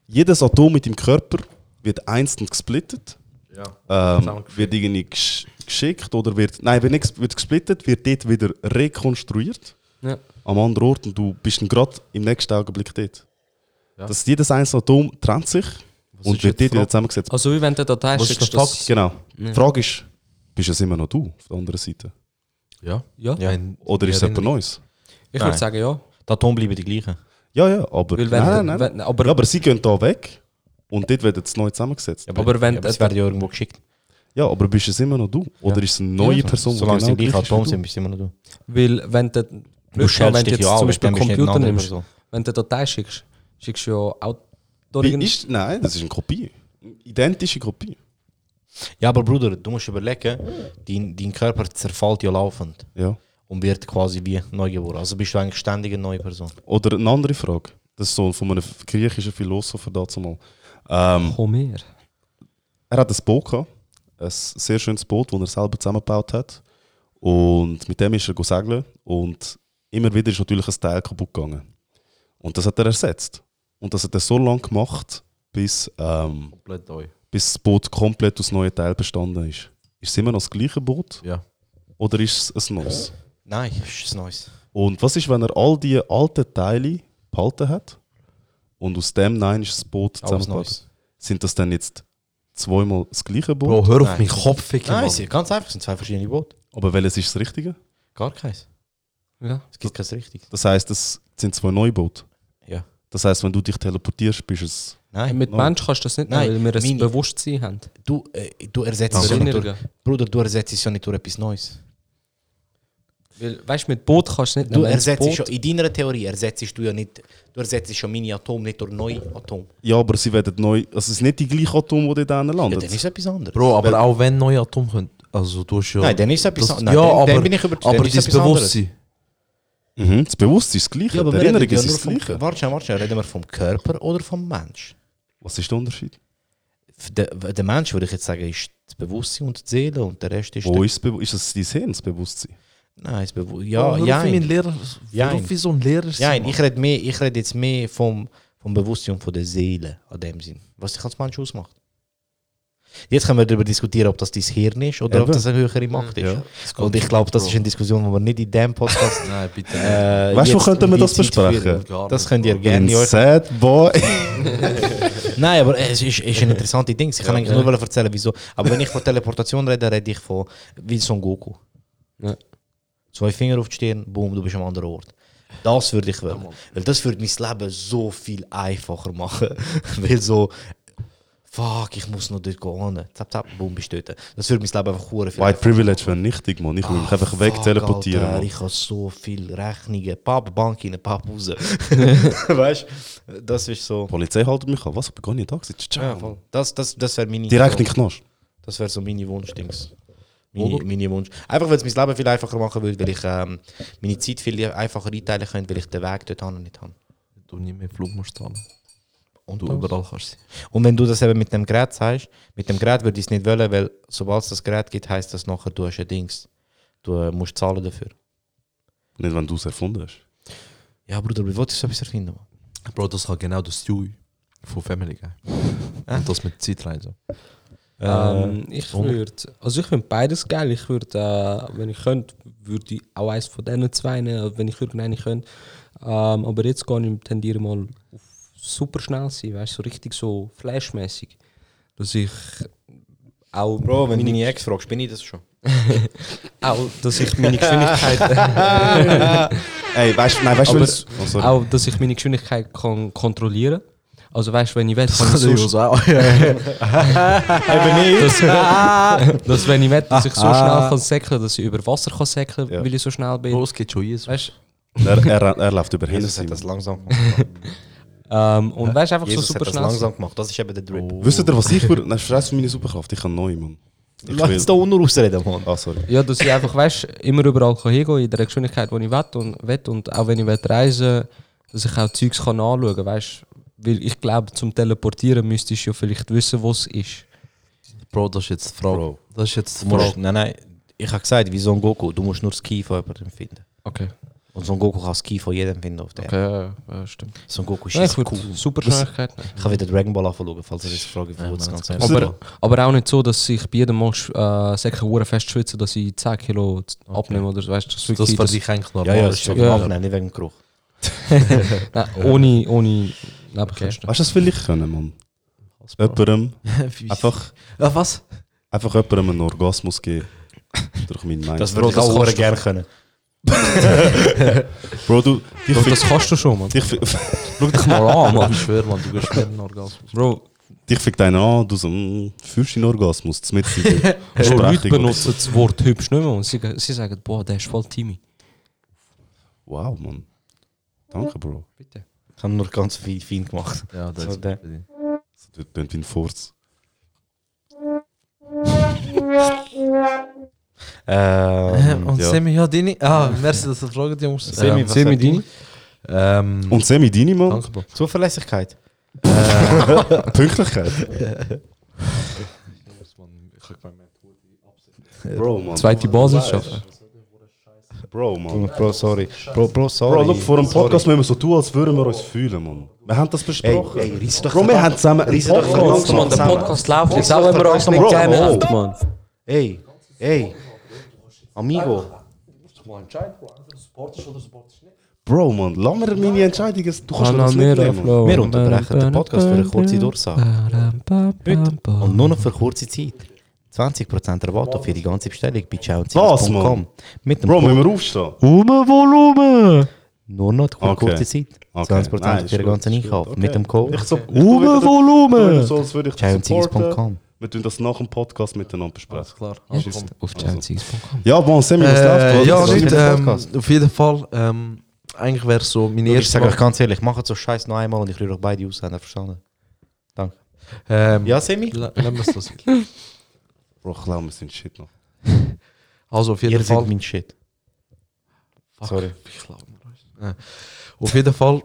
Speaker 7: jedes Atom mit deinem Körper wird einzeln gesplittet, ähm, wird irgendwie gesch geschickt oder wird, nein, wird, nicht, ges- wird gesplittet, wird dort wieder rekonstruiert
Speaker 4: Ja.
Speaker 7: am anderen Ort und du bist dann gerade im nächsten Augenblick dort. Das jedes einzelne Atom trennt sich und wird
Speaker 3: ist jetzt
Speaker 7: dort
Speaker 3: die
Speaker 7: wieder
Speaker 3: Frage?
Speaker 7: zusammengesetzt.
Speaker 4: Also wie wenn du da teilst,
Speaker 3: Was ist der
Speaker 4: schickst du das-
Speaker 7: Genau.
Speaker 3: Mhm.
Speaker 7: Die Frage ist, bist es immer noch du auf der anderen Seite?
Speaker 3: Ja.
Speaker 4: Ja.
Speaker 3: Ein-
Speaker 7: Oder ist es
Speaker 3: Erinnerung.
Speaker 7: etwas Neues?
Speaker 4: Ich
Speaker 6: Nein.
Speaker 4: würde sagen, ja.
Speaker 6: Die Atom bleiben die gleichen.
Speaker 7: Ja, ja, aber.
Speaker 4: Weil wenn-
Speaker 7: nein, nein, nein.
Speaker 4: wenn- aber-
Speaker 7: ja, aber sie gehen da weg und dort wird jetzt neu zusammengesetzt. Ja,
Speaker 4: aber- wenn-
Speaker 6: ja, es werden ja irgendwo geschickt.
Speaker 7: aber bist es immer noch du? Oder ist es eine neue Person? die genau
Speaker 6: Solange es die gleichen
Speaker 7: gleich ist wie
Speaker 6: Atom
Speaker 7: du?
Speaker 6: sind, bist du immer noch du.
Speaker 4: Weil wenn du,
Speaker 6: Du schälst
Speaker 4: wenn du
Speaker 6: dich
Speaker 4: jetzt
Speaker 6: ja
Speaker 4: zum
Speaker 6: auch,
Speaker 4: Beispiel
Speaker 6: dann bist du nicht
Speaker 4: Computer
Speaker 6: eine andere
Speaker 4: nimmst,
Speaker 6: Person.
Speaker 4: wenn du Datei schickst, schickst du ja auch da
Speaker 7: Wie
Speaker 4: irgend-
Speaker 7: ist, nein, das ist eine Kopie. Eine Identische Kopie.
Speaker 6: Ja, aber Bruder, du musst überlegen, dein, dein Körper zerfällt ja laufend
Speaker 7: Ja.
Speaker 6: und wird quasi wie neu geboren. Also bist du eigentlich ständig eine neue Person.
Speaker 7: Oder eine andere Frage. Das ist so von einem griechischen Philosopher dazu mal. Ähm,
Speaker 4: Homer.
Speaker 7: er hat ein Boot gehabt. Ein sehr schönes Boot, das er selber zusammengebaut hat. Und mit dem ist er segeln. Und immer wieder ist natürlich ein Teil kaputt gegangen. Und das hat er ersetzt. Und das hat er so lange gemacht, bis. Ähm,
Speaker 3: Komplett neu.
Speaker 7: bis das Boot komplett aus neuen Teilen bestanden ist. Ist es immer noch das gleiche Boot
Speaker 3: Ja.
Speaker 7: oder ist es ein neues?
Speaker 6: Nein, ist es Neues.
Speaker 7: Und was ist, wenn er all die alten Teile behalten hat und aus dem Nein ist das Boot
Speaker 6: Alles
Speaker 7: zusammengebaut?
Speaker 6: Neues.
Speaker 7: Sind das dann jetzt zweimal das gleiche Boot?
Speaker 3: Bro, hör auf
Speaker 6: Nein.
Speaker 3: meinen Kopf ficken,
Speaker 6: Nein,
Speaker 3: Mann.
Speaker 6: es ist ganz einfach, es sind zwei verschiedene Boote.
Speaker 7: Aber welches ist das Richtige?
Speaker 6: Gar keins.
Speaker 4: Ja.
Speaker 6: Es gibt keins Richtiges.
Speaker 7: Das heißt, es sind zwei neue Boote.
Speaker 6: Ja.
Speaker 7: Das heißt, wenn du dich teleportierst, bist es
Speaker 6: Nein,
Speaker 4: Mit Mensch kannst du das nicht
Speaker 6: Nein,
Speaker 4: nehmen, weil wir ein
Speaker 6: meine-
Speaker 4: Bewusstsein haben.
Speaker 6: du, äh, du ersetzt es ja nicht durch, Bruder, du ersetzt es ja nicht durch etwas Neues.
Speaker 4: Weil, weißt du, mit Boot kannst du nicht
Speaker 6: Du
Speaker 4: nehmen, das
Speaker 6: ersetzt
Speaker 4: Boot-
Speaker 6: ja, in deiner Theorie ersetzt du ja nicht, du ersetzt ja Mini-Atom nicht durch neue Atom.
Speaker 7: Ja, aber sie werden neu. Also es ist nicht die gleiche Atom, die dort
Speaker 6: Ja,
Speaker 7: landet.
Speaker 6: dann ist etwas anderes.
Speaker 3: Bro, aber auch wenn neue Atom Ah, könnt, also du hast ja.
Speaker 6: Nein, dann ist es etwas
Speaker 3: das-
Speaker 6: an- nein,
Speaker 3: ja,
Speaker 6: dann-
Speaker 3: aber,
Speaker 6: dann bin ich über- dann ist
Speaker 3: aber
Speaker 6: es
Speaker 3: dieses
Speaker 6: etwas anderes.
Speaker 3: Bewusstsein.
Speaker 7: mhm. Das Bewusstsein ist das gleiche.
Speaker 6: ja, aber
Speaker 7: die
Speaker 6: wir
Speaker 7: Erinnerung
Speaker 6: reden ja
Speaker 7: ist
Speaker 6: nur
Speaker 7: das
Speaker 6: vom,
Speaker 7: gleiche.
Speaker 6: warte schnell, warte schnell, reden wir vom Körper oder vom Mensch?
Speaker 7: Was ist der Unterschied?
Speaker 6: F- Der, der Mensch, würde ich jetzt sagen, ist das Bewusstsein und die Seele und der Rest ist...
Speaker 7: Wo
Speaker 6: der,
Speaker 7: ist, das Bewu- ist das dein Hirn, das Bewusstsein?
Speaker 6: nein, das Bewusstsein...
Speaker 3: Oh,
Speaker 6: Ja,
Speaker 3: hör auf,
Speaker 6: ja,
Speaker 3: wie mein Lehrer, hör
Speaker 6: Jein.
Speaker 3: auf, wie so ein Lehrer
Speaker 6: Ja,
Speaker 3: sein,
Speaker 6: ich rede mehr, ich rede jetzt mehr vom, vom Bewusstsein und von der Seele an dem Sinn. Was dich als Mensch ausmacht. Jetzt können wir darüber diskutieren, ob das dein Hirn ist oder ob
Speaker 7: Eben.
Speaker 6: das eine höhere Macht ist.
Speaker 3: Das geht
Speaker 6: Und ich
Speaker 3: nicht,
Speaker 6: glaube, das
Speaker 3: Bro.
Speaker 6: ist eine Diskussion, die wir nicht in dem Podcast.
Speaker 3: Nein, bitte.
Speaker 6: äh,
Speaker 7: Weißt du, wo
Speaker 6: jetzt
Speaker 7: könnten wir
Speaker 6: in die
Speaker 7: das
Speaker 6: Zeit
Speaker 7: besprechen?
Speaker 6: führen.
Speaker 3: Gar nicht,
Speaker 6: Das könnt ihr
Speaker 3: Bro.
Speaker 6: gerne.
Speaker 7: Ein
Speaker 6: euch-
Speaker 7: Sad Boy.
Speaker 6: Nein, aber es ist, ist ein interessantes Ding. Ich kann eigentlich nur wollen erzählen, wieso. Ah, Aber wenn ich von Teleportation rede, rede ich von wie Son Goku.
Speaker 4: Ja.
Speaker 6: Zwei Finger auf die Stirn, boom, du bist am anderen Ort. Das würde ich wollen. Weil das würde mein Leben so viel einfacher machen. Weil so, fuck, ich muss noch dort gehen. Zap, zap, boom, bist du dort. Das würde mein Leben einfach hure viel
Speaker 7: White Privilege vernichtig, Mann. Ich will mich
Speaker 6: Ah,
Speaker 7: einfach
Speaker 6: fuck,
Speaker 7: wegteleportieren.
Speaker 6: Alter,
Speaker 7: Mann.
Speaker 6: Ich habe so viele Rechnungen. Pap, Bank rein, pap, raus. weißt du, das ist so.
Speaker 7: Die Polizei haltet mich an. Was? Ich bin gar nicht da. gewesen. Ciao.
Speaker 6: Ja, voll. Das, das, das wäre meine
Speaker 7: Direkt in den Knast.
Speaker 6: Das wäre so meine Wunschdings. Meine, meine Wunsch. Einfach, weil es mein Leben viel einfacher machen würde, weil ich ähm, meine Zeit viel einfacher einteilen könnte, weil ich den Weg dort hin nicht habe.
Speaker 3: Du nie mehr Flug musst zahlen.
Speaker 6: Und,
Speaker 3: Du
Speaker 6: das?
Speaker 3: überall kannst sein.
Speaker 6: und wenn du das eben mit dem Gerät sagst, mit dem Gerät würde ich es nicht wollen, weil sobald es das Gerät gibt, heisst das nachher, du hast ein Dings. Du äh, musst zahlen dafür.
Speaker 7: Nicht, wenn du es erfunden hast.
Speaker 6: Ja, Bruder, wie wolltest du so etwas erfinden? Mann?
Speaker 3: Bro, das kann genau das Stewie von Family Guy. Und das mit Zeitreisen.
Speaker 4: Ähm, ich würde, also ich finde beides geil. Ich würde, äh, wenn ich könnte, würde ich auch eins von diesen zwei nehmen, also wenn ich irgendeine könnte. Ähm, aber jetzt gehe ich tendiere mal auf super schnell sein, weißt du, so richtig so flashmäßig, dass ich auch meine,
Speaker 6: Ex fragst, bin ich das schon?
Speaker 4: auch, dass ich meine Geschwindigkeit,
Speaker 7: Ey, weißt du, nein, weißt du,
Speaker 4: Aber-
Speaker 7: was? Oh, sorry.
Speaker 4: auch, dass ich meine Geschwindigkeit kann kontrollieren. Also weißt, wenn ich will, kann ich so
Speaker 3: Das auch.
Speaker 4: dass, dass wenn ich will, dass ich so schnell kann säckeln, dass ich über Wasser kann säckeln,
Speaker 7: Ja.
Speaker 4: weil ich so schnell bin.
Speaker 3: Bro, es geht schon Jesus.
Speaker 4: Weißt,
Speaker 7: Er, er, er läuft über
Speaker 6: Jesus hat
Speaker 7: Hennessy.
Speaker 6: das
Speaker 7: Mann.
Speaker 6: langsam
Speaker 4: ähm, und weißt einfach
Speaker 6: Jesus
Speaker 4: so
Speaker 6: hat
Speaker 4: super
Speaker 6: das
Speaker 4: schnell. sein.
Speaker 6: langsam gemacht. Das ist eben der Drip.
Speaker 7: Wisst ihr, was ich würde? Nein, scheiß meine Superkraft. Ich kann neu, Mann. Ich
Speaker 6: Lass uns da unten rausreden, Mann.
Speaker 7: Ah, sorry.
Speaker 4: Ja, dus dass ich einfach, weißt immer überall kann hingehen, in der Geschwindigkeit, die ich will und, will und auch wenn ich will reisen dass ich auch Zeugs kann anschauen kann, weißt Weil ich glaube, zum Teleportieren müsstest du ja vielleicht wissen, was es ist.
Speaker 3: Bro, das ist jetzt die Frage.
Speaker 6: Bro.
Speaker 3: Das ist jetzt die
Speaker 6: Du musst,
Speaker 3: Frage.
Speaker 6: nein, nein, ich habe gesagt, wie Son Goku, du musst nur das Ki von jemandem finden.
Speaker 4: Okay.
Speaker 6: Und Son Goku kann das Ki von jedem finden auf der Erde.
Speaker 4: Okay, ja, stimmt.
Speaker 6: Son Goku ist
Speaker 4: Nein, ich
Speaker 6: ja,
Speaker 4: würde
Speaker 6: cool.
Speaker 4: super Schnelligkeit
Speaker 6: Ich kann wieder Dragon Ball anschauen, falls ihr jetzt fragt, wo das Ganze ist.
Speaker 4: aber, aber auch nicht so, dass ich bei jedem Mal äh, säcke Uhren fest schwitze, dass ich 10 Kilo abnehme oder so, weißt du, das, ist
Speaker 3: Das
Speaker 4: wirklich-
Speaker 3: für
Speaker 4: das-
Speaker 3: dich eigentlich
Speaker 6: dus- Ja,
Speaker 3: normal.
Speaker 6: ja, das ist
Speaker 4: Ja.
Speaker 6: abnehmen, nicht wegen dem Geruch.
Speaker 4: Nein, ohne, ohne Nebenkosten.
Speaker 7: Weißt du, was will ich können, Mann? Jemandem,
Speaker 6: Ah,
Speaker 3: Wie-
Speaker 7: einfach,
Speaker 3: Ja, was?
Speaker 7: einfach jemandem einen Orgasmus geben. Durch meinen Mind.
Speaker 6: Das würde ich auch sehr gerne können.
Speaker 7: Bro, du, dich
Speaker 4: Bro,
Speaker 7: fick-
Speaker 4: das kannst du schon, Mann.
Speaker 7: dich fick-
Speaker 4: Schau dich mal an, Mann.
Speaker 3: Ich schwöre, man, du gehst mir einen Orgasmus.
Speaker 4: Oh, Bro,
Speaker 7: dich fickt einer an, du so, mm, fühlst deinen Orgasmus, das mit
Speaker 4: Bro Leute benutzen das Wort hübsch nicht mehr und sie, sie sagen, boah, der ist voll Timmy.
Speaker 7: Wow, Mann. Danke, Bro.
Speaker 6: Ich habe nur ganz viel fein gemacht.
Speaker 3: Ja, das
Speaker 6: So,
Speaker 3: ist
Speaker 6: der-
Speaker 7: Das tönt wie ein Furz.
Speaker 6: Ähm,
Speaker 3: Und
Speaker 7: Ja.
Speaker 3: Eh, Sammy, ja, Dini. Ah, merci, dass du fragst, Jungs.
Speaker 6: Sammy, was sagt
Speaker 4: Dini?
Speaker 3: Ähm,
Speaker 7: Und Sammy, deine, Mann?
Speaker 3: danke, Bro.
Speaker 6: Zuverlässigkeit.
Speaker 7: Pünktlichkeit. Bro, Mann.
Speaker 4: Zweite Basis schaffen.
Speaker 7: Bro,
Speaker 6: Bro,
Speaker 7: Mann.
Speaker 6: Bro, sorry. Bro, Bro, sorry.
Speaker 7: Bro, look, vor dem Podcast müssen wir so tun, als würden wir uns fühlen, Mann. Wir haben das besprochen.
Speaker 6: ey, riss doch
Speaker 7: Bro, wir haben zusammen einen
Speaker 6: riss doch
Speaker 7: Podcast
Speaker 6: langsam
Speaker 7: gemacht.
Speaker 6: an den Pod-
Speaker 4: läuft jetzt,
Speaker 6: auch wenn wir uns nicht gerne haben,
Speaker 4: Mann.
Speaker 6: Ey, ey. Amigo.
Speaker 7: Bro, Mann, lass mir meine Entscheidung. Du kannst mir das nicht nehmen. Mann.
Speaker 6: Wir
Speaker 4: Wir
Speaker 6: unterbrechen den Podcast für eine kurze Durchsage. Und nur noch für kurze Zeit. 20% Rabatt auf Ihre ganze Bestellung bei ciaozivis.com.
Speaker 7: Was, Mann?
Speaker 6: Mit dem
Speaker 7: Bro,
Speaker 6: Code
Speaker 7: müssen wir aufstehen?
Speaker 4: Volumen, Volumen!
Speaker 6: Nur noch für
Speaker 7: Okay.
Speaker 6: kurze Zeit.
Speaker 7: Okay.
Speaker 6: 20%
Speaker 7: Nein, ist
Speaker 6: für den
Speaker 7: gut,
Speaker 6: ganzen
Speaker 7: ist gut.
Speaker 6: Einkauf.
Speaker 7: Okay.
Speaker 6: Mit dem Code. Uh,
Speaker 7: Ich so-
Speaker 6: Uwe-Volumen!
Speaker 7: So, als würde ich das supporten.
Speaker 6: Giantsings.com.
Speaker 7: Wir tun das nach dem Podcast miteinander besprechen.
Speaker 3: klar.
Speaker 4: Jetzt auf giantsings.com.
Speaker 7: Ja, bon, Sammy, was
Speaker 3: Äh,
Speaker 7: läuft?
Speaker 3: ja,
Speaker 7: Was-
Speaker 6: das ist
Speaker 3: nicht,
Speaker 6: ein
Speaker 3: ähm,
Speaker 6: Podcast.
Speaker 3: auf jeden Fall. Ähm, eigentlich wäre so meine
Speaker 6: Ich
Speaker 3: erste
Speaker 6: sage euch
Speaker 3: Mal.
Speaker 6: ganz ehrlich, macht so Scheiß noch einmal und ich rühre euch beide aus. Habt ihr verstanden?
Speaker 3: Ähm,
Speaker 6: Ja, Semi?
Speaker 3: la- Lassen wir es das sein.
Speaker 7: Bro, ich glaube, wir sind shit noch.
Speaker 3: Also auf jeden
Speaker 6: Ihr
Speaker 3: Fall.
Speaker 6: seid mein Shit. Sorry.
Speaker 3: Ich glaub, äh, auf jeden Fall.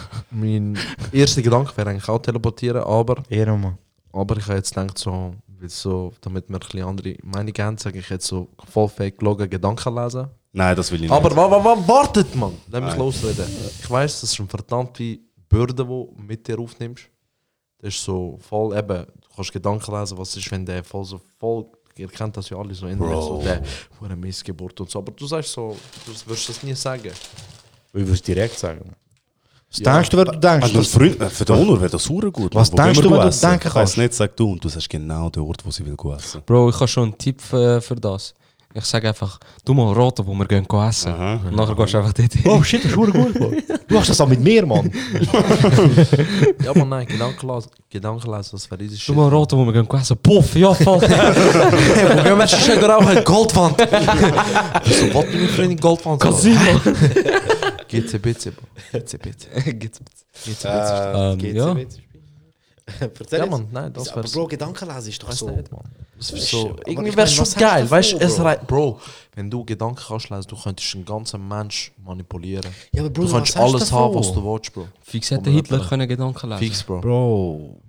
Speaker 3: mein erster Gedanke wäre eigentlich auch teleportieren, aber,
Speaker 6: Ehrenmann.
Speaker 3: aber ich habe jetzt gedacht, so, weil so, damit wir ein bisschen andere Meinung haben, sage ich jetzt so voll fake gelogen Gedanken lesen.
Speaker 7: Nein, das will ich nicht.
Speaker 3: Aber wa, wa, wa, wartet, Mann! Lass mich
Speaker 7: Nein.
Speaker 3: losreden. Ich weiß, das ist eine verdammte Bürde, die du mit dir aufnimmst. Das ist so voll eben, du kannst Gedanken lesen, was ist, wenn der voll so voll. Ihr kennt das ja alle so innerlich, so der eine Missgeburt und so. Aber du sagst so, du wirst das nie sagen.
Speaker 6: Ich würde es direkt sagen. Was denkst du, wenn du denkst?
Speaker 7: Hast du einen Freund? Äh, Für den Honor wäre das super gut.
Speaker 6: Was
Speaker 7: Wo gehen
Speaker 6: denkst
Speaker 7: wir
Speaker 6: du, wenn du
Speaker 7: essen?
Speaker 6: denken
Speaker 7: Ich weiss
Speaker 6: kannst?
Speaker 7: nicht, sag du. Und du sagst genau den Ort, wo sie will essen.
Speaker 4: Bro, ich habe schon einen Tipp für, für eh, das. Ich sage einfach, du mal raten, wo wir gehen gehen essen. Und nachher gehst du einfach dort hin.
Speaker 6: Oh shit, das ist verdammt gut, Bro. Du hast das auch mit mir, Mann.
Speaker 3: Ja, aber nein, Gedanken lesen, Gedanken lesen das wäre riesig.
Speaker 4: Du mal raten, wo wir gehen gehen essen. Puff, ja voll.
Speaker 3: hey, wo gehen wir schon rauchen? Goldwand! Wieso wollt ihr nicht in Goldwand?
Speaker 4: Casino.
Speaker 3: Geht's bitte, Bro. Geht's bitte.
Speaker 4: Gibt's-
Speaker 3: Geht's bitte.
Speaker 4: Ähm,
Speaker 6: Geht's
Speaker 4: ja.
Speaker 6: dir jetzt? Erzähl
Speaker 3: Ja,
Speaker 6: jetzt.
Speaker 3: Mann, nein, das
Speaker 6: Aber
Speaker 3: wär's.
Speaker 6: Bro, Gedankenlesen ist doch
Speaker 3: Weiß
Speaker 6: so.
Speaker 3: nicht, Mann. Das ist
Speaker 6: ist-
Speaker 3: so,
Speaker 6: aber
Speaker 3: irgendwie
Speaker 6: ich
Speaker 3: wäre
Speaker 6: mein,
Speaker 3: schon
Speaker 6: was hast du
Speaker 3: geil, weißt du,
Speaker 6: davor,
Speaker 3: es
Speaker 6: Bro?
Speaker 3: reicht, Bro, wenn du Gedanken kannst lesen, du könntest einen ganzen Mensch manipulieren.
Speaker 6: Ja, aber Bro,
Speaker 3: du kannst alles haben, was du willst, Bro.
Speaker 4: Fix hätte Hitler können Gedanken lesen.
Speaker 3: Fix, Bro. Hmm.
Speaker 6: Bro.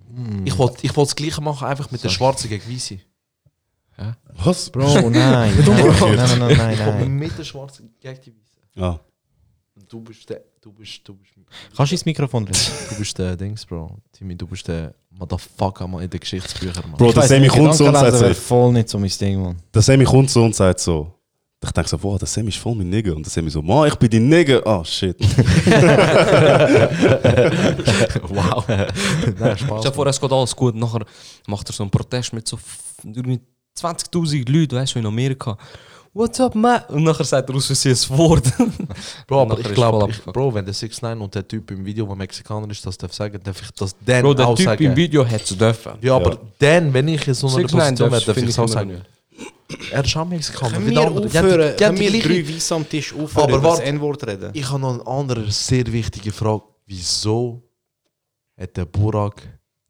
Speaker 3: Ich wollte ich wollt das Gleiche machen, einfach mit der Schwarzen gegen Weiße.
Speaker 7: Was?
Speaker 6: Bro, Oh, nein. nein, nein, nein, nein,
Speaker 3: Ich wollte
Speaker 6: nein.
Speaker 3: mit der Schwarzen gegen die Weiße.
Speaker 7: Ja.
Speaker 3: Und du bist der, du bist, du bist,
Speaker 6: Kannst du ins Mikrofon lassen?
Speaker 3: du bist der Dings, Bro. Timmy, du bist der Motherfucker Mann, in den Geschichtsbüchern, Mann.
Speaker 7: Bro, der Sammy kommt so und sagt
Speaker 6: Gedankenlesen
Speaker 7: so.
Speaker 6: wäre voll nicht so mein Ding, Mann.
Speaker 7: Der Sammy kommt so und sagt so. Ich denke so, wow, der Sammy ist voll mein Nigger. Und der Sammy so, Mann, ich bin dein Nigger. Ah, shit.
Speaker 3: wow. nein, Spaß.
Speaker 4: Stell dir vor, es geht alles gut, nachher macht er so einen Protest mit so f- irgendwie 20.000 Leuten, weißt du, in Amerika. What's up, man? Und nachher sagt er aus Versehen ein Wort.
Speaker 3: Bro,
Speaker 4: Nachher
Speaker 3: aber ich
Speaker 4: ist
Speaker 3: glaube,
Speaker 4: voll
Speaker 3: ich-
Speaker 4: abgefuckt.
Speaker 3: Bro, wenn der 6 9 und der Typ im Video, der Mexikaner ist, das darf sagen, darf ich das dann
Speaker 4: Bro, der
Speaker 3: auch
Speaker 4: Typ
Speaker 3: sagen.
Speaker 4: im Video hätte es dürfen.
Speaker 3: Ja, aber dann, wenn ich in so
Speaker 4: 6ix9ine
Speaker 3: einer Position wäre,
Speaker 4: darfst,
Speaker 3: darf
Speaker 4: finde
Speaker 3: ich
Speaker 4: ich
Speaker 3: es auch
Speaker 4: immer
Speaker 3: sagen.
Speaker 4: nicht.
Speaker 3: Er ist auch Mexikaner,
Speaker 6: Können
Speaker 3: wie
Speaker 6: wir
Speaker 3: der andere.
Speaker 6: aufhören?
Speaker 3: Ja, die- ja, die
Speaker 6: Können wir
Speaker 3: gleiche-
Speaker 6: drei Weiss am Tisch aufhören,
Speaker 3: Aber
Speaker 6: aber über das
Speaker 3: warte.
Speaker 6: N-Wort reden?
Speaker 3: Ich habe noch eine andere sehr wichtige Frage. Wieso hat der Burak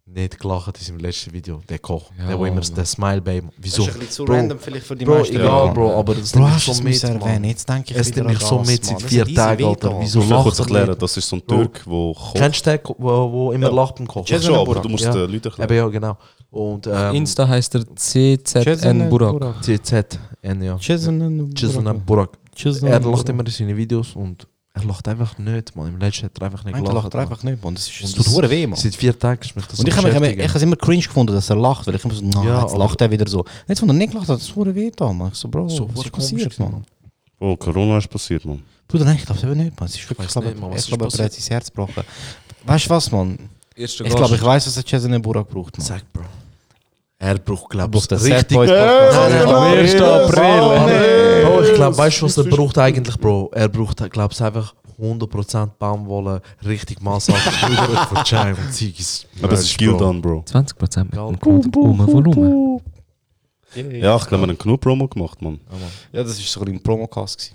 Speaker 3: nicht gelacht in seinem letzten Video? Der Koch,
Speaker 4: Ja,
Speaker 3: der, wo immer
Speaker 4: Mann.
Speaker 3: der Smile bei ihm.
Speaker 6: Das
Speaker 3: Wieso?
Speaker 6: ist ein bisschen zu
Speaker 3: Bro,
Speaker 6: random vielleicht für die
Speaker 3: Bro,
Speaker 6: meisten.
Speaker 3: egal,
Speaker 6: Ja.
Speaker 3: Bro, aber das
Speaker 6: Bro,
Speaker 3: nimmt mich
Speaker 6: hast du
Speaker 3: so
Speaker 6: es
Speaker 3: mit,
Speaker 6: müssen erwähnen.
Speaker 3: Mann.
Speaker 6: Jetzt denke ich
Speaker 3: Es
Speaker 6: wieder
Speaker 3: nimmt mich
Speaker 6: an
Speaker 3: so
Speaker 6: das,
Speaker 3: mit
Speaker 6: Mann.
Speaker 3: seit
Speaker 6: Es
Speaker 3: vier
Speaker 6: hat easy
Speaker 3: Tagen,
Speaker 6: weh
Speaker 3: Alter.
Speaker 6: da.
Speaker 3: Wieso
Speaker 7: Vielleicht kurz
Speaker 3: lacht er
Speaker 7: erklären,
Speaker 3: nicht?
Speaker 7: das ist so ein Türk, der kocht.
Speaker 3: Kennst du den, eh, wo, wo immer
Speaker 7: Ja.
Speaker 3: lacht beim Kochen?
Speaker 7: Schon, aber du musst
Speaker 3: Ja.
Speaker 7: den Leuten erklären.
Speaker 3: Eben, ja, genau. Und ähm,
Speaker 4: Insta heißt er CZN Burak.
Speaker 3: CZN, ja. Chisnan Burak. Er lacht immer in seinen Videos und er lacht einfach nicht, man. Im letzten hat er einfach nicht
Speaker 6: Nein,
Speaker 3: gelacht.
Speaker 6: lacht
Speaker 3: man.
Speaker 6: einfach nicht, Mann. Das ist-
Speaker 3: Und
Speaker 6: Es tut
Speaker 3: das-
Speaker 6: hure weh, Mann.
Speaker 3: Seit vier Tagen ist mich das
Speaker 6: Und ich
Speaker 3: am
Speaker 6: habe
Speaker 3: beschäftigen.
Speaker 6: es immer cringe gefunden, dass er lacht, weil ich immer so, na,
Speaker 3: Ja,
Speaker 6: jetzt
Speaker 3: aber-
Speaker 6: Ah, lacht er wieder so. Und Jetzt, wenn er nicht gelacht hat, das ist hure weh da, Mann. Ich so, Bro,
Speaker 3: So
Speaker 6: was
Speaker 3: hure
Speaker 6: ist passiert,
Speaker 3: komisch,
Speaker 6: Mann?
Speaker 7: Oh, Corona ist passiert, Mann.
Speaker 6: Bruder, nein, ich glaube es eben nicht, Mann. Es ist wirklich,
Speaker 3: Weiss
Speaker 6: ich glaube,
Speaker 3: nicht, Mann, was
Speaker 6: ich
Speaker 3: ist
Speaker 6: glaube, er
Speaker 3: passiert?
Speaker 6: hat sein Herz gebrochen. Weißt du was, Mann?
Speaker 4: Erster
Speaker 6: Ich glaube, ich weiß, was der Cesare Burak braucht, Mann.
Speaker 3: Sag, Bro. Er braucht,
Speaker 6: Er
Speaker 3: glaube
Speaker 6: braucht den Sad
Speaker 3: richtig... Äh,
Speaker 6: Boys Podcast.
Speaker 3: Nein, nein,
Speaker 6: Am
Speaker 3: nein.
Speaker 6: 1.
Speaker 3: Bro,
Speaker 6: April.
Speaker 3: Bro, ich glaube, weißt du, was er braucht eigentlich, Bro? Er braucht, glaube ich, einfach 100% Baumwolle, richtig masshaft, Bruder, von Chai und Ziggis.
Speaker 7: Aber es ist Gildan, Bro.
Speaker 4: 20% mit
Speaker 3: Egal.
Speaker 4: dem Code um Volumen.
Speaker 7: Ja, ich glaube, wir haben genug Promo gemacht, Mann.
Speaker 6: Ja, das war so ein Promocast.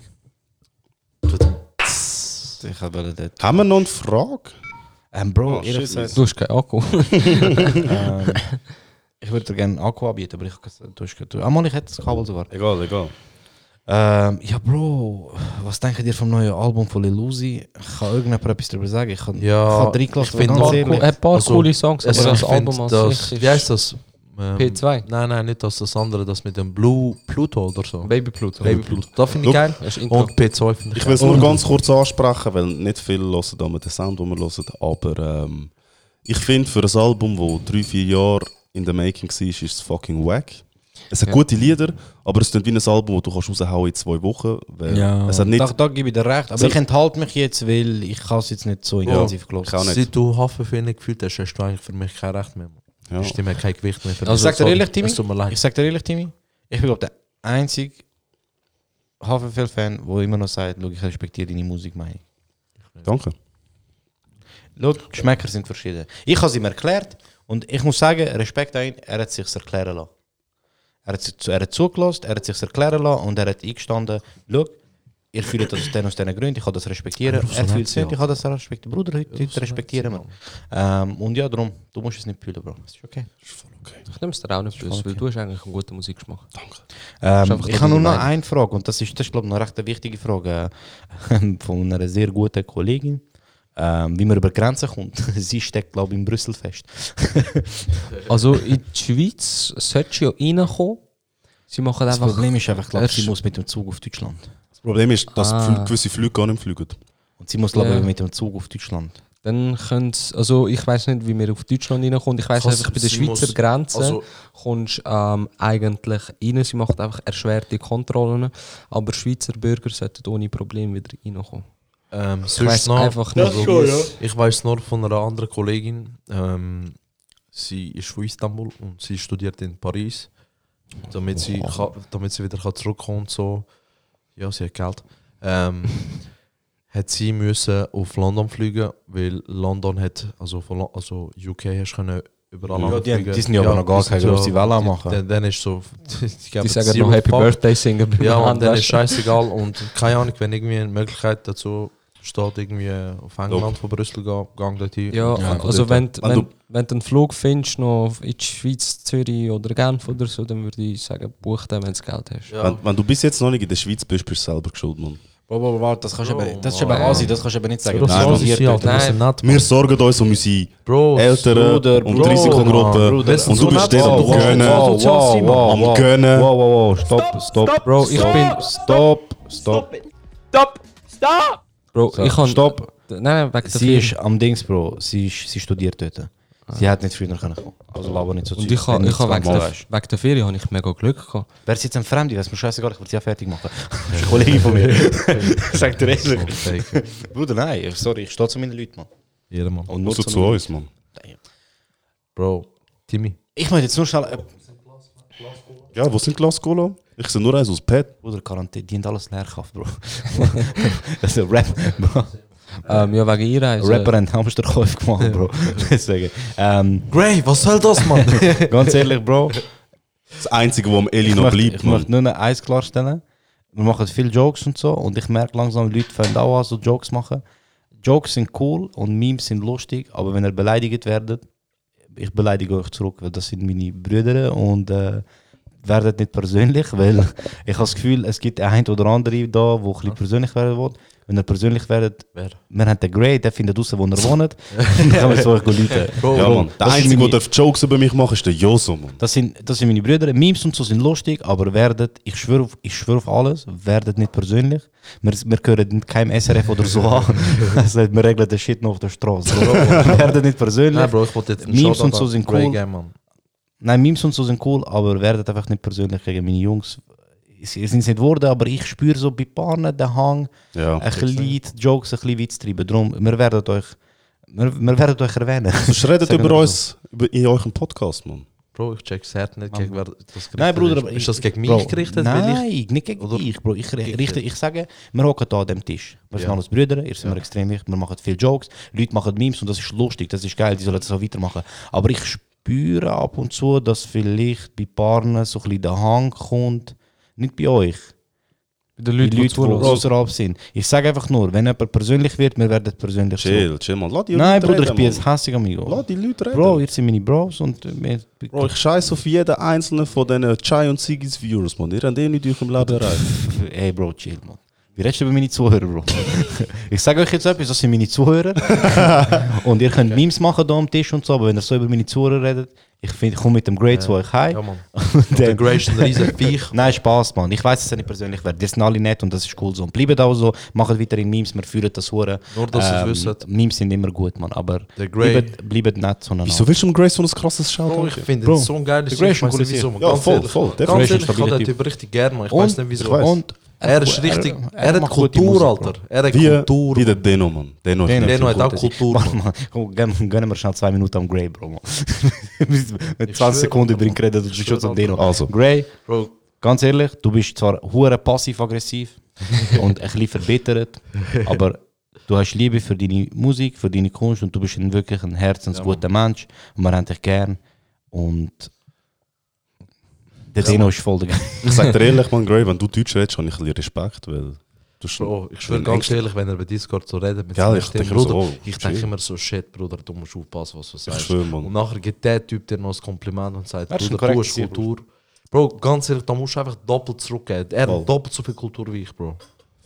Speaker 6: gewesen. Ich habe den.
Speaker 7: Haben wir noch eine Frage?
Speaker 6: Ähm, Bro,
Speaker 7: Oh,
Speaker 6: ehrlich
Speaker 7: shit,
Speaker 6: gesagt,
Speaker 4: Du hast keinen Akku.
Speaker 6: ähm, ich würde dir gerne Akku anbieten, aber ich du hast du, ah, Mann, ich hätte das Kabel sogar.
Speaker 7: Egal, egal.
Speaker 6: Ähm, ja, Bro, was denkt ihr vom neuen Album von Lil Uzi? Kann irgendjemand etwas darüber sagen? Ich kann,
Speaker 3: Ja,
Speaker 6: ich kann drei
Speaker 3: ich
Speaker 6: Klassen
Speaker 3: finde
Speaker 6: ganz
Speaker 3: Marco-
Speaker 6: ehrlich.
Speaker 4: Ein paar
Speaker 3: Also,
Speaker 4: coole Songs, aber
Speaker 3: Also,
Speaker 4: das
Speaker 3: ich find
Speaker 4: Album als
Speaker 3: das,
Speaker 4: sich
Speaker 3: Wie heißt
Speaker 4: ist
Speaker 3: das? Ähm,
Speaker 4: P2.
Speaker 3: Nein, nein, nicht das, das andere, das mit dem Blue Pluto oder so.
Speaker 4: Baby Pluto.
Speaker 3: Baby Pluto. Das finde
Speaker 7: Look.
Speaker 3: ich geil.
Speaker 4: Das ist Intro.
Speaker 3: Und P2 finde ich
Speaker 7: Ich
Speaker 3: geil.
Speaker 7: will es nur ganz kurz ansprechen, weil nicht viele hören da mit den Sound, den wir hören. Aber ähm, ich finde, für ein Album, das drei, vier Jahre in der Making war, ist es fucking wack. Es hat
Speaker 4: Ja.
Speaker 7: gute Lieder, aber es ist wie ein Album, das du kannst raushauen in zwei Wochen. Weil
Speaker 4: Ja.
Speaker 7: Es hat nicht...
Speaker 6: da, da gebe ich dir recht, aber
Speaker 7: So-
Speaker 6: ich enthalte mich jetzt, weil ich kann es jetzt nicht so intensiv ja,
Speaker 7: ich auch nicht.
Speaker 3: Seit du Hafenfehler gefühlt hast, hast du eigentlich für mich kein Recht mehr.
Speaker 7: Ja.
Speaker 3: Ja. Die Stimme hat kein Gewicht mehr. Für
Speaker 4: Also,
Speaker 3: mich.
Speaker 6: sag dir ehrlich, Timmy,
Speaker 3: Es tut mir
Speaker 6: Ich
Speaker 3: leid.
Speaker 6: sag dir ehrlich, Timmy, ich bin glaub, der einzige HVFL-Fan, der immer noch sagt, schau, ich respektiere deine Musikmeinung.
Speaker 7: Danke.
Speaker 6: Schau, Geschmäcker sind verschieden. Ich habe es ihm erklärt und ich muss sagen, Respekt ein, er hat sich erklären lassen. Er hat, sich- er hat zugelassen, er hat sich erklären lassen und er hat eingestanden, schau, ihr fühlt das aus den aus diesen Gründen, ich kann das respektieren. Er fühlt es nicht, ich kann das respektieren. Bruder, heute, heute respektieren wir. Ähm, und ja, darum, du musst es nicht fühlen, Bro. Es ist okay.
Speaker 4: Ich nehme es dir auch nicht böse, weil du hast eigentlich einen guten Musikgeschmack.
Speaker 6: Ähm,
Speaker 4: einfach
Speaker 6: ich
Speaker 4: deine
Speaker 6: habe nur noch
Speaker 4: Meinung.
Speaker 6: eine Frage und das ist, das ist glaube ich, noch recht eine wichtige Frage äh, von einer sehr guten Kollegin. Ähm, wie man über Grenzen kommt. Sie steckt, glaube ich, in Brüssel fest.
Speaker 4: Also in die Schweiz solltest du ja reinkommen. Sie machen
Speaker 6: Das
Speaker 4: einfach...
Speaker 6: Problem ist einfach, glaube ich, sie
Speaker 4: Erst-
Speaker 6: muss mit dem Zug auf Deutschland.
Speaker 7: Das Problem ist, dass
Speaker 4: Ah.
Speaker 7: gewisse Flüge gar nicht fliegen.
Speaker 6: Und sie muss, glaube ich,
Speaker 4: Ja.
Speaker 6: mit dem Zug auf Deutschland.
Speaker 4: Dann könnt's, also ich weiß nicht, wie wir auf Deutschland reinkommen. Ich weiß
Speaker 3: Krass,
Speaker 4: einfach, bei der
Speaker 3: sie
Speaker 4: Schweizer
Speaker 3: muss-
Speaker 4: Grenze
Speaker 3: also-
Speaker 4: kommst ähm, eigentlich rein. Sie macht einfach erschwerte Kontrollen. Aber Schweizer Bürger sollten ohne Probleme wieder reinkommen.
Speaker 3: Ähm, sonst
Speaker 4: Ich weiß
Speaker 3: noch-
Speaker 4: einfach nicht.
Speaker 5: schon, ja.
Speaker 3: Ich weiß nur von einer anderen Kollegin, ähm, sie ist von Istanbul und sie studiert in Paris, damit sie, ka- damit sie wieder kann zurückkommen und so. Ja, sie hat Geld. Ähm, hat sie müssen auf London fliegen, weil London hat, also, von, Lo- also UK hast können überall
Speaker 6: Ja, die-
Speaker 3: anfliegen.
Speaker 6: die sind ja aber noch gar
Speaker 3: die sind
Speaker 6: keine grosse Welle am machen.
Speaker 3: Dann, dann ist so, die,
Speaker 4: Die
Speaker 3: geben
Speaker 4: sagen
Speaker 3: zero
Speaker 4: noch Happy
Speaker 3: fuck.
Speaker 4: Birthday singen. beim
Speaker 3: Ja, und dann
Speaker 4: Handwaschen.
Speaker 3: ist scheißegal. Und keine Ahnung, wenn irgendwie eine Möglichkeit dazu steht, irgendwie auf England von Brüssel gehen, gang dorthin.
Speaker 4: Ja,
Speaker 3: Und von
Speaker 4: also
Speaker 3: dort-
Speaker 4: wenn,
Speaker 7: Wenn
Speaker 4: wenn,
Speaker 7: du-
Speaker 4: wenn, du einen Flug findest, noch in die Schweiz, Zürich oder Genf oder so, dann würde ich sagen, buch den, wenn du Geld hast.
Speaker 3: Ja.
Speaker 7: Wenn, wenn du bis jetzt noch nicht in der Schweiz bist, bist du selber geschuld, Mann.
Speaker 6: Bro, bro, bro, das kannst
Speaker 3: du eben- das ist eben
Speaker 6: aber
Speaker 3: Asi,
Speaker 6: das kannst du eben nicht
Speaker 3: Bro,
Speaker 7: Nein,
Speaker 3: so
Speaker 7: Bro.
Speaker 3: sind sie halt, wir sind nett,
Speaker 7: Wir sorgen uns um unsere
Speaker 3: Bro.
Speaker 7: Eltern
Speaker 6: Bruder,
Speaker 7: und
Speaker 6: Bro,
Speaker 7: Risikogruppen.
Speaker 3: Mann, Bruder.
Speaker 7: und du bist dort am
Speaker 3: Wow,
Speaker 7: Gönnen.
Speaker 3: wow, wow, wow,
Speaker 7: am Gönnen.
Speaker 6: Wow, wow, wow, stopp, stopp.
Speaker 4: Bro, ich
Speaker 6: stopp,
Speaker 4: bin-
Speaker 6: Stopp, stopp.
Speaker 2: Stop! Stop!
Speaker 4: Bro,
Speaker 6: So,
Speaker 4: ich kann...
Speaker 6: stopp.
Speaker 4: Nein, Nein, wegen der
Speaker 6: Sie
Speaker 4: Firma.
Speaker 6: ist am Dings, Bro. Sie, ist, sie studiert dort. Sie hat nicht früher können kommen. Also laber nicht so
Speaker 4: Und ich habe ich ha wegen, der, wegen der Ferien habe ich mega Glück gehabt.
Speaker 6: Wäre sie jetzt ein Fremde, wäre es mir scheißegal, ich würde sie auch fertig machen. Das ist ein Kollege von mir. Sagt dir ehrlich.
Speaker 3: Fake.
Speaker 6: Bruder, nein, sorry, ich stehe zu meinen Leuten, Mann.
Speaker 3: Jeder Mann.
Speaker 6: Und
Speaker 7: Musst du zu uns, Mann.
Speaker 3: Bro, Timmy.
Speaker 6: Ich möchte jetzt nur schnell... Äh,
Speaker 7: Ja, wo sind Glas Cola? Ich sehe nur eins aus Pet.
Speaker 6: Bruder, Quarantäne, die haben alles Lehrkraft, Bro. das ist ein Rap, Bro.
Speaker 4: Ähm, ja, wegen ihrer also,
Speaker 6: Rapper haben Hamsterkäufe gemacht, Bro. Deswegen. Ähm,
Speaker 3: Gray, was soll das, Mann?
Speaker 6: ganz ehrlich, Bro.
Speaker 7: Das Einzige, wo am Eli
Speaker 6: Ich
Speaker 7: noch
Speaker 6: möchte,
Speaker 7: bleibt,
Speaker 6: ich
Speaker 7: Mann.
Speaker 6: möchte nur noch eins klarstellen. Wir machen viele Jokes und so und ich merke langsam, Leute fangen auch an, so Jokes machen. Jokes sind cool und Memes sind lustig, aber wenn ihr beleidigt werdet, ich beleidige euch zurück, weil das sind meine Brüder und äh, werdet nicht persönlich, weil ich habe das Gefühl, es gibt ein oder andere da, wo ein bisschen persönlich werden will. Wenn ihr persönlich werdet,
Speaker 3: Wer?
Speaker 6: wir haben den Grey, der findet raus, wo er wohnt. Dann können wir zu euch Leute.
Speaker 7: Ja, Mann. Der
Speaker 6: Das ist
Speaker 7: Einzige,
Speaker 6: meine-
Speaker 7: der darf Jokes über mich machen ist der Joso, Mann.
Speaker 6: Das sind, das sind meine Brüder. Memes und so sind lustig, aber werdet, ich schwöre auf, ich schwör auf alles, werdet nicht persönlich. Wir, wir gehören nicht keinem SRF oder so an. Das heißt, wir regeln den Shit noch auf der Straße. werdet nicht persönlich.
Speaker 3: Nein, Bro, ich wollte jetzt einen
Speaker 6: Memes
Speaker 3: Shoutout
Speaker 6: und so
Speaker 3: an
Speaker 6: sind
Speaker 3: Gray
Speaker 6: cool.
Speaker 3: geben, Mann.
Speaker 6: Nein, Memes und so sind cool, aber werdet einfach nicht persönlich gegen meine Jungs. Sie sind es nicht geworden, aber ich spüre so bei Paaren den Hang,
Speaker 7: Ja.
Speaker 6: ein bisschen Lied, Jokes ein bisschen weit zu treiben. Darum, wir werden euch, wir, wir werden euch erwähnen.
Speaker 7: Sonst redet
Speaker 6: Sagen wir
Speaker 7: über
Speaker 6: so.
Speaker 7: uns über, in eurem Podcast, Mann.
Speaker 3: Bro, ich check's hart nicht, gegen wer das gerichtet
Speaker 6: Nein, Bruder,
Speaker 3: ist.
Speaker 6: aber
Speaker 3: Ist das gegen mich
Speaker 6: Bro,
Speaker 3: gerichtet? weil ich-
Speaker 6: Nein, nicht gegen
Speaker 3: Oder-
Speaker 6: dich, Bro. Ich, richte, ich sage, wir hocken hier an dem Tisch. Wir sind alles Brüder, ihr sind mir extrem wichtig, wir machen viele Jokes, Leute machen Memes und das ist lustig, das ist geil, die sollen das auch weitermachen. Aber ich spüre ab und zu, dass vielleicht bei Paaren so ein bisschen der Hang kommt, nicht bei euch,
Speaker 4: bei den
Speaker 6: bei
Speaker 4: Leuten, die,
Speaker 6: Leuten, die
Speaker 4: zuhören.
Speaker 6: außerhalb sind. Ich sage einfach nur, wenn jemand persönlich wird, wir werden persönlich zurück.
Speaker 7: Chill, chill, Mann. Lass die
Speaker 6: Nein,
Speaker 7: Leute
Speaker 6: Bruder, ich
Speaker 7: reden,
Speaker 6: bin
Speaker 7: Mann.
Speaker 6: jetzt hässig, amigo.
Speaker 7: Lass die Leute reden.
Speaker 6: Bro, ihr seid meine Bros eh, und... wir-
Speaker 7: Bro, ich scheiße auf jeden einzelnen von diesen Chai und Sigis Viewers, Mann. Ihr habt eh nicht durch im Leben erreicht.
Speaker 6: Ey, Bro, chill, man. Wie redest du über meine Zuhörer, Bro? ich sage euch jetzt etwas, das sind meine Zuhörer. und ihr könnt Memes machen da am Tisch und so, aber wenn ihr so über meine Zuhörer redet, ich, find, ich komme mit dem Grade zu euch heim.
Speaker 3: Ja, Mann.
Speaker 6: und
Speaker 3: Der
Speaker 6: dann,
Speaker 3: Gray ist ein riesen Viech.
Speaker 6: nein, Spaß, Mann. Ich weiß, dass ihr nicht persönlich werdet. Ihr sind alle nett und das ist cool so. Und bleibt auch so, macht weiterhin Memes, wir führen das Huren.
Speaker 3: Nur, dass ihr es wisst.
Speaker 6: Memes sind immer gut, Mann, aber
Speaker 3: Der Grey.
Speaker 6: bleibt, bleibt nett zueinander.
Speaker 7: Wieso willst du dem Grace so ein krasses
Speaker 3: Bro,
Speaker 7: Shoutout
Speaker 3: ich
Speaker 7: geben?
Speaker 3: finde
Speaker 6: Bro,
Speaker 3: das so ein
Speaker 6: der
Speaker 3: geiles
Speaker 6: Grey
Speaker 3: Typ,
Speaker 6: ist ein cooler
Speaker 3: Ich weiß nicht wieso. man.
Speaker 7: Ja,
Speaker 3: Ganz
Speaker 7: voll,
Speaker 3: ehrlich-
Speaker 7: voll, der Grey
Speaker 3: Ganz
Speaker 7: ist ein
Speaker 3: ehrlich, ich
Speaker 6: stabiler
Speaker 3: habe den
Speaker 6: Typ.
Speaker 3: Typ richtig gerne, Mann. Ich
Speaker 6: Und-
Speaker 3: weiß nicht wieso.
Speaker 7: ich weiß.
Speaker 6: Und
Speaker 3: Er
Speaker 6: macht
Speaker 3: ist
Speaker 6: gut-
Speaker 3: richtig. Er hat
Speaker 6: macht gute
Speaker 3: Kultur,
Speaker 6: Musik, Bro.
Speaker 3: Alter. Er hat
Speaker 7: Wie, eh,
Speaker 3: Kultur.
Speaker 7: wie der Deno, Mann. Deno,
Speaker 6: Deno.
Speaker 7: ist
Speaker 3: Deno hat auch
Speaker 6: Kultur.
Speaker 3: Kultur.
Speaker 6: Warte mal, komm, gönn, gönn mir schnell zwei Minuten am Grey, Bro. Mann. Mit 20 Sekunden über ihn geredet und du bist schon am Dino.
Speaker 7: Also.
Speaker 6: Grey,
Speaker 3: Bro,
Speaker 6: ganz ehrlich, du bist zwar hure passiv-aggressiv und ein bisschen verbittert, aber Du hast Liebe für deine Musik, für deine Kunst und du bist ein wirklich ein herzensguter Mensch. Und wir haben dich gern. Und der Dino ist voll der
Speaker 7: Ich sag dir ehrlich, man, Gray, wenn du Deutsch redest, habe ich ein bisschen Respekt, weil du schon.
Speaker 3: Bro, ich schwöre
Speaker 7: bin
Speaker 3: ganz
Speaker 7: extra-
Speaker 3: ehrlich, wenn er bei Discord so redet mit
Speaker 7: Gell,
Speaker 3: seiner
Speaker 7: ich
Speaker 3: Stimme,
Speaker 7: denke mir so,
Speaker 3: Bruder,
Speaker 7: oh,
Speaker 3: ich
Speaker 7: shit.
Speaker 3: denke immer so, shit, Bruder, du musst aufpassen, was du sagst.
Speaker 7: schwöre, Mann.
Speaker 3: und nachher gibt der Typ dir noch ein Kompliment und sagt,
Speaker 6: Er ist ein
Speaker 3: Bruder, du hast
Speaker 6: korrekter
Speaker 3: Kultur. Bro, ganz ehrlich, da musst du einfach doppelt zurückgeben. Er
Speaker 7: Voll.
Speaker 3: hat doppelt so viel Kultur wie ich, Bro.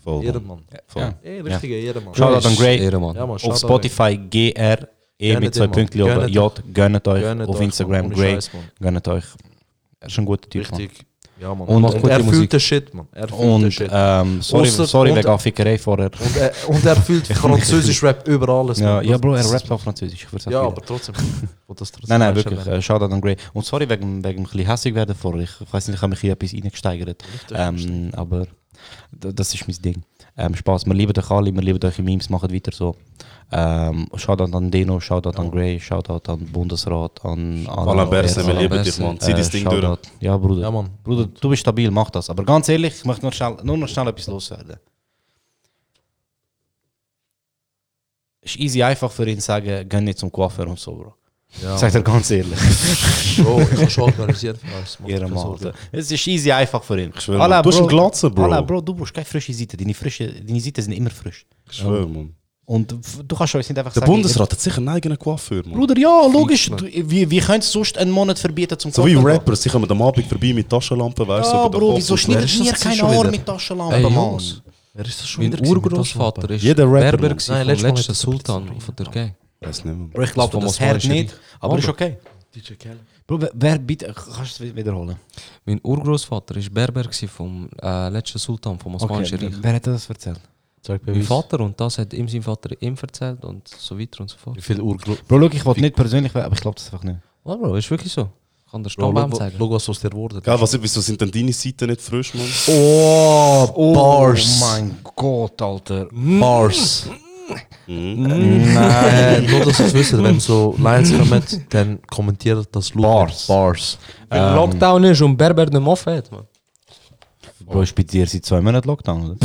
Speaker 7: Voll, Mann.
Speaker 3: Ehrenmann.
Speaker 7: Voll.
Speaker 6: Ja.
Speaker 3: Eh, richtiger Ehrenmann.
Speaker 6: Shoutout an Grey.
Speaker 4: Ehrenmann.
Speaker 3: Ja, Mann,
Speaker 6: Auf
Speaker 3: shoutout an-
Speaker 6: Spotify GR, E
Speaker 3: Gönnt
Speaker 6: mit zwei
Speaker 3: ihm, Mann.
Speaker 6: Pünktchen
Speaker 3: Gönnt
Speaker 6: oben,
Speaker 3: ihm.
Speaker 6: J, gönnt euch.
Speaker 3: Gönnt
Speaker 6: auf
Speaker 3: euch,
Speaker 6: Instagram
Speaker 3: Mann, ohne
Speaker 6: Grey,
Speaker 3: Scheiß, Mann.
Speaker 6: gönnt euch. Er ist ein guter Typ. Mann.
Speaker 3: Richtig. Ja, Mann.
Speaker 6: Und-
Speaker 3: Und,
Speaker 6: und
Speaker 3: und er
Speaker 6: gute
Speaker 3: fühlt
Speaker 6: Musik.
Speaker 3: den Shit, Mann. Er fühlt den
Speaker 6: Und
Speaker 3: Shit.
Speaker 6: ähm, sorry,
Speaker 3: Ausser-
Speaker 6: sorry
Speaker 3: und-
Speaker 6: wegen Anfickerei vorher.
Speaker 3: Und er, und er fühlt Französisch-Rap über alles.
Speaker 6: Ja,
Speaker 3: Mann.
Speaker 6: ja, Bro, er
Speaker 3: Das-
Speaker 6: rappt auf Französisch. Ich würd's auch
Speaker 3: Ja,
Speaker 6: wieder.
Speaker 3: aber trotzdem. Wo das trotzdem
Speaker 6: Nein, nein,
Speaker 3: Menschen
Speaker 6: wirklich.
Speaker 3: lernen.
Speaker 6: Äh, Shoutout an Grey. Und sorry wegen, wegen ein bisschen hässig werden vorher. Ich, ich weiß nicht, ich habe mich hier etwas reingesteigert. Ähm, aber d- das ist mein Ding. Ähm, Spaß. Wir lieben euch alle, wir lieben euch Memes, macht weiter so. Ähm, Shoutout an Dino, Shoutout an Grey, Shoutout an Bundesrat, an
Speaker 7: Alain Berset, wir
Speaker 6: Erdogan.
Speaker 7: lieben dich,
Speaker 4: Berset.
Speaker 7: Mann. Zieh dein
Speaker 6: Äh,
Speaker 7: Ding durch.
Speaker 6: Shoutout. Ja, Bruder.
Speaker 3: Ja, Mann.
Speaker 6: Bruder, du bist stabil, mach das. Aber ganz ehrlich, ich möchte nur, schnell, nur noch schnell etwas loswerden. Ist easy einfach für ihn zu sagen, geh nicht zum Coiffeur und so, Bro.
Speaker 3: Ja.
Speaker 6: Ich sag dir ganz ehrlich.
Speaker 3: Bro, ich habe schon organisiert für alles. Mann.
Speaker 6: Ihre
Speaker 3: Keine Sorge.
Speaker 6: Mann. Es ist easy einfach für ihn.
Speaker 7: schwöre, Mann. Du hast einen Glatze, Bro.
Speaker 6: Alla, Bro, du brauchst keine frische Seite. Deine, frische, deine Seiten sind immer frisch.
Speaker 7: Ich schwöre, Mann.
Speaker 6: Und f- du kannst uns nicht einfach
Speaker 7: Der
Speaker 6: sagen...
Speaker 7: Bundesrat hat sicher einen eigenen Coiffeur, Mann.
Speaker 6: Bruder, ja, logisch. Du, wie, wie könntest du sonst einen Monat verbieten zum
Speaker 7: So wie
Speaker 6: Coiffeur gehen?
Speaker 7: Rappers, sie kommen am Abend vorbei mit Taschenlampen, weißt du?
Speaker 6: Ja,
Speaker 7: über den
Speaker 6: Bro,
Speaker 7: Kopf
Speaker 6: wieso
Speaker 7: und-
Speaker 6: schneidet
Speaker 3: Wer ist
Speaker 6: ihr
Speaker 3: das
Speaker 6: kein
Speaker 3: schon
Speaker 6: Haar
Speaker 3: wieder?
Speaker 6: mit Taschenlampe,
Speaker 4: Ey,
Speaker 6: Mann?
Speaker 4: Jungs.
Speaker 3: Wer ist das schon
Speaker 4: Mein
Speaker 3: wieder gewesen mit
Speaker 4: Urgroßvater
Speaker 3: Taschenlampe?
Speaker 4: ist
Speaker 7: Jeder Rapper,
Speaker 4: Berber
Speaker 7: Mann.
Speaker 4: gewesen
Speaker 3: Nein,
Speaker 4: vom
Speaker 3: letztes
Speaker 4: letzten
Speaker 3: Mal hat er das
Speaker 4: Sultan von der Türkei.
Speaker 7: Weiß nicht, Mann.
Speaker 6: Bro, ich glaube,
Speaker 4: von
Speaker 6: das
Speaker 4: Moskau
Speaker 6: hört
Speaker 4: ist
Speaker 6: nicht,
Speaker 4: richtig.
Speaker 6: aber
Speaker 4: Ja,
Speaker 6: ist
Speaker 4: Bro.
Speaker 6: okay.
Speaker 3: DJ Kelly.
Speaker 6: Bro, wer- wer bitte, kannst du es wiederholen?
Speaker 4: Mein Urgroßvater ist Berber gewesen vom äh, letzten Sultan vom Osmanischen Reich.
Speaker 6: wer hat dir das erzählt?
Speaker 3: Zeig
Speaker 4: Mein Vater und das hat ihm sein Vater ihm erzählt und so weiter und so fort.
Speaker 3: Wie viel Urgroß...
Speaker 6: Bro, schau, ich wollte nicht persönlich werden, aber ich glaube das einfach nicht.
Speaker 4: Ja, Bro, ist wirklich so. Ich kann der
Speaker 3: Bro,
Speaker 4: Stammbaum
Speaker 3: schau,
Speaker 4: zeigen.
Speaker 3: schau, was aus dir geworden
Speaker 7: Gell, was, wieso sind denn deine Seiten nicht frisch, Mann?
Speaker 6: Oh,
Speaker 3: Bars.
Speaker 6: Oh mein Gott, Alter.
Speaker 3: Bars.
Speaker 6: Nein.
Speaker 3: Äh, nur, dass ihr es wisst, wenn so Lines kommen, dann kommentiert das Luke.
Speaker 6: Bars. Ähm,
Speaker 3: Bars.
Speaker 4: Weil Lockdown ist und Berber nicht mehr offen hat, man.
Speaker 6: Bro, ich bin dir seit zwei Monaten Lockdown, oder?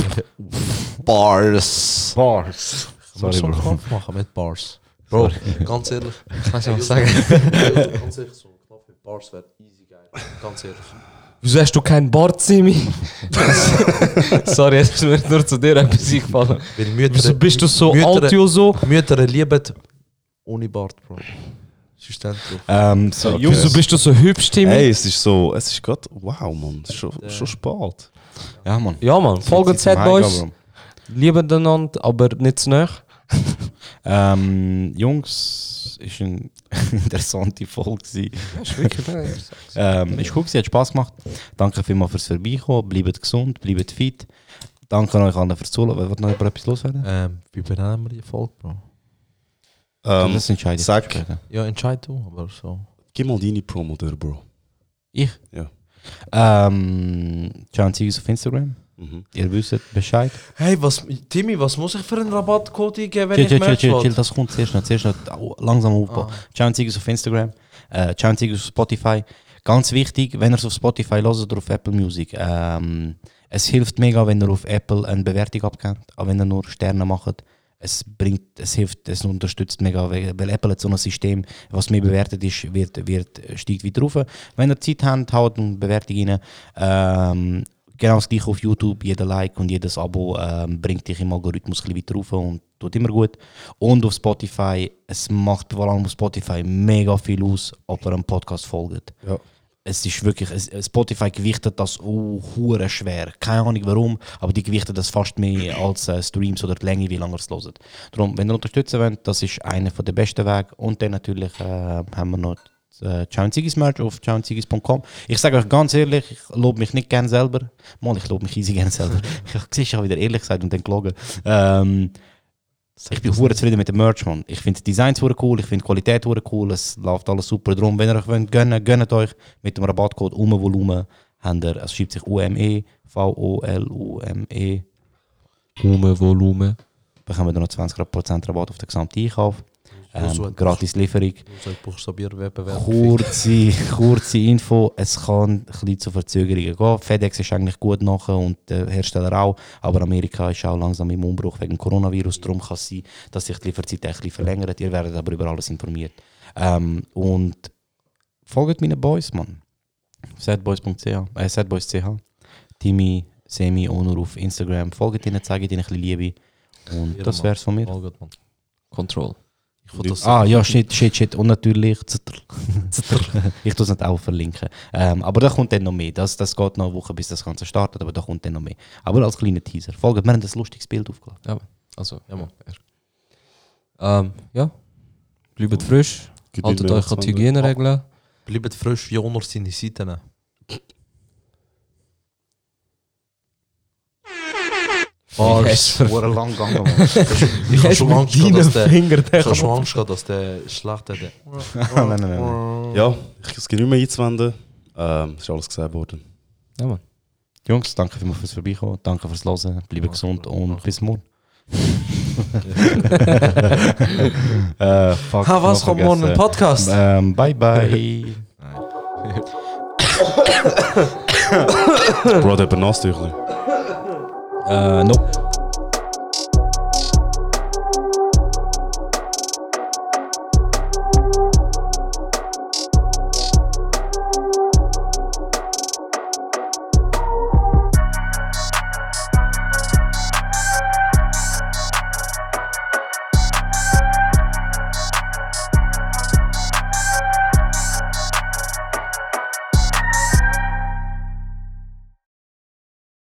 Speaker 3: Bars.
Speaker 6: Bars. Sorry,
Speaker 3: Sorry,
Speaker 6: Bro.
Speaker 3: Bro. machen mit Bars. Bro, ganz ehrlich.
Speaker 4: Ich weiß nicht, was sagen.
Speaker 3: ganz ehrlich, so knapp mit Bars wäre easy geil. Ganz ehrlich.
Speaker 4: Wieso hast du kein Bart, Simi? Sorry, jetzt ist mir nur zu dir etwas eingefallen.
Speaker 3: Weil Mütter,
Speaker 4: Wieso bist du so
Speaker 3: Mütter,
Speaker 4: alt, Joso?
Speaker 3: Mütter lieben ohne Bart, Bro. Verständlich.
Speaker 6: Ähm, so,
Speaker 7: Okay.
Speaker 4: Wieso bist du so hübsch, Timmy?
Speaker 7: Hey, es ist so, es ist gerade, wow, Mann, es ist schon, schon spät.
Speaker 6: Ja, Mann.
Speaker 4: Ja, Mann, folgt
Speaker 6: Zeit
Speaker 4: Sad
Speaker 6: zum Heimgehen,
Speaker 4: Boys. Lieben einander, aber nicht zu nah.
Speaker 6: Bro. Ähm, Jungs, ist eine interessante Folge. gewesen. Ähm, ist cool, gewesen, hat Spass gemacht. Danke vielmals fürs Vorbeikommen. Bleibt gesund, bleibt fit. Danke euch allen fürs Zuhören. Wollt ihr noch über etwas loswerden?
Speaker 3: Ähm, wie benennen wir die Folge, Bro?
Speaker 7: Ähm,
Speaker 6: das entscheide ich.
Speaker 7: sag-
Speaker 6: später.
Speaker 3: Ja, entscheid du, aber so.
Speaker 7: gib mal deine Promo durch, Bro.
Speaker 6: Ich?
Speaker 7: Ja.
Speaker 6: Ähm, schauen Sie uns auf Instagram.
Speaker 7: Mhm.
Speaker 6: Ihr wisst Bescheid.
Speaker 3: Hey, was, Timmy, was muss ich für einen Rabattcode geben,
Speaker 6: Chill, chill,
Speaker 3: wenn ich
Speaker 6: chill,
Speaker 3: Merch
Speaker 6: chill, chill,
Speaker 3: will?
Speaker 6: das kommt zuerst noch, zuerst noch au- langsam aufbauen. Schauen Sie uns auf Instagram, äh, schauen Sie uns auf Spotify. Ganz wichtig, wenn ihr es auf Spotify hört oder auf Apple Music, ähm, es hilft mega, wenn ihr auf Apple eine Bewertung abgebt, aber wenn ihr nur Sterne macht, es bringt, es hilft, es unterstützt mega, weil weil Apple hat so ein System, was mehr bewertet ist, wird, wird, steigt wieder rauf. Wenn ihr Zeit habt, haut eine Bewertung rein. Ähm, Genau das gleiche auf YouTube, jeder Like und jedes Abo ähm, bringt dich im Algorithmus ein bisschen weiter rauf und tut immer gut. Und auf Spotify, es macht vor allem auf Spotify mega viel aus, ob ihr einem Podcast folgt.
Speaker 7: Ja.
Speaker 6: Es ist wirklich, es, äh, Spotify gewichtet das oh, hure schwer. Keine Ahnung warum, aber die gewichten das fast mehr als äh, Streams oder die Länge, wie lange ihr es hört. Darum, wenn ihr unterstützen wollt, das ist einer von der besten Wege. Und dann natürlich äh, haben wir noch äh, Chauenzigis Merch auf chauenzigis.com. Ich sage euch ganz ehrlich, ich lobe mich nicht gern selber. Mann, ich lobe mich easy gern selber. ich sehe, ich habe wieder ehrlich gesagt und dann gelogen. Ähm, ich bin hure zufrieden mit dem Merch, Mann. Ich finde die Designs hure cool, ich finde die Qualität hure cool, es läuft alles super. Darum, wenn ihr euch wollt, gönnen, gönnt euch mit dem Rabattcode UMEVOLUMEN. Habt ihr, es schreibt sich UME, V-O-L-U-M-E.
Speaker 4: Volumen, Volumen.
Speaker 6: Bekommen wir noch 20% Rabatt auf den gesamten Einkauf.
Speaker 3: Also
Speaker 6: Ähm,
Speaker 3: hat-
Speaker 6: Gratislieferung.
Speaker 3: So ein
Speaker 6: Äh,
Speaker 3: Buchstabierwettbewerb.
Speaker 6: Kurze, kurze Info, es kann ein bisschen zu Verzögerungen gehen. FedEx ist eigentlich gut nachher und der Hersteller auch, aber Amerika ist auch langsam im Umbruch wegen Coronavirus. Darum kann es sein, dass sich die Lieferzeit ein bisschen verlängert. Ihr werdet aber über alles informiert. Ähm, und folgt meinen Boys, Mann. Sadboys.ch, äh, sadboys.ch. Timmy, Semi, Onur auf Instagram. Folgt ihnen, zeigt ihnen ein bisschen Liebe. Und
Speaker 3: Ja,
Speaker 6: das
Speaker 3: Mann.
Speaker 6: wär's von mir.
Speaker 3: Mal gut, Mann.
Speaker 4: Control.
Speaker 3: Ich wollte das
Speaker 6: Ah ja, shit, shit, shit. Und natürlich. Zitter. ich tue es nicht auch verlinken. Ähm, aber da kommt dann noch mehr. Das, das geht noch eine Woche, bis das Ganze startet, aber da kommt dann noch mehr. Aber als kleiner Teaser. Folgt, wir haben ein lustiges Bild aufgeladen.
Speaker 4: Ja, also.
Speaker 3: Ja, Mann.
Speaker 4: Ähm, ja. Bleibt frisch.
Speaker 7: Gibt
Speaker 4: Haltet
Speaker 7: nicht mehr
Speaker 4: euch an
Speaker 7: als
Speaker 4: die Hygieneregeln.
Speaker 3: Bleibt frisch wie unter seine Seiten. Oh, das ist verdammt lang gegangen. Mann. Ich habe schon Angst, gehabt, dass der, ich hab schon Angst gehabt, dass der schlecht hat.
Speaker 6: nein, nein, nein, nein.
Speaker 7: Ja, ich kann es nicht mehr einzuwenden. Ähm, ist alles gesagt worden.
Speaker 6: Ja, Mann. Jungs, danke vielmals fürs Vorbeikommen. Danke fürs Hören. Bleibt gesund und bis morgen. äh,
Speaker 4: Ah,
Speaker 6: fuck,
Speaker 3: Ha, was
Speaker 6: noch
Speaker 3: kommt morgen
Speaker 6: vergessen.
Speaker 3: ein Podcast?
Speaker 6: Ähm, bye, bye.
Speaker 7: Bro, der Benastüchler.
Speaker 6: äh, nope.